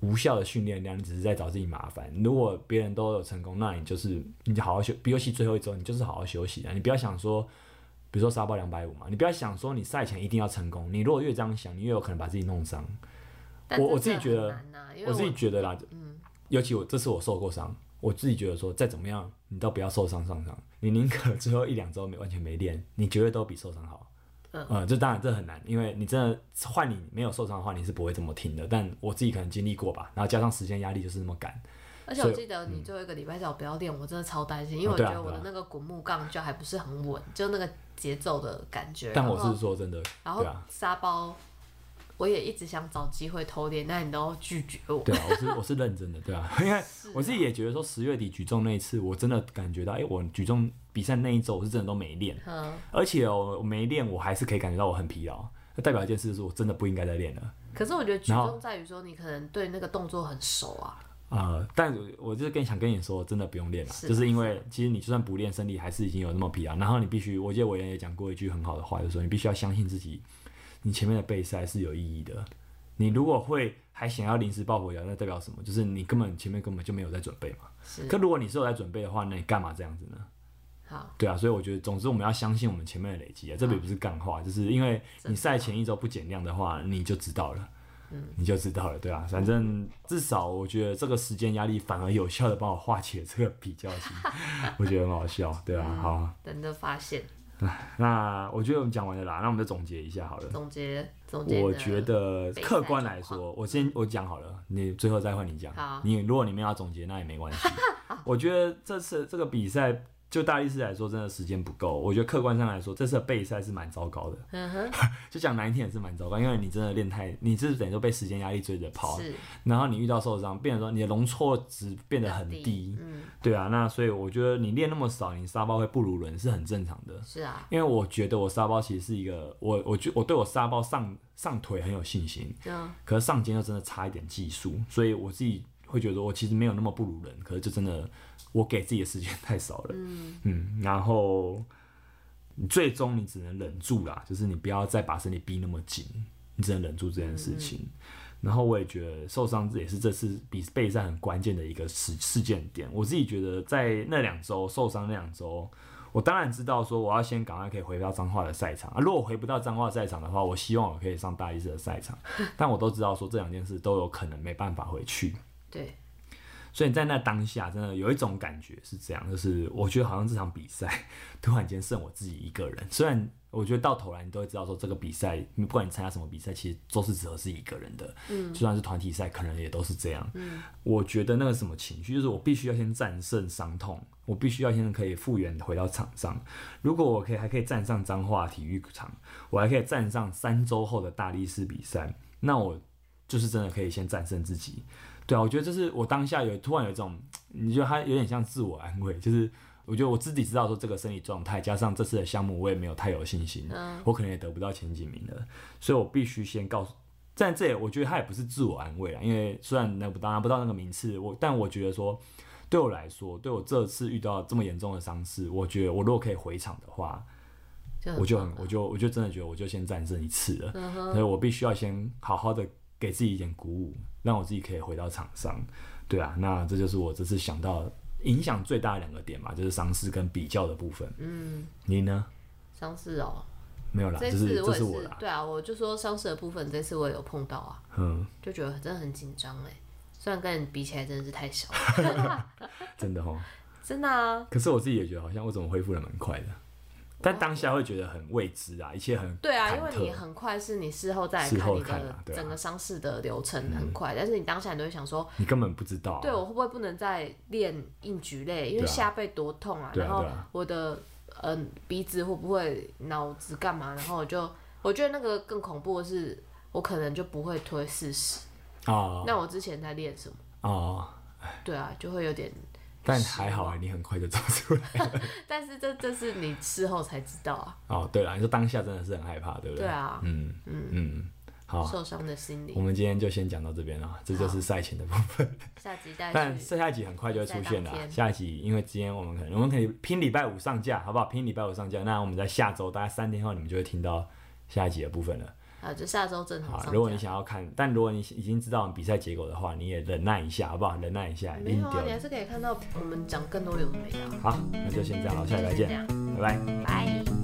Speaker 1: 无效的训练量，你只是在找自己麻烦。如果别人都有成功，那你就是你就好好休，比尤其最后一周，你就是好好休息啊！你不要想说，比如说沙包两百五嘛，你不要想说你赛前一定要成功。你如果越这样想，你越有可能把自己弄伤。
Speaker 2: 但
Speaker 1: 我我
Speaker 2: 这
Speaker 1: 自己觉得
Speaker 2: 真的很难啊，因为
Speaker 1: 我自己觉得啦，
Speaker 2: 嗯
Speaker 1: 尤其我这次我受过伤，我自己觉得说，再怎么样，你都不要受伤上伤，你宁可最后一两周没完全没练，你绝对都比受伤好。
Speaker 2: 嗯
Speaker 1: 呃，这当然这很难，因为你真的换你没有受伤的话，你是不会这么听的。但我自己可能经历过吧，然后加上时间压力就是那么赶，
Speaker 2: 而且
Speaker 1: 所以
Speaker 2: 我记得你最后一个礼拜叫我不要练，我真的超担心，因为
Speaker 1: 啊
Speaker 2: 我
Speaker 1: 对
Speaker 2: 觉
Speaker 1: 啊
Speaker 2: 得我的那个滚木杠就还不是很稳，就那个节奏的感觉。
Speaker 1: 但
Speaker 2: 然
Speaker 1: 我
Speaker 2: 后
Speaker 1: 是说真的，
Speaker 2: 然后
Speaker 1: 对啊
Speaker 2: 沙包，我也一直想找机会偷练，但你都拒绝我。
Speaker 1: 对啊，我是我是认真的，对啊， 因为我自己也觉得说十月底举重那一次，我真的感觉到，哎、我举重比赛那一周我是真的都没练，
Speaker 2: 嗯，
Speaker 1: 而且哦我没练，我还是可以感觉到我很疲劳，那代表一件事就是我真的不应该再练了。
Speaker 2: 可是我觉得举
Speaker 1: 然后
Speaker 2: 重在于说你可能对那个动作很熟啊，
Speaker 1: 呃，但我我就是跟想跟你说，真的不用练了，
Speaker 2: 是
Speaker 1: 就是啊因为其实你就算不练，身体还是已经有那么疲劳。然后你必须，我记得我原来也讲过一句很好的话，就是说你必须要相信自己，你前面的备赛是有意义的。你如果会还想要临时抱佛脚，那代表什么？就是你根本前面根本就没有在准备嘛。
Speaker 2: 是
Speaker 1: 可如果你是有在准备的话，那你干嘛这样子呢？
Speaker 2: 好，
Speaker 1: 对啊，所以我觉得，总之我们要相信我们前面的累积啊，这个也不是干话，就是因为你赛前一周不减量的话，你就知道了，你就知道了，对啊，反正至少我觉得这个时间压力反而有效的帮我化解这个比较心，我觉得很好笑，对啊，好，
Speaker 2: 等着发现。
Speaker 1: 那我觉得我们讲完了啦，那我们就总结一下好了。
Speaker 2: 总结总结，
Speaker 1: 我觉得
Speaker 2: 备赛
Speaker 1: 客观来
Speaker 2: 状
Speaker 1: 说，我先我讲好了，你最后再换你讲
Speaker 2: 好。
Speaker 1: 你如果你们要总结，那也没 关系。我觉得这次这个比赛，就大力士来说，真的时间不够。我觉得客观上来说，这次的备赛是蛮糟糕的，
Speaker 2: 嗯哼，
Speaker 1: 就讲难听也是蛮糟糕，因为你真的练太，你是等于说被时间压力追着跑，
Speaker 2: 是
Speaker 1: 然后你遇到受伤，变得说你的容错值变得很低。
Speaker 2: 嗯，
Speaker 1: 对啊，那所以我觉得你练那么少，你沙包会不如人是很正常的。
Speaker 2: 是啊，
Speaker 1: 因为我觉得我沙包其实是一个，我我觉我对我沙包上上腿很有信心，
Speaker 2: 嗯，
Speaker 1: 可是上肩又真的差一点技术，所以我自己会觉得我其实没有那么不如人，可是就真的我给自己的时间 太少了，嗯然后你最终你只能忍住啦，就是你不要再把身体逼那么紧，你只能忍住这件事情。然后我也觉得受伤也是这次比备赛很关键的一个事事件点。我自己觉得在那两周受伤那两周，我当然知道说我要先赶快可以回到彰化的赛场、啊。如果我回不到彰化赛场的话，我希望我可以上大力士的赛场，但我都知道说这两件事都有可能没办法回去。
Speaker 2: 对，
Speaker 1: 所以在那当下，真的有一种感觉是这样，就是我觉得好像这场比赛突然间剩我自己一个人。虽然我觉得到头来你都会知道说，这个比赛不管你参加什么比赛，其实都是只合是一个人的。嗯，就算是团体赛，可能也都是这样。嗯，我觉得那个什么情绪，就是我必须要先战胜伤痛，我必须要先可以复原回到场上。如果我可以还可以站上彰化体育场，我还可以站上三周后的大力士比赛，那我就是真的可以先战胜自己。对啊，我觉得这是我当下有突然有一种，你觉得它有点像自我安慰，就是我觉得我自己知道说这个身体状态，加上这次的项目我也没有太有信心，
Speaker 2: 嗯
Speaker 1: 我可能也得不到前几名了，所以我必须先告诉。但这也我觉得它也不是自我安慰啦，因为虽然那不当然不到那个名次，我但我觉得说对我来说，对我这次遇到这么严重的伤势，我觉得我如果可以回场的话，
Speaker 2: 就
Speaker 1: 我就很，我就我就真的觉得我就先战胜一次了，
Speaker 2: 嗯
Speaker 1: 所以我必须要先好好的给自己一点鼓舞，让我自己可以回到场上，对啊，那这就是我这次想到影响最大的两个点嘛，就是伤势跟比较的部分。嗯，你呢？
Speaker 2: 伤势哦，
Speaker 1: 没有啦，
Speaker 2: 这
Speaker 1: 啊这是这
Speaker 2: 次也
Speaker 1: 是我
Speaker 2: 是
Speaker 1: 啦，
Speaker 2: 对啊，我就说伤势的部分，这次我也有碰到啊，
Speaker 1: 嗯，
Speaker 2: 就觉得真的很紧张哎。虽然跟你比起来真的是太小了，
Speaker 1: 真的哦。
Speaker 2: 真的啊，
Speaker 1: 可是我自己也觉得好像我怎么恢复的蛮快的，但当下会觉得很未知啊，一切很
Speaker 2: 对啊，
Speaker 1: 忐
Speaker 2: 因为
Speaker 1: 忑
Speaker 2: 你很快是你事后再来
Speaker 1: 事
Speaker 2: 看
Speaker 1: 后
Speaker 2: 你
Speaker 1: 看
Speaker 2: 的
Speaker 1: 啊对啊嗯
Speaker 2: 整个伤势的流程很快，但是你当下你都会想说，
Speaker 1: 你根本不知道、啊
Speaker 2: 对，我会不会不能再练硬举类？因为
Speaker 1: 对啊
Speaker 2: 下背多痛啊，
Speaker 1: 对啊
Speaker 2: 然后
Speaker 1: 对啊
Speaker 2: 我的嗯、鼻子会不会脑子干嘛？然后我就我觉得那个更恐怖的是，我可能就不会推四十、
Speaker 1: 哦
Speaker 2: 那我之前在练什么？
Speaker 1: 哦，
Speaker 2: 对啊，就会有点，
Speaker 1: 但还好啊，你很快就走出
Speaker 2: 啊
Speaker 1: 来。
Speaker 2: 但是这这是你事后才知道啊，
Speaker 1: 哦，对了，你说当下真的是很害怕，对不对？
Speaker 2: 对啊，
Speaker 1: 嗯嗯嗯，好，
Speaker 2: 受伤的心
Speaker 1: 我
Speaker 2: 理，
Speaker 1: 们今天就先讲到这边了，这就是赛前的部分。
Speaker 2: 下集再
Speaker 1: 但
Speaker 2: 去，
Speaker 1: 剩下一集很快就会出现
Speaker 2: 在
Speaker 1: 了，
Speaker 2: 当天
Speaker 1: 下一集因为今天我们可能我们可以拼礼拜五上架，好不好？拼礼拜五上架，那我们在下周大概三天后你们就会听到下一集的部分了。
Speaker 2: 啊，就下周正常
Speaker 1: 好，
Speaker 2: 上
Speaker 1: 如果你
Speaker 2: 架。
Speaker 1: 想要看，但如果你已经知道比赛结果的话，你也忍耐一下，好不好？忍耐一下，
Speaker 2: 没
Speaker 1: 硬
Speaker 2: 有
Speaker 1: 掉
Speaker 2: 啊，你。还是可以看到我们讲更多有的没的啊、
Speaker 1: 好，那就先这样了，下礼拜
Speaker 2: 就
Speaker 1: 见
Speaker 2: 这，样，
Speaker 1: 拜拜。
Speaker 2: 拜。